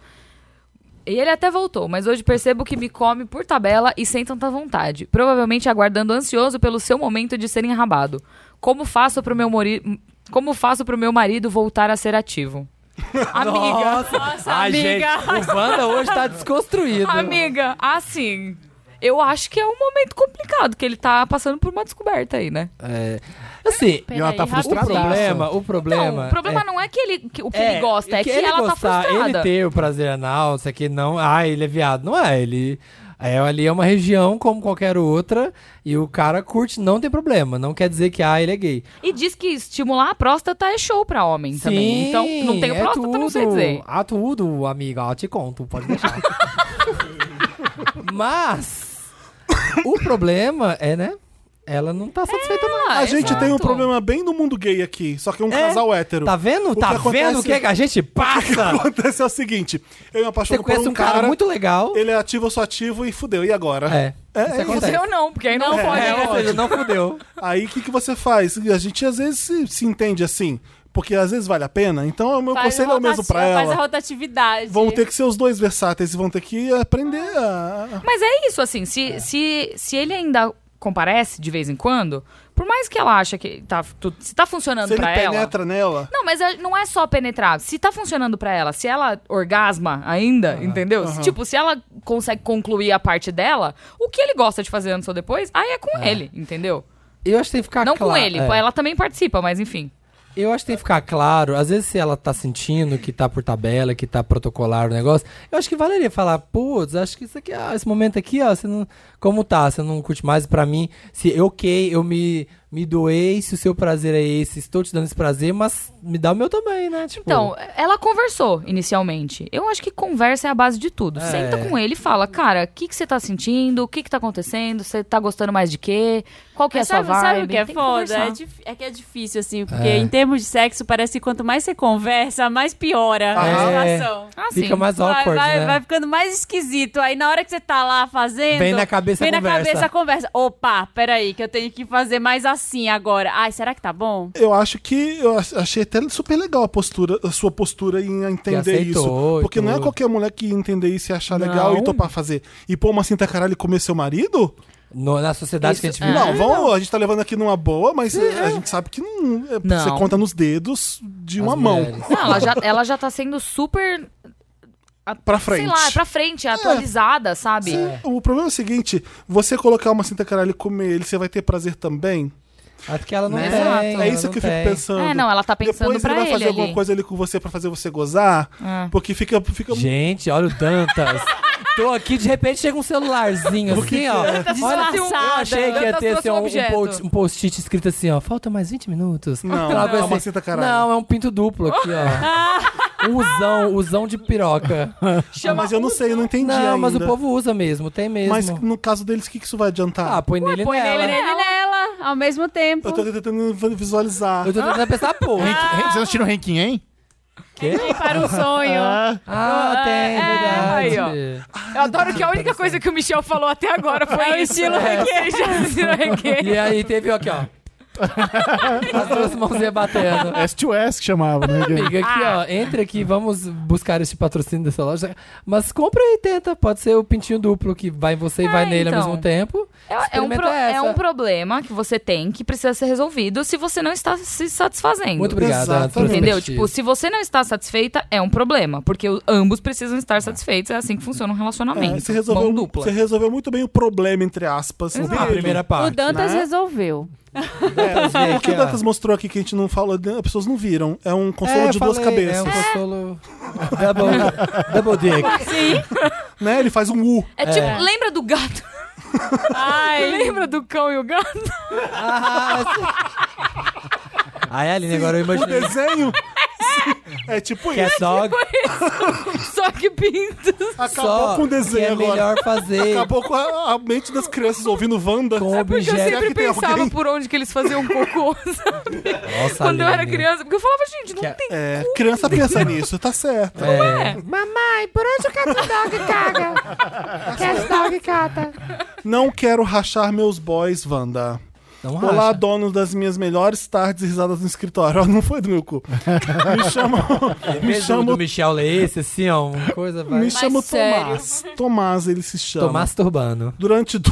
E ele até voltou, mas hoje percebo que me come por tabela e sem tanta vontade. Provavelmente aguardando ansioso pelo seu momento de ser enrabado. Como faço pro meu, mori... Como faço pro meu marido voltar a ser ativo? Nossa, Ai, gente, o Wanda hoje tá desconstruído. Amiga, assim, eu acho que é um momento complicado, que ele tá passando por uma descoberta aí, né? É, assim, E ela tá Peraí, o frustradaça. problema, o problema. Não, o problema não é que ele, que- o que ele gosta, é que, ele ela tá gostar, frustrada. Ele ter o prazer anal, não sei o que, não. Ah, ele é viado. Não é, ele. É, ali é uma região como qualquer outra e o cara curte, não tem problema. Não quer dizer que, ah, ele é gay. E diz que estimular a próstata é show pra homem também. Então, não tem é próstata, não sei dizer. Ah, tudo, amiga, ó, te conto, pode deixar. Mas o problema é, né? Ela não tá satisfeita, não. Ah, A gente tem um problema bem no mundo gay aqui, só que é um É. casal hétero. Tá vendo? Tá vendo o que a gente passa? O que acontece é o seguinte: eu me apaixono Você conhece por um cara muito legal. Ele é ativo, eu sou ativo e fudeu. E agora? É. Isso acontece. Eu não, porque aí É, não pode, né? ótimo. Ou seja, não fudeu. Aí o que, que você faz? A gente às vezes se, se entende assim, porque às vezes vale a pena. Então o meu Faz conselho é o mesmo rotati- pra ela. Faz a rotatividade. Vão ter que ser os dois versáteis e vão ter que aprender a. Mas é isso, assim, se, se, se ele ainda comparece de vez em quando, por mais que ela acha que tá, tu- se tá funcionando Se ele pra ela... penetra nela. Não, mas é- não é só penetrar. Se tá funcionando pra ela, se ela orgasma ainda, entendeu? Se, aham. Tipo, se ela consegue concluir a parte dela, o que ele gosta de fazer antes ou depois, aí é com ele, entendeu? Eu acho que tem que Ah, ficar Não com cla- ele, é. pô, ela também participa, mas enfim. Eu acho que tem que ficar claro. Às vezes, se ela tá sentindo que tá por tabela, que tá protocolar o negócio, eu acho que valeria falar, putz, acho que isso aqui, ah, esse momento aqui, ó, você não. Como tá? Você não curte mais pra mim. Se eu ok, eu me, me doei, se o seu prazer é esse, estou te dando esse prazer, mas me dá o meu também, né? Tipo, Então, ela conversou inicialmente. Eu acho que conversa é a base de tudo. É. Senta com ele e fala, cara, o que, que você tá sentindo? O que, que tá acontecendo? Você tá gostando mais de quê? Qual que é a Mas sua sabe, vibe? sabe o que é Tem foda? é, conversar. dif- é que é difícil, assim, porque É. em termos de sexo, parece que quanto mais você conversa, mais piora a É. situação. Ah, assim, Fica sim. mais awkward, vai, vai, né? vai ficando mais esquisito. Aí na hora que você tá lá fazendo. Vem na cabeça a Vem na conversa. cabeça a conversa. Opa, peraí, que eu tenho que fazer mais assim agora. Ai, será que tá bom? Eu acho que eu ach- achei até super legal a postura, a sua postura em entender aceitou isso. e Porque não é tudo. qualquer mulher que entender isso e achar legal Não. e topar fazer. E pôr uma cinta caralho e comer seu marido? no- na sociedade que a gente vive. Não, hoje, vamos, a gente tá levando aqui numa boa, mas eh, a gente sabe que não, é- é. Não. você conta nos dedos de uma mão. Não, ela já, ela já tá sendo super. a- Pra frente. É. Sei lá, é pra frente, atualizada, sabe? O problema é o seguinte, você colocar uma cinta caralho e comer ele, você vai ter prazer também? Acho que ela não Né? tem. É ela isso então, não que eu tem. fico pensando. É, não, ela tá pensando Depois pra ele vai fazer ele alguma ali. coisa ali com você pra fazer você gozar, Ah. porque fica, fica Gente, olha o Dantas. Tô aqui, de repente chega um celularzinho assim, ó. Dantas Olha, trouxe um- eu achei que ia Dantas ter trouxe assim, um um, objeto. post- um post-it escrito assim, ó. Falta mais 20 minutos. Não, Aquela não, coisa é uma cinta caralho. Não, é um pinto duplo aqui, ó. Um Usão, usão de piroca. mas eu não sei, eu não entendi Não, mas o ainda. povo usa mesmo, tem mesmo. Mas no caso deles, o que, que isso vai adiantar? Ah, põe nele e Põe nela. nele nele e nela, ao mesmo tempo. Eu tô tentando visualizar. Eu tô tentando pensar, pô. Vocês assistiram Rankin, hein? Para o sonho. Ah. Ah, tem, aí, ó. verdade. Eu adoro que a única coisa que o Michel falou até agora foi É o isso. estilo requeijo. É o estilo requeijo. E aí teve aqui, ó. As duas mãozinhas batendo. S2S que chamava, né? Amiga, aqui, ó, entre aqui, vamos buscar este patrocínio dessa loja. Mas compra e tenta. Pode ser o pintinho duplo que vai em você e É, vai nele ao então. mesmo tempo. É, é um Experimenta pro- é essa. um problema que você tem que precisa ser resolvido se você não está se satisfazendo. Muito obrigado, Ana, por Entendeu? refletir. Tipo, se você não está satisfeita, é um problema. Porque o- ambos precisam estar satisfeitos. É assim que funciona um relacionamento. É, você, resolveu, Mão dupla. você resolveu muito bem o problema, entre aspas. Exato. dele. A primeira parte. O Dantas Né? resolveu. O que o Dantas mostrou aqui que a gente não falou, as pessoas não viram. É um consolo É, de duas falei, cabeças. É um consolo. Double, double dick. Né? Ele faz um U. É tipo, lembra do gato? Ai. lembra do cão e o gato? Aí, Aline, né, agora eu O imaginei. desenho é tipo Que é isso. dog. Só que pintos. Acabou só com o que desenho é agora. melhor fazer Acabou com a, a mente das crianças ouvindo Wanda. com Porque eu objeto. sempre que tem pensava alguém? por onde que eles faziam um cocô, sabe? Nossa, Quando eu era Aline. criança. Porque eu falava, gente, não Que é- tem. É, criança pensa nisso, tá certo. É. Mamãe, por onde o cat dog caga? Cat dog cata. Não quero rachar meus boys, Wanda. Então Olá, racha. donos das minhas melhores tardes e risadas no escritório. Ó, Não foi do meu cu. Me chamam. Me me chama chamam do Michel Leice, assim, ó, uma coisa vai. Me chama Tomás. Tomás, ele se chama. Tomás Turbano. Durante, do...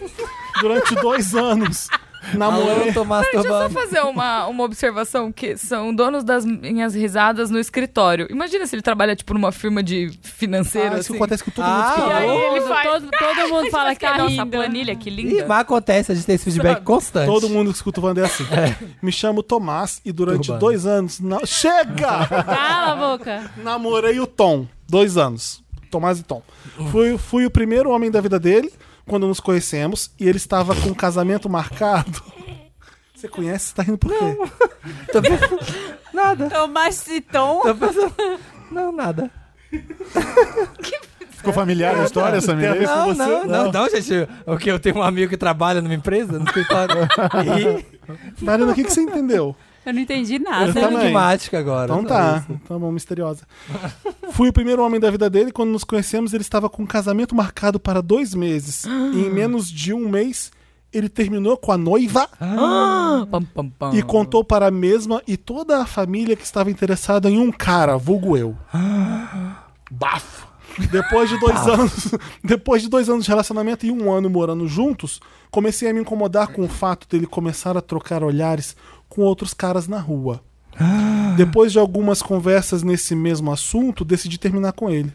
Durante dois anos, namorei. Deixa eu só fazer uma, uma observação, que são donos das minhas risadas no escritório. Imagina se ele trabalha, tipo, numa firma de financeiro, Ah, isso assim. acontece com todo mundo. mundo que e aí trabalha. ele Todo- faz... todo- todo mundo fala que tá Nossa, rindo. planilha, que linda. E mas acontece, a gente tem esse feedback constante. Todo mundo que escuta o Wander é assim. Me chamo Tomás e durante Turbano. dois anos. na- Chega! Cala a boca. Namorei o Tom. Dois anos. Tomás e Tom. Fui, fui o primeiro homem da vida dele quando nos conhecemos e ele estava com um casamento marcado. Você conhece? Você tá rindo por quê? Nada. Tomás Citon. tá Tô pensando- Não, nada. Ficou familiar a história, Tem a ver Samir? com Não, você? não, Não. não, não, gente. O que? Eu tenho um amigo que trabalha numa empresa, no escritório. e... Marina, o que, que você entendeu? Eu não entendi Eu nada. também. enigmática agora. Então só tá. isso. Então bom, misteriosa. Fui o primeiro homem da vida dele. Quando nos conhecemos, ele estava com um casamento marcado para dois meses. e em menos de um mês, ele terminou com a noiva Ah, pam, pam, pam. e contou para a mesma e toda a família que estava interessada em um cara, vulgo eu. Bafo! Depois de dois anos, depois de dois anos de relacionamento e um ano morando juntos, comecei a me incomodar com o fato dele começar a trocar olhares com outros caras na rua. Depois de algumas conversas nesse mesmo assunto, decidi terminar com ele.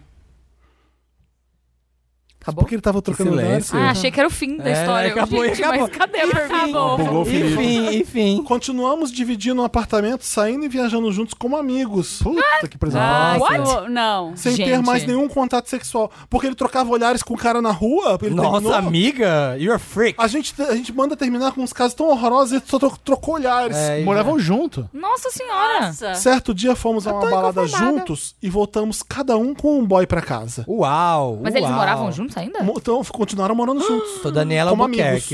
Acabou? Porque ele tava trocando olhares. silêncio. Ah, achei que era o fim da É, história. acabou, Gente, acabou. mas cadê a pergunta? Bugou o Felipe. Enfim, enfim. Continuamos dividindo um apartamento, saindo e viajando juntos como amigos. Puta que presente. Ah, What? isso- Não. Sem Gente. ter mais nenhum contato sexual. Porque ele trocava olhares com o cara na rua. Ele Nossa, terminou. amiga, you're a freak. A gente, a gente manda terminar com uns casos tão horrorosos e ele só tro- trocou olhares. É, Moravam junto. Nossa senhora. Nossa. Certo dia fomos a uma balada juntos e voltamos cada um com um boy pra casa. Uau, Mas eles moravam juntos ainda? Mo- Então continuaram morando juntos. Sou Daniela Como Albuquerque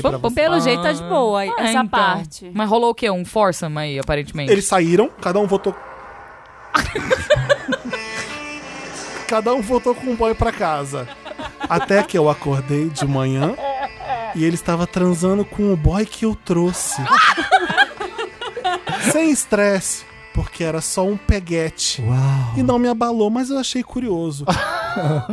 amigos. pra você. Pelo jeito tá de boa É, aí, Ah, essa então. parte. Mas rolou o quê? Um foursome aí, aparentemente. Eles saíram, cada um votou. cada um voltou com um boy pra casa. Até que eu acordei de manhã e ele estava transando com o boy que eu trouxe. Sem estresse, porque era só um peguete. Uau. E não me abalou, mas eu achei curioso.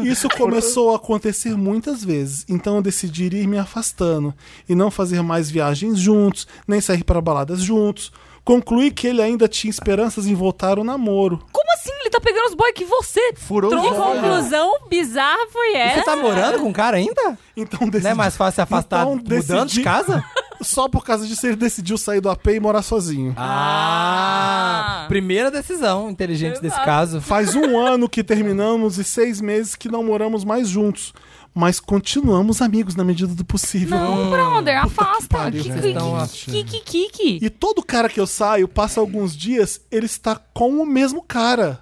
Isso começou a acontecer muitas vezes, então eu decidi ir me afastando e não fazer mais viagens juntos, nem sair para baladas juntos. Concluí que ele ainda tinha esperanças em voltar o namoro. Como assim? Ele tá pegando os boy que você Furou Que os olhos. conclusão bizarra foi E essa? Você É. tá morando com o cara ainda? Então Não decidi. é mais fácil se afastar Então, mudando decidi- de casa? Só por causa disso ele decidiu sair do AP e morar sozinho. Ah, primeira decisão inteligente desse caso. Faz um ano que terminamos e seis meses que não moramos mais juntos. Mas continuamos amigos na medida do possível. Não, brother, afasta. um pariu, Que velho. que- que que que que que? E todo cara que eu saio, passa alguns dias, ele está com o mesmo cara.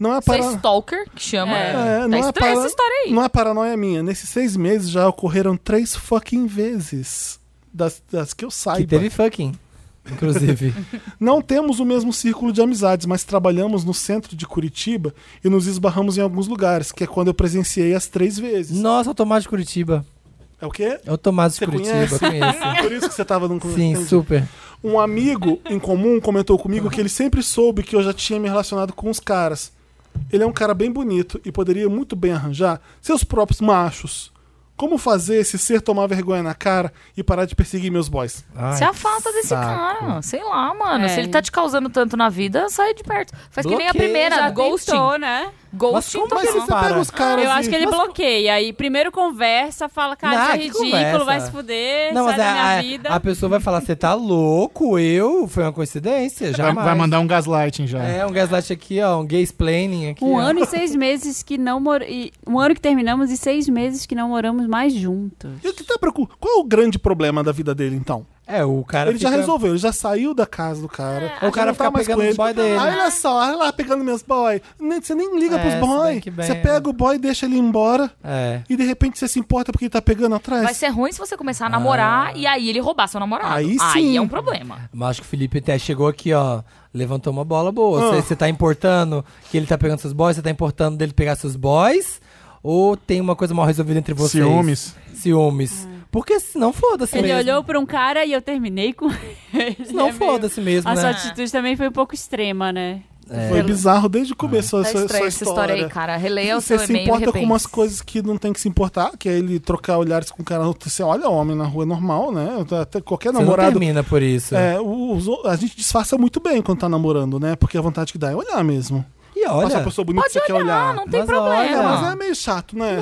Não é Você é para... stalker, que chama. É, tá não, é estranha para- essa história aí. não é paranoia minha. Nesses seis meses já ocorreram três fucking vezes. Das, das que eu saiba. Que teve fucking, inclusive. Não temos o mesmo círculo de amizades, mas trabalhamos no centro de Curitiba e nos esbarramos em alguns lugares, que é quando eu presenciei as três vezes. Nossa, é o Tomás de Curitiba. É o quê? É o Tomás de Você conhece? Curitiba, conheço. Por isso que você tava num Sim, entendi. super. Um amigo em comum comentou comigo que ele sempre soube que eu já tinha me relacionado com os caras. Ele é um cara bem bonito e poderia muito bem arranjar seus próprios machos. Como fazer esse ser tomar vergonha na cara e parar de perseguir meus boys? Ai, Se afasta desse saco. cara. Sei lá, mano. É. Se ele tá te causando tanto na vida, sai de perto. Faz que nem a Bloqueia, primeira, Já ghosting. tentou, né? Ghosting Mas como total. que Você pega os caras assim, Eu acho e- que ele Mas- bloqueia. Aí primeiro conversa, fala, cara, Ah, isso é que ridículo, conversa. vai se fuder, Não, sai mas da minha a, vida. a, a pessoa vai falar: você tá louco? Eu? Foi uma coincidência? Vai, Jamais. vai mandar um gaslighting já. É, um gaslight aqui, ó, um gay explaining aqui. Um ó. ano e seis meses que não mor... e- Um ano que terminamos e seis meses que não moramos mais juntos. E o que tá preocup... Qual é o grande problema da vida dele, então? É, o cara. ele já fica- resolveu, ele já saiu da casa do cara. É. O cara já não tá fica pegando os boy dele. Aí, olha só, olha lá, pegando meus boy. Nem- Você nem liga É, pros isso boy. daqui bem, Você é. pega o boy, deixa ele ir embora. É. E de repente você se importa porque ele tá pegando atrás. Vai ser ruim se você começar a namorar e aí ele roubar seu namorado. Aí sim. é um problema. Mas acho que o Felipe até chegou aqui, ó. Levantou uma bola boa. Ah. Você tá importando que ele tá pegando seus boys? Você tá importando dele pegar seus boys? Ou tem uma coisa mal resolvida entre vocês? Ciúmes. Ciúmes. Porque senão foda-se Hum. Ele mesmo. olhou pra um cara e eu terminei com ele. Não, É meio- foda-se mesmo, A né? sua atitude também foi um pouco extrema, né? É. Foi bizarro desde o começo a Tá sua, estranha sua essa história. história aí, cara. Releia o Você seu se e-mail e importa com repense. umas coisas que não tem que se importar, que é ele trocar olhares com o cara. Você olha homem na rua, é normal, né? Até qualquer Você namorado. não termina por isso. É, os- a gente disfarça muito bem quando tá namorando, né? Porque a vontade que dá é olhar mesmo. E olha. Passa uma pessoa bonita, Pode você quer olhar, olhar. não tem Mas problema. olha. Mas é meio chato, né?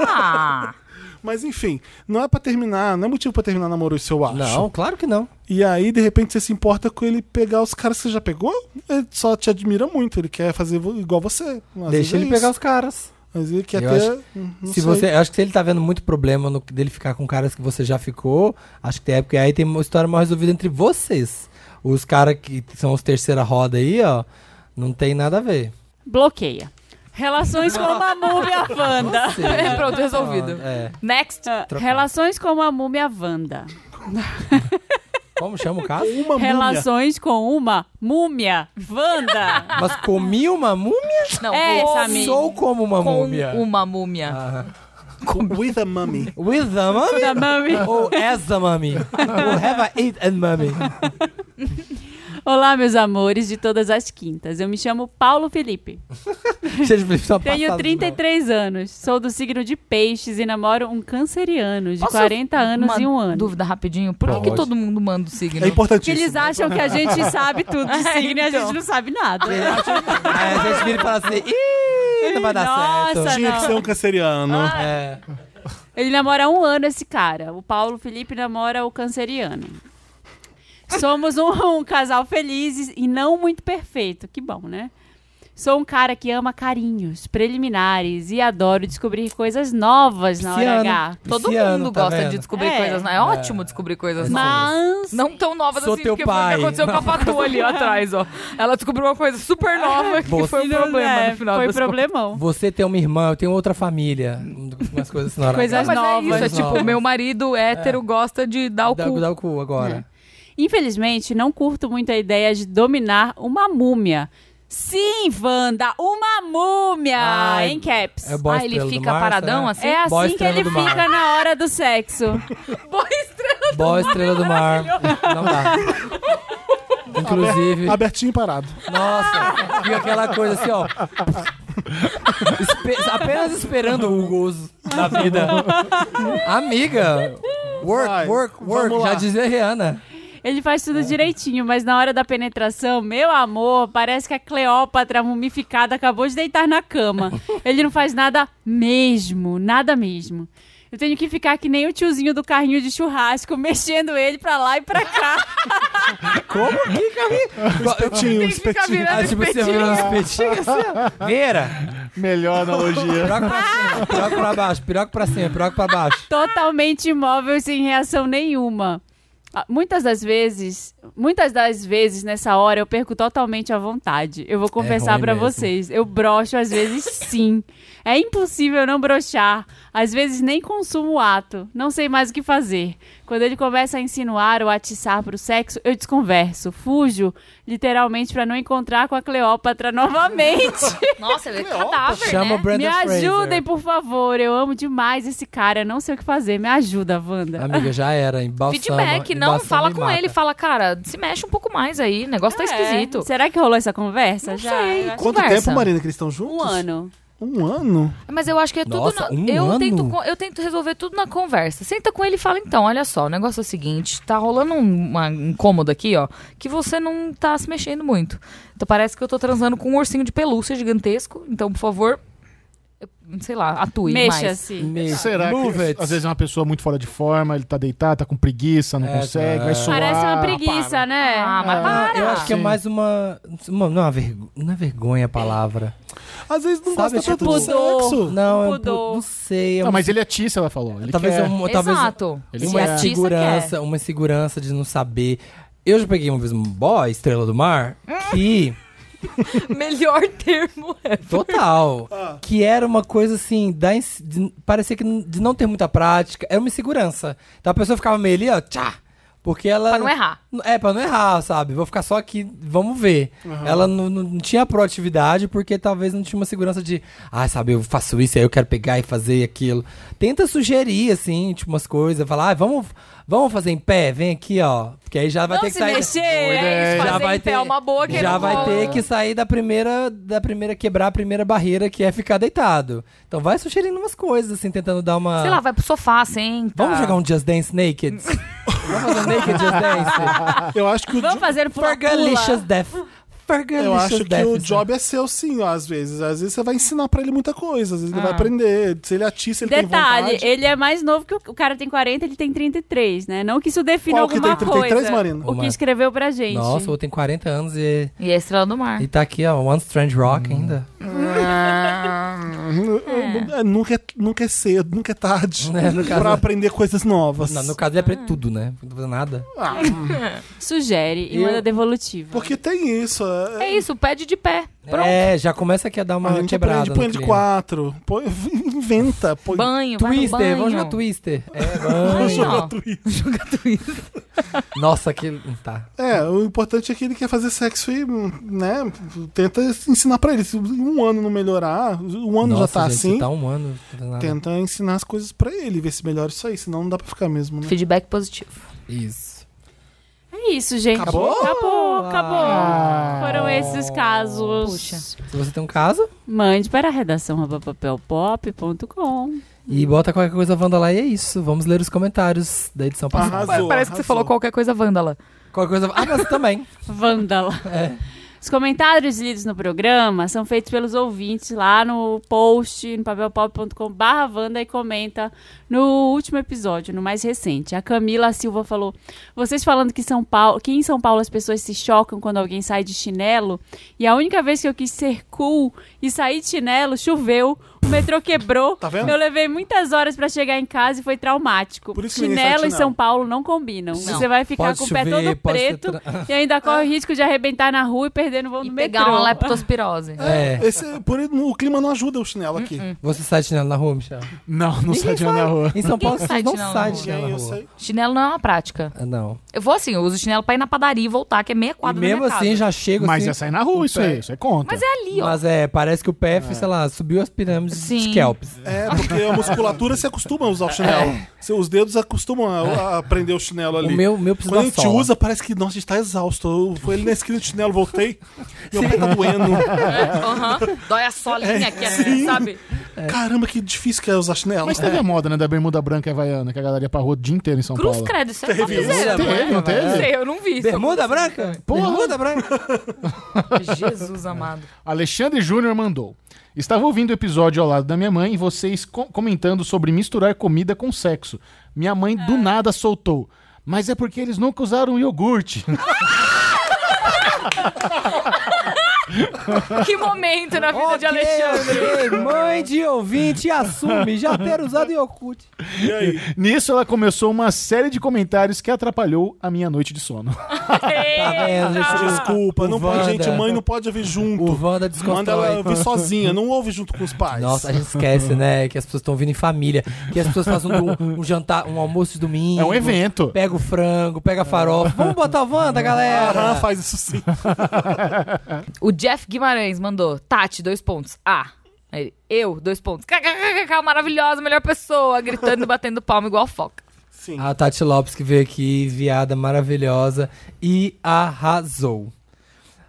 Ah. Mas enfim, não é pra terminar, não é motivo pra terminar namoro isso, eu acho. Não, claro que não. E aí, de repente, você se importa com ele pegar os caras que você já pegou? Ele só te admira muito, ele quer fazer vo- igual você. Às vezes é Deixa ele isso. pegar os caras. Mas ele quer Eu ter. hum, acho- não se sei. você, eu acho que se ele tá vendo muito problema no, dele ficar com caras que você já ficou, acho que tem época aí tem uma história mal resolvida entre vocês. Os caras que são os terceira roda aí, ó, não tem nada a ver. Bloqueia. Relações com a Mamu e a Wanda. Você- Pronto, resolvido. É. Next. Trocar. Ah, Relações com a Múmia Wanda. Como chama o caso? Relações com uma Múmia Wanda. Mas comi uma múmia? Não, É, com- Samir. Sou como uma com múmia. uma múmia. With a mummy. With a mummy? With a mummy. Ou as a mummy? Ou have I eat a mummy? Olá, meus amores de todas as quintas. Eu me chamo Paulo Felipe. Vocês precisam Tenho passar- 33 anos, sou do signo de peixes e namoro um canceriano de Posso 40 anos uma e um ano. dúvida rapidinho? Por que, que Pode. todo mundo manda o signo? É importantíssimo. Porque eles acham que a gente sabe tudo de É, signo e a então. gente não sabe nada. Aí a gente vira e fala assim, Ih, não vai dar certo. Nossa, Tinha que não. ser um canceriano. Ah, É. Ele namora há um ano esse cara. O Paulo Felipe namora o canceriano. Somos um, um casal feliz e não muito perfeito. Que bom, né? Sou um cara que ama carinhos, preliminares e adoro descobrir coisas novas na hora Pisciano. H. Todo Pisciano, mundo tá gosta vendo? de descobrir É. coisas, né? É ótimo descobrir coisas novas. Mas Não tão novas Sou assim, teu porque foi o pai. que aconteceu com a Patu ali atrás, ó. Ela descobriu uma coisa super nova que foi um problema é, no final foi das problemão. Você tem uma irmã, eu tenho outra família. Umas coisas assim na hora. Coisas Mas é isso, é novas. né? tipo, meu marido É. hétero gosta de dar o Dá, cu. dá o cu agora. Infelizmente, não curto muito a ideia de dominar uma múmia. Sim, Wanda, uma múmia! Ai, em caps. É o boy Ah, ele estrela do fica mar, paradão será? assim? É assim Boy que estrela ele do mar. fica na hora do sexo. Boa estrela. Boy estrela do mar. Não dá. Inclusive, Abertinho e parado. nossa, fica aquela coisa assim, ó. Espe- apenas esperando o gozo Tá da vida. Amiga, work, Vai, work, work. vamos lá. Já dizia a Rihanna. Ele faz tudo direitinho, mas na hora da penetração, meu amor, parece que a Cleópatra mumificada acabou de deitar na cama. Ele não faz nada mesmo, nada mesmo. Eu tenho que ficar que nem o tiozinho do carrinho de churrasco, mexendo ele pra lá e pra cá. Como que, Um Espetinho, Tem que ficar espetinho. virando Ah, tipo, você espetinho. virando espetinho assim, ó. Vira. Melhor analogia. Piroca pra cima, piroca pra baixo, piroca pra cima, piroca pra baixo. totalmente imóvel sem reação nenhuma. Ah, Muitas das vezes, muitas das vezes nessa hora eu perco totalmente a vontade. Eu vou confessar É ruim pra mesmo. vocês, eu broxo às vezes sim. É impossível não broxar. Às vezes nem consumo o ato, não sei mais o que fazer. Quando ele começa a insinuar ou atiçar pro sexo, eu desconverso, fujo, literalmente pra não encontrar com a Cleópatra novamente. Nossa, ele é cadáver, Chama o né? Brandon Me Fraser. ajudem, por favor. Eu amo demais esse cara. Eu não sei o que fazer. Me ajuda, Wanda. Amiga, já era. Embalsama, Feedback, não, embalsama fala e com mata. ele, fala, cara, se mexe um pouco mais aí, o negócio tá É. esquisito. Será que rolou essa conversa? já? Eu sei. acho- Quanto Conversa. tempo, Marina, que eles estão juntos? Um ano. Um ano? Mas eu acho que é tudo. Nossa, na- um eu, ano? Tento, co- eu tento resolver tudo na conversa. Senta com ele e fala, então, olha só, o negócio é o seguinte, tá rolando um uma incômodo aqui, ó, que você não tá se mexendo muito. Então parece que eu tô transando com um ursinho de pelúcia gigantesco. Então, por favor, eu- sei lá, atue mais. Mexa-se. Me- Será Move que it. às vezes é uma pessoa muito fora de forma, ele tá deitado, tá com preguiça, não É, consegue, tá. vai suar. Parece uma preguiça, né? Ah, mas Ah, para! eu acho que é Sim. mais uma. uma- não, é uma vergo- não é vergonha a palavra. Às vezes não Sabe, gosta tanto tipo, do sexo. Não, é um Pudor. pu- não sei. É Não, um- mas ele é tiça, ela falou. Ele talvez quer... é um, talvez Exato. Ele Se quer. a uma justiça insegurança, uma insegurança de não saber. Eu já peguei uma vez um boy, estrela do mar, que quer. Melhor termo é. total, que era uma coisa assim, da ins- de- parecia que n- de não ter muita prática, era uma insegurança. Então a pessoa ficava meio ali, ó, tchá, Porque ela. Pra não errar. É, pra não errar, sabe? Vou ficar só aqui, vamos ver. Uhum. Ela não, não- não tinha proatividade porque talvez não tinha uma segurança de, ah, sabe, eu faço isso, aí eu quero pegar e fazer aquilo. Tenta sugerir, assim, tipo, umas coisas, falar, ah, vamos, vamos fazer em pé, vem aqui, ó. Porque aí já vai Vamos ter que se sair. mexer, é isso, fazer em pé é uma boa que Já não vai rola. ter que sair da primeira, da primeira, quebrar a primeira barreira que é ficar deitado. Então vai sugerindo umas coisas, assim, tentando dar uma. Sei lá, tá. vai pro sofá, senta. Vamos jogar um Just Dance Naked? Vamos fazer um Naked Just Dance? Eu acho que o Vamos fazer Fergalicious Death. Eu acho que o Deficit. job é seu sim, ó, às vezes. Às vezes você vai ensinar pra ele muita coisa, às vezes ele Ah. vai aprender. Se ele atiça, ele tem Detalhe, vontade. ele é mais novo que o, o cara tem 40, ele tem 33, né? Não que isso defina Qual que alguma tem 33, coisa. Marina? O que escreveu pra gente. Nossa, o outro tem 40 anos e. E a Estrela do Mar. E tá aqui, ó, One Strange Rock ainda. É, nunca, é, nunca é cedo, nunca é tarde Né, no caso- pra aprender coisas novas. Não, no caso ele Ah. aprende tudo, né? Não faz nada. Sugere e Eu- manda devolutiva. Porque tem isso. É, É isso, pede de pé. Pronto. É, já começa aqui a dar uma a gente quebrada. aprende, no põe ele de clima. quatro. Põe, inventa. Põe. Banho, vai no Twister, banho. vamos jogar Twister. É, Vamos jogar vamos. Twitter. Nossa, que. Tá. É, o importante é que ele quer fazer sexo e, né, tenta ensinar pra ele. Se um ano não melhorar, um ano já Nossa, tá gente, assim. Tá um ano. não faz nada. Tenta ensinar as coisas pra ele, ver se melhora isso aí, senão não dá pra ficar mesmo, né? Feedback positivo. Isso. É isso, gente. Acabou? Acabou, acabou. Foram esses casos. Se você tem um caso. Mande para a redação arroba papelpop.com. E Hum. bota qualquer coisa Wanda lá e é isso. Vamos ler os comentários da edição passada. Parece que você falou qualquer coisa vândala. Qualquer coisa. Ah, mas também. Vândala. É. Os comentários lidos no programa são feitos pelos ouvintes lá no post no papelpop.com barra Wanda e comenta no último episódio, no mais recente. A Camila Silva falou: Vocês falando que, São Paulo, que em São Paulo as pessoas se chocam quando alguém sai de chinelo. E a única vez que eu quis ser cool e sair de chinelo, choveu, o metrô quebrou. Tá vendo? Eu levei muitas horas pra chegar em casa e foi traumático. isso que ninguém sai de chinelo e chinelo. São Paulo não combinam. Não. Você vai ficar Pode com o pé chover, todo pode ser preto tra- e ainda corre o risco de arrebentar na rua e perder no voo no metrô. Pegar uma leptospirose. É. Esse, por, o clima não ajuda o chinelo aqui. Você sai de chinelo na rua, Michel? Não, não sai de na rua. Em São Paulo, você sai não de chinelo sai de na rua. chinelo na Eu rua. sei. Chinelo não é uma prática. Ah, Não. Eu vou assim, eu uso chinelo pra ir na padaria e voltar, que é meia E quadra mesmo da minha assim, casa. já chego Mas assim. ia sair na rua, isso aí. Isso é conta. Mas é ali, ó. Mas é, parece que o PF, sei lá, subiu as pirâmides Sim. de Kelps. É, porque a musculatura se acostuma a usar o chinelo. Se- Os dedos acostumam a, a prender o chinelo ali. O meu, meu precisa Quando a da gente sola. usa, parece que, nossa, a gente tá exausto. Eu fui ali na esquina do chinelo, voltei. Meu pé tá doendo. Aham. Dói a solinha aqui, assim, sabe? É. Caramba, que difícil que é usar chinelo. Mas teve a moda, né, da bermuda branca e havaiana, que a galera ia pra rua o dia inteiro em São Cruz Paulo. credo, isso é Teve um topzera. Teve, não Não teve? sei, eu não vi. Bermuda branca? Bermuda branca. Jesus amado. Alexandre Júnior mandou. Estava ouvindo o episódio ao lado da minha mãe e vocês co- comentando sobre misturar comida com sexo. Minha mãe Ah. do nada soltou. Mas é porque eles nunca usaram iogurte. Que momento na vida de Ok, Alexandre. ok. Mãe de ouvinte, assume já ter usado Yokut. É. E aí? Nisso ela começou uma série de comentários que atrapalhou a minha noite de sono. Tá É. vendo, gente? Desculpa, O não pode, Wanda. gente, mãe não pode ouvir junto. O Wanda Manda ela desconstrói. então. ouvir sozinha, não ouve junto com os pais. Nossa, a gente esquece, né? Que as pessoas estão vindo em família. Que as pessoas fazem um, um jantar, um almoço de domingo. É um evento. Pega o frango, pega a farofa. Vamos botar o Wanda, Aham, galera. faz isso sim. O Jeff Guimarães mandou. Tati, dois pontos. A. Aí ele, eu, dois pontos. KKKK, maravilhosa, melhor pessoa. Gritando e batendo palma igual foca. Sim. A Tati Lopes que veio aqui, viada maravilhosa, e arrasou.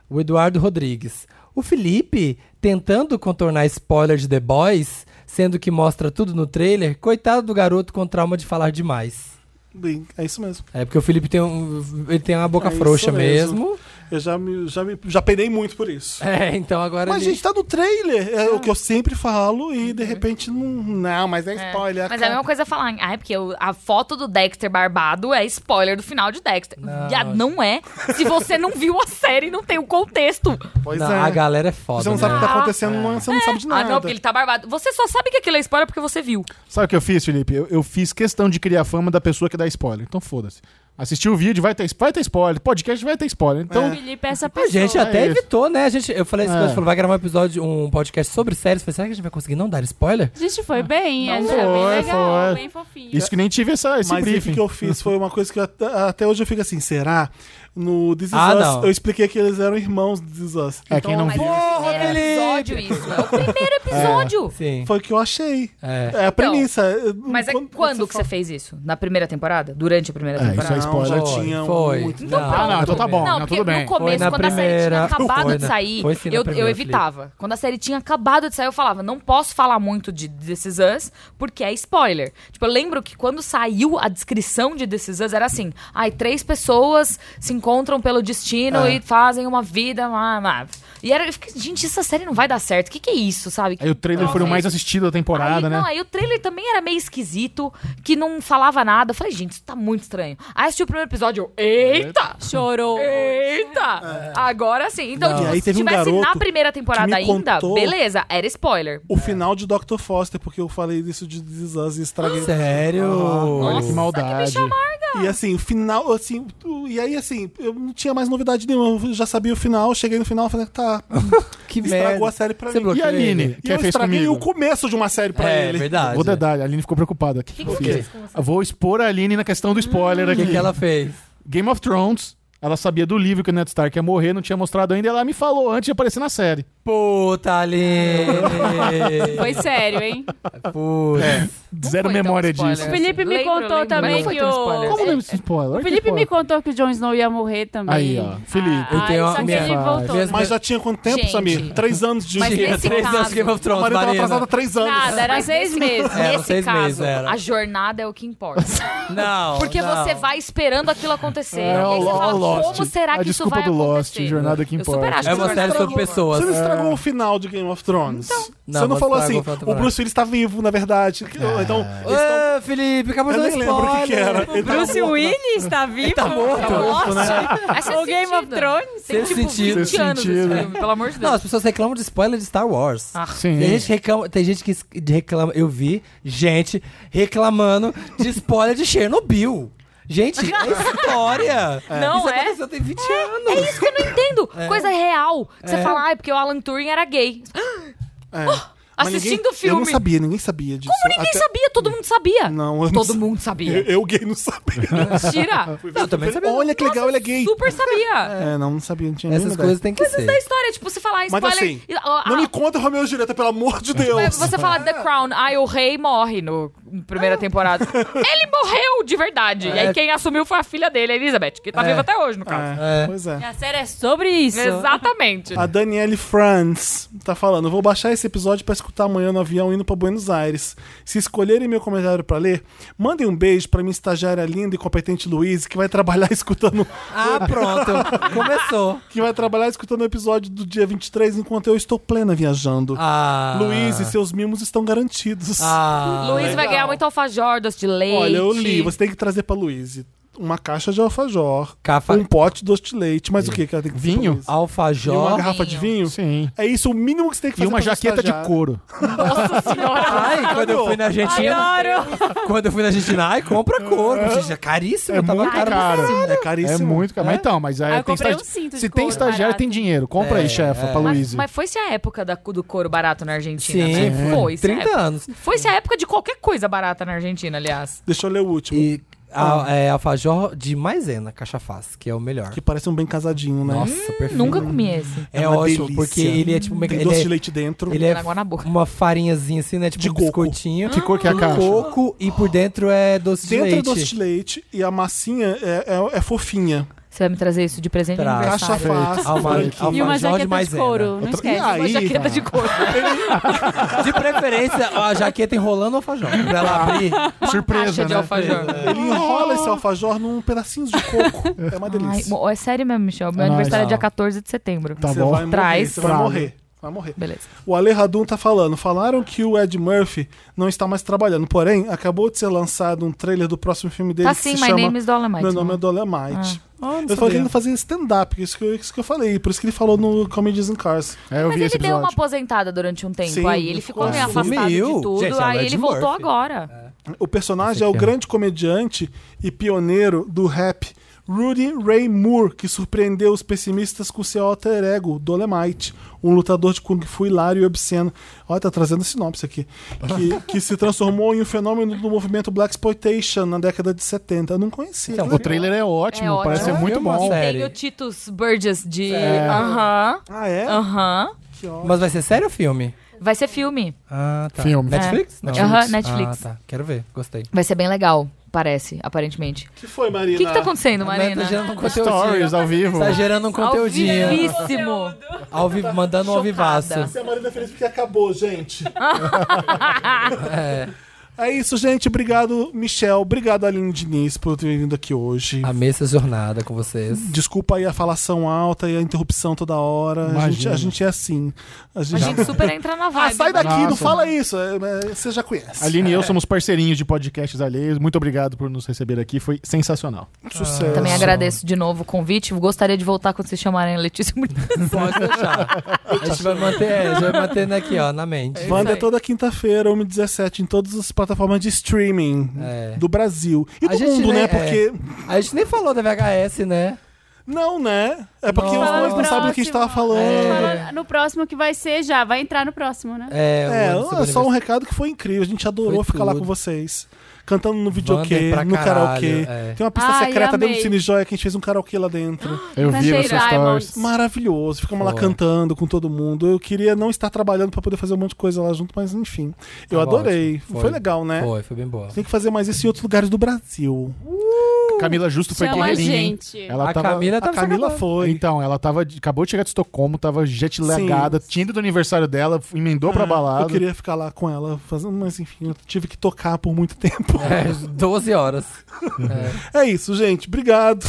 O Eduardo Rodrigues. O Felipe tentando contornar spoiler de The Boys, sendo que mostra tudo no trailer, coitado do garoto com trauma de falar demais. Bem, é isso mesmo. É porque o Felipe tem, um, ele tem uma boca É isso frouxa mesmo. mesmo. Eu já me, já me já penei muito por isso. É, então agora. Mas, ele- Ah. Uhum. gente, tá no trailer. É o que eu sempre falo e, de repente, não... Não, mas é spoiler. Mas é a acaba. mesma coisa falar, ah, é porque o- a foto do Dexter barbado é spoiler do final de Dexter. Não. Já não é. Se você não viu a série e não tem o contexto. Pois Não, é. A galera é foda. Você não sabe o que né? tá acontecendo, não- você não sabe de Ah, nada. não, porque ele tá barbado. Você só sabe que aquilo é spoiler porque você viu. Sabe o que eu fiz, Felipe? Eu, eu fiz questão de criar fama da pessoa que dá spoiler. Então foda-se. Assistiu o vídeo, vai ter, spo- vai ter spoiler. Podcast vai ter spoiler. Então, o Felipe é essa A pessoa. gente A gente até isso. evitou, né? A gente, eu falei, esse É. coisa, falou, vai gravar um episódio, um podcast sobre séries. Eu Falei, será que a gente vai conseguir não dar spoiler? A gente foi bem, a gente foi foi, bem legal, foi. bem fofinho. Isso que nem tive essa, esse Mas aí o briefing. que que eu fiz foi uma coisa que eu até, até hoje eu fico assim, será? No This Is Ah, Us, não. eu expliquei que eles eram irmãos do This Is Us. É, quem não Então, viu- Porra, É. episódio isso. É o primeiro episódio. Sim. Foi o que eu achei. É, a premissa. Eu- Então, Mas é quando, que você fez isso? Na primeira temporada? Durante a primeira É, temporada? isso é spoiler. já tinha um- Foi. muito- Então, Ah, não, então tá bom. Não, não, porque tudo bem. no começo, na quando a série tinha primeira. acabado Foi de na- sair, foi sim na eu, eu primeira, evitava. Quando a série tinha acabado de sair, eu falava, não posso falar muito de This Is Us, porque é spoiler. Tipo, eu lembro que quando saiu a descrição de This Is Us, era assim, ai, três pessoas se encontram pelo destino É. e fazem uma vida... Lá, lá. E era, eu fiquei, gente, essa série não vai dar certo. O que, que é isso, sabe? Aí o trailer foi o mais assistido da temporada, Aí- né? Não, aí o trailer também era meio esquisito, que não falava nada. Eu falei, gente, isso tá muito estranho. Aí assisti o primeiro episódio, eu, É eita! Chorou. Eita! Agora sim. Então, É. Não. tipo, E aí se teve um tivesse na garoto primeira temporada que me ainda, contou- beleza, era spoiler. O final de Dr. Foster, porque eu falei isso de This Is Us e estraguei. Sério? Olha que maldade. Ah, E assim, o final, assim, tu- e aí assim, eu não tinha mais novidade nenhuma, eu já sabia o final, cheguei no final e falei, tá, Que estragou merda. a série pra Você mim. E bloqueou a Aline, ele? E que eu fez estraguei comigo? o começo de uma série pra É, ele. verdade. Vou dedar, a Aline ficou preocupada. O que, que, eu fiz? Eu Vou expor a Aline na questão do spoiler O Hum. aqui. que, que ela fez? Game of Thrones, ela sabia do livro que o Ned Stark ia morrer, não tinha mostrado ainda, e ela me falou antes de aparecer na série. Puta, Foi Aline! sério, hein? Putz. É. Zero foi tão memória spoiler. assim. disso. O Felipe me Lembro, contou lembro, também mas não que foi tão o- spoiler. Como lembra esse spoiler? O Olha que Felipe me spoiler. contou que o Jon Snow ia morrer também. Aí, ó. Felipe. Eu Ah, tenho só a que minha- ele voltou. minha- Mas já tinha quanto tempo, Gente. Samir? Três anos de Mas Maria nesse Três anos caso, de Game of Thrones, tava Marina. atrasada há três anos. Nada, era seis meses. Eram Nesse seis caso, meses, era. a jornada é o que importa. Não, Oh, Porque não. você vai esperando aquilo acontecer. e É, aí o- você fala, o Lost. como será A que isso desculpa vai do Lost, acontecer? jornada que Eu importa. super acho É que uma jornada série sobre estragou. Você não pessoas. estragou o final de Game of Thrones. Então. Você Não, não, mas falou assim, estragou o final da É. o Bruce Willis tá vivo, na verdade. Então, Oh, eles tão- Ô, Felipe, acabou de Eu dar nem lembro o que que spoiler. era. Ele tava Bruce morto, né? Willis tá vivo? tá morto. Tá morto, Mas Tá faz O Game of sentido. Thrones? Tem Sexto tipo 20 sentido. Sexto anos esse sentido. né? filme, pelo amor de Não, Deus. as pessoas reclamam de spoiler de Star Wars. Uhum. Sim. Tem gente, que reclama, tem gente que es- de reclama. Eu vi gente reclamando de spoiler de Chernobyl. Gente, é história. Não, Isso é? aconteceu tem 20 anos. É isso que eu não entendo. Coisa real. Que Você É. fala, ah, é porque o Alan Turing era gay. é. Ah, Mas assistindo ninguém- o filme. Eu não sabia, ninguém sabia disso. Como ninguém Até- sabia? Todo mundo sabia. Não, eu não Todo sa- mundo sabia. Eu, eu gay não sabia. Mentira. Eu também sabia. Olha que legal, ele é gay. Super sabia. É, não, não sabia, não tinha Essas nenhuma coisas têm que Coisas ser. da história, tipo, você falar Mas spoiler. assim, e- ah, não ah, me conta Romeu e Julieta, pelo amor de Deus. você fala The Crown, aí o rei morre no na É. primeira temporada. Ele morreu de verdade. E É. aí quem assumiu foi a filha dele, a Elizabeth, que tá É. viva até hoje, no caso. É, É. Pois E é. a série é sobre isso. Exatamente. A Danielle Franz tá falando: vou baixar esse episódio pra escutar amanhã no avião indo pra Buenos Aires. Se escolherem meu comentário pra ler, mandem um beijo pra minha estagiária linda e competente Luiz, que vai trabalhar escutando Ah, pronto. Começou. que vai trabalhar escutando o episódio do dia 23 enquanto eu estou plena viajando. Ah. Luiz e seus mimos estão garantidos. Ah. Luiz vai ganhar muito alfajor, doce de leite. Olha, eu li, você tem que trazer pra Luiz uma caixa de alfajor, Cafa- um pote de doce de leite, mas o que que ela tem que trazer pra Vinho? Luiz? E uma Alfajor. garrafa de vinho? Sim. É isso o mínimo que você tem que E fazer. uma pra jaqueta de estagiar. couro. Ai, quando eu fui na Argentina. Adoro. Quando eu fui na Argentina, ai, compra couro. Gente, é caríssimo. É tava muito caro. caro. É É caríssimo. muito caro. Mas então, mas aí Ah, eu tem comprei um estagi- cinto de Se tem couro estagiário, barato. tem dinheiro. Compra É, aí, chefa, é. pra Mas- Luiz. Mas foi se a época da- do couro barato na Argentina, Sim, é, né? Foi. se a 30 época- anos. Foi se a época de qualquer coisa barata na Argentina, aliás. Deixa eu ler o último. E al- é, alfajor de maisena, cachafaz, que é o melhor. Ah. Que parece um bem casadinho, né? Nossa, perfeito. Nunca comi esse. É, É uma ótimo, delícia. porque ele é tipo... uma- Tem ele doce é- de leite dentro. Ele é Água na boca. uma farinhazinha assim, né? Tipo De um coco. biscoitinho. Que cor que é a De caixa? coco e por dentro é doce Dentro de leite. é doce de leite e a massinha é, é- é fofinha. Você vai me trazer isso de presente de Traz. Caixa aniversário. fácil. Alma- branquinha. E uma Alfajor de jaqueta de maisena. couro. Não E esquece. Ah, Uma aí, jaqueta de couro. De preferência, a jaqueta enrolando o alfajor. Pra Ah. ela abrir. Surpresa, Caixa de né? alfajor. ele enrola esse alfajor num pedacinho de coco. É uma Ah. Ai, delícia. mo- é sério mesmo, Michel. Meu Ah, aniversário é não. dia 14 de setembro. Tá Você bom. vai morrer, Traz. Você vai Fala. morrer. Vai morrer. Beleza. O Ale Radun tá falando. Falaram que o Ed Murphy não está mais trabalhando. Porém, acabou de ser lançado um trailer do próximo filme dele Tá que sim, se My chama Name is Dolomite. né? Ah. Oh, Meu nome é Dolomite. eu falei que ele não fazia stand-up, isso que, eu- isso que eu falei. Por isso que ele falou no Comedies in Cars. É, eu Mas vi ele esse deu uma episódio. aposentada durante um tempo Sim, aí. Ele ficou ficou meio afastado sumiu. de tudo. Gente, é o aí Ed ele voltou Murphy. agora. O personagem Esse é o aqui é- grande comediante e pioneiro do rap Rudy Ray Moore, que surpreendeu os pessimistas com seu alter ego, Dolemite, um lutador de Kung Fu hilário e obsceno. Olha, tá trazendo a sinopse aqui. Que, que se transformou em um fenômeno do movimento Black Exploitation na década de 70. Eu não conhecia. Então, o trailer é ótimo, É ótimo. parece ser muito bom. Tem o Titus Burgess de. É. Aham. Ah, é? Aham. Mas vai ser sério ou filme? Vai ser filme. Ah, tá. Filme. Netflix? É. Não. Aham, Netflix. Ah, tá. Quero ver. Gostei. Vai ser bem legal, parece, aparentemente. que foi, O Marina? que, que tá acontecendo, Marina? Tá gerando um conteúdinho. Stories ao vivo. Tá gerando um conteúdinho. Vivíssimo. Ao vivo, mandando um ao vivaço. Essa é a Marina Feliz porque acabou, gente. É isso, gente. Obrigado, Michel. Obrigado, Aline Diniz, por ter vindo aqui hoje. Amei essa jornada com vocês. Desculpa aí a falação alta e a interrupção toda hora. A Imagina. gente, a gente é assim. A A gente, gente super entra na vibe. Ah, sai daqui, não Nossa. fala isso. é, é, Você já conhece. Aline e eu É. somos parceirinhos de podcasts alheios. Muito obrigado por nos receber aqui, foi sensacional. Sucesso. Também agradeço de novo o convite. Gostaria de voltar quando vocês chamarem a Letícia Muniz. Pode deixar. A gente vai manter, a gente vai mantendo aqui, ó, na mente. Wanda é toda quinta-feira, 1h17, em todas as plataformas de streaming É. do Brasil. E do mundo, né? nem- é. Porque. A gente nem falou da VHS, né? Não, né? É porque Nossa. os dois não sabem o que a gente tava falando. É. É. Fala No próximo que vai ser já, vai entrar no próximo, né? É, É, o é só um recado que foi incrível. A gente adorou Foi ficar lá tudo. com vocês. Cantando no Wander videokê, pra no caralho, karaokê. é. Tem uma pista Ai, secreta dentro do amei. Cine Joia que a gente fez um karaokê lá dentro. Eu Tá vi nos seus stories. Maravilhoso. Ficamos lá Foi. cantando com todo mundo. Eu queria não estar trabalhando pra poder fazer um monte de coisa lá junto, mas enfim. Eu Tava adorei. ótimo. Foi. Foi. legal, né? É, Foi, foi bem boa. Tem que fazer mais isso em outros lugares do Brasil. Camila Justo foi Chama a guerreirinha. hein? gente. Ela A tava- Camila tá A tava Camila sacando. foi. Então, ela tava de- acabou de chegar de Estocolmo, tava jet lagada, tinha ido do aniversário dela, f- emendou pra É, balada. Eu queria ficar lá com ela fazendo, mas enfim, eu tive que tocar por muito tempo. É, 12 horas. É isso, gente. Obrigado.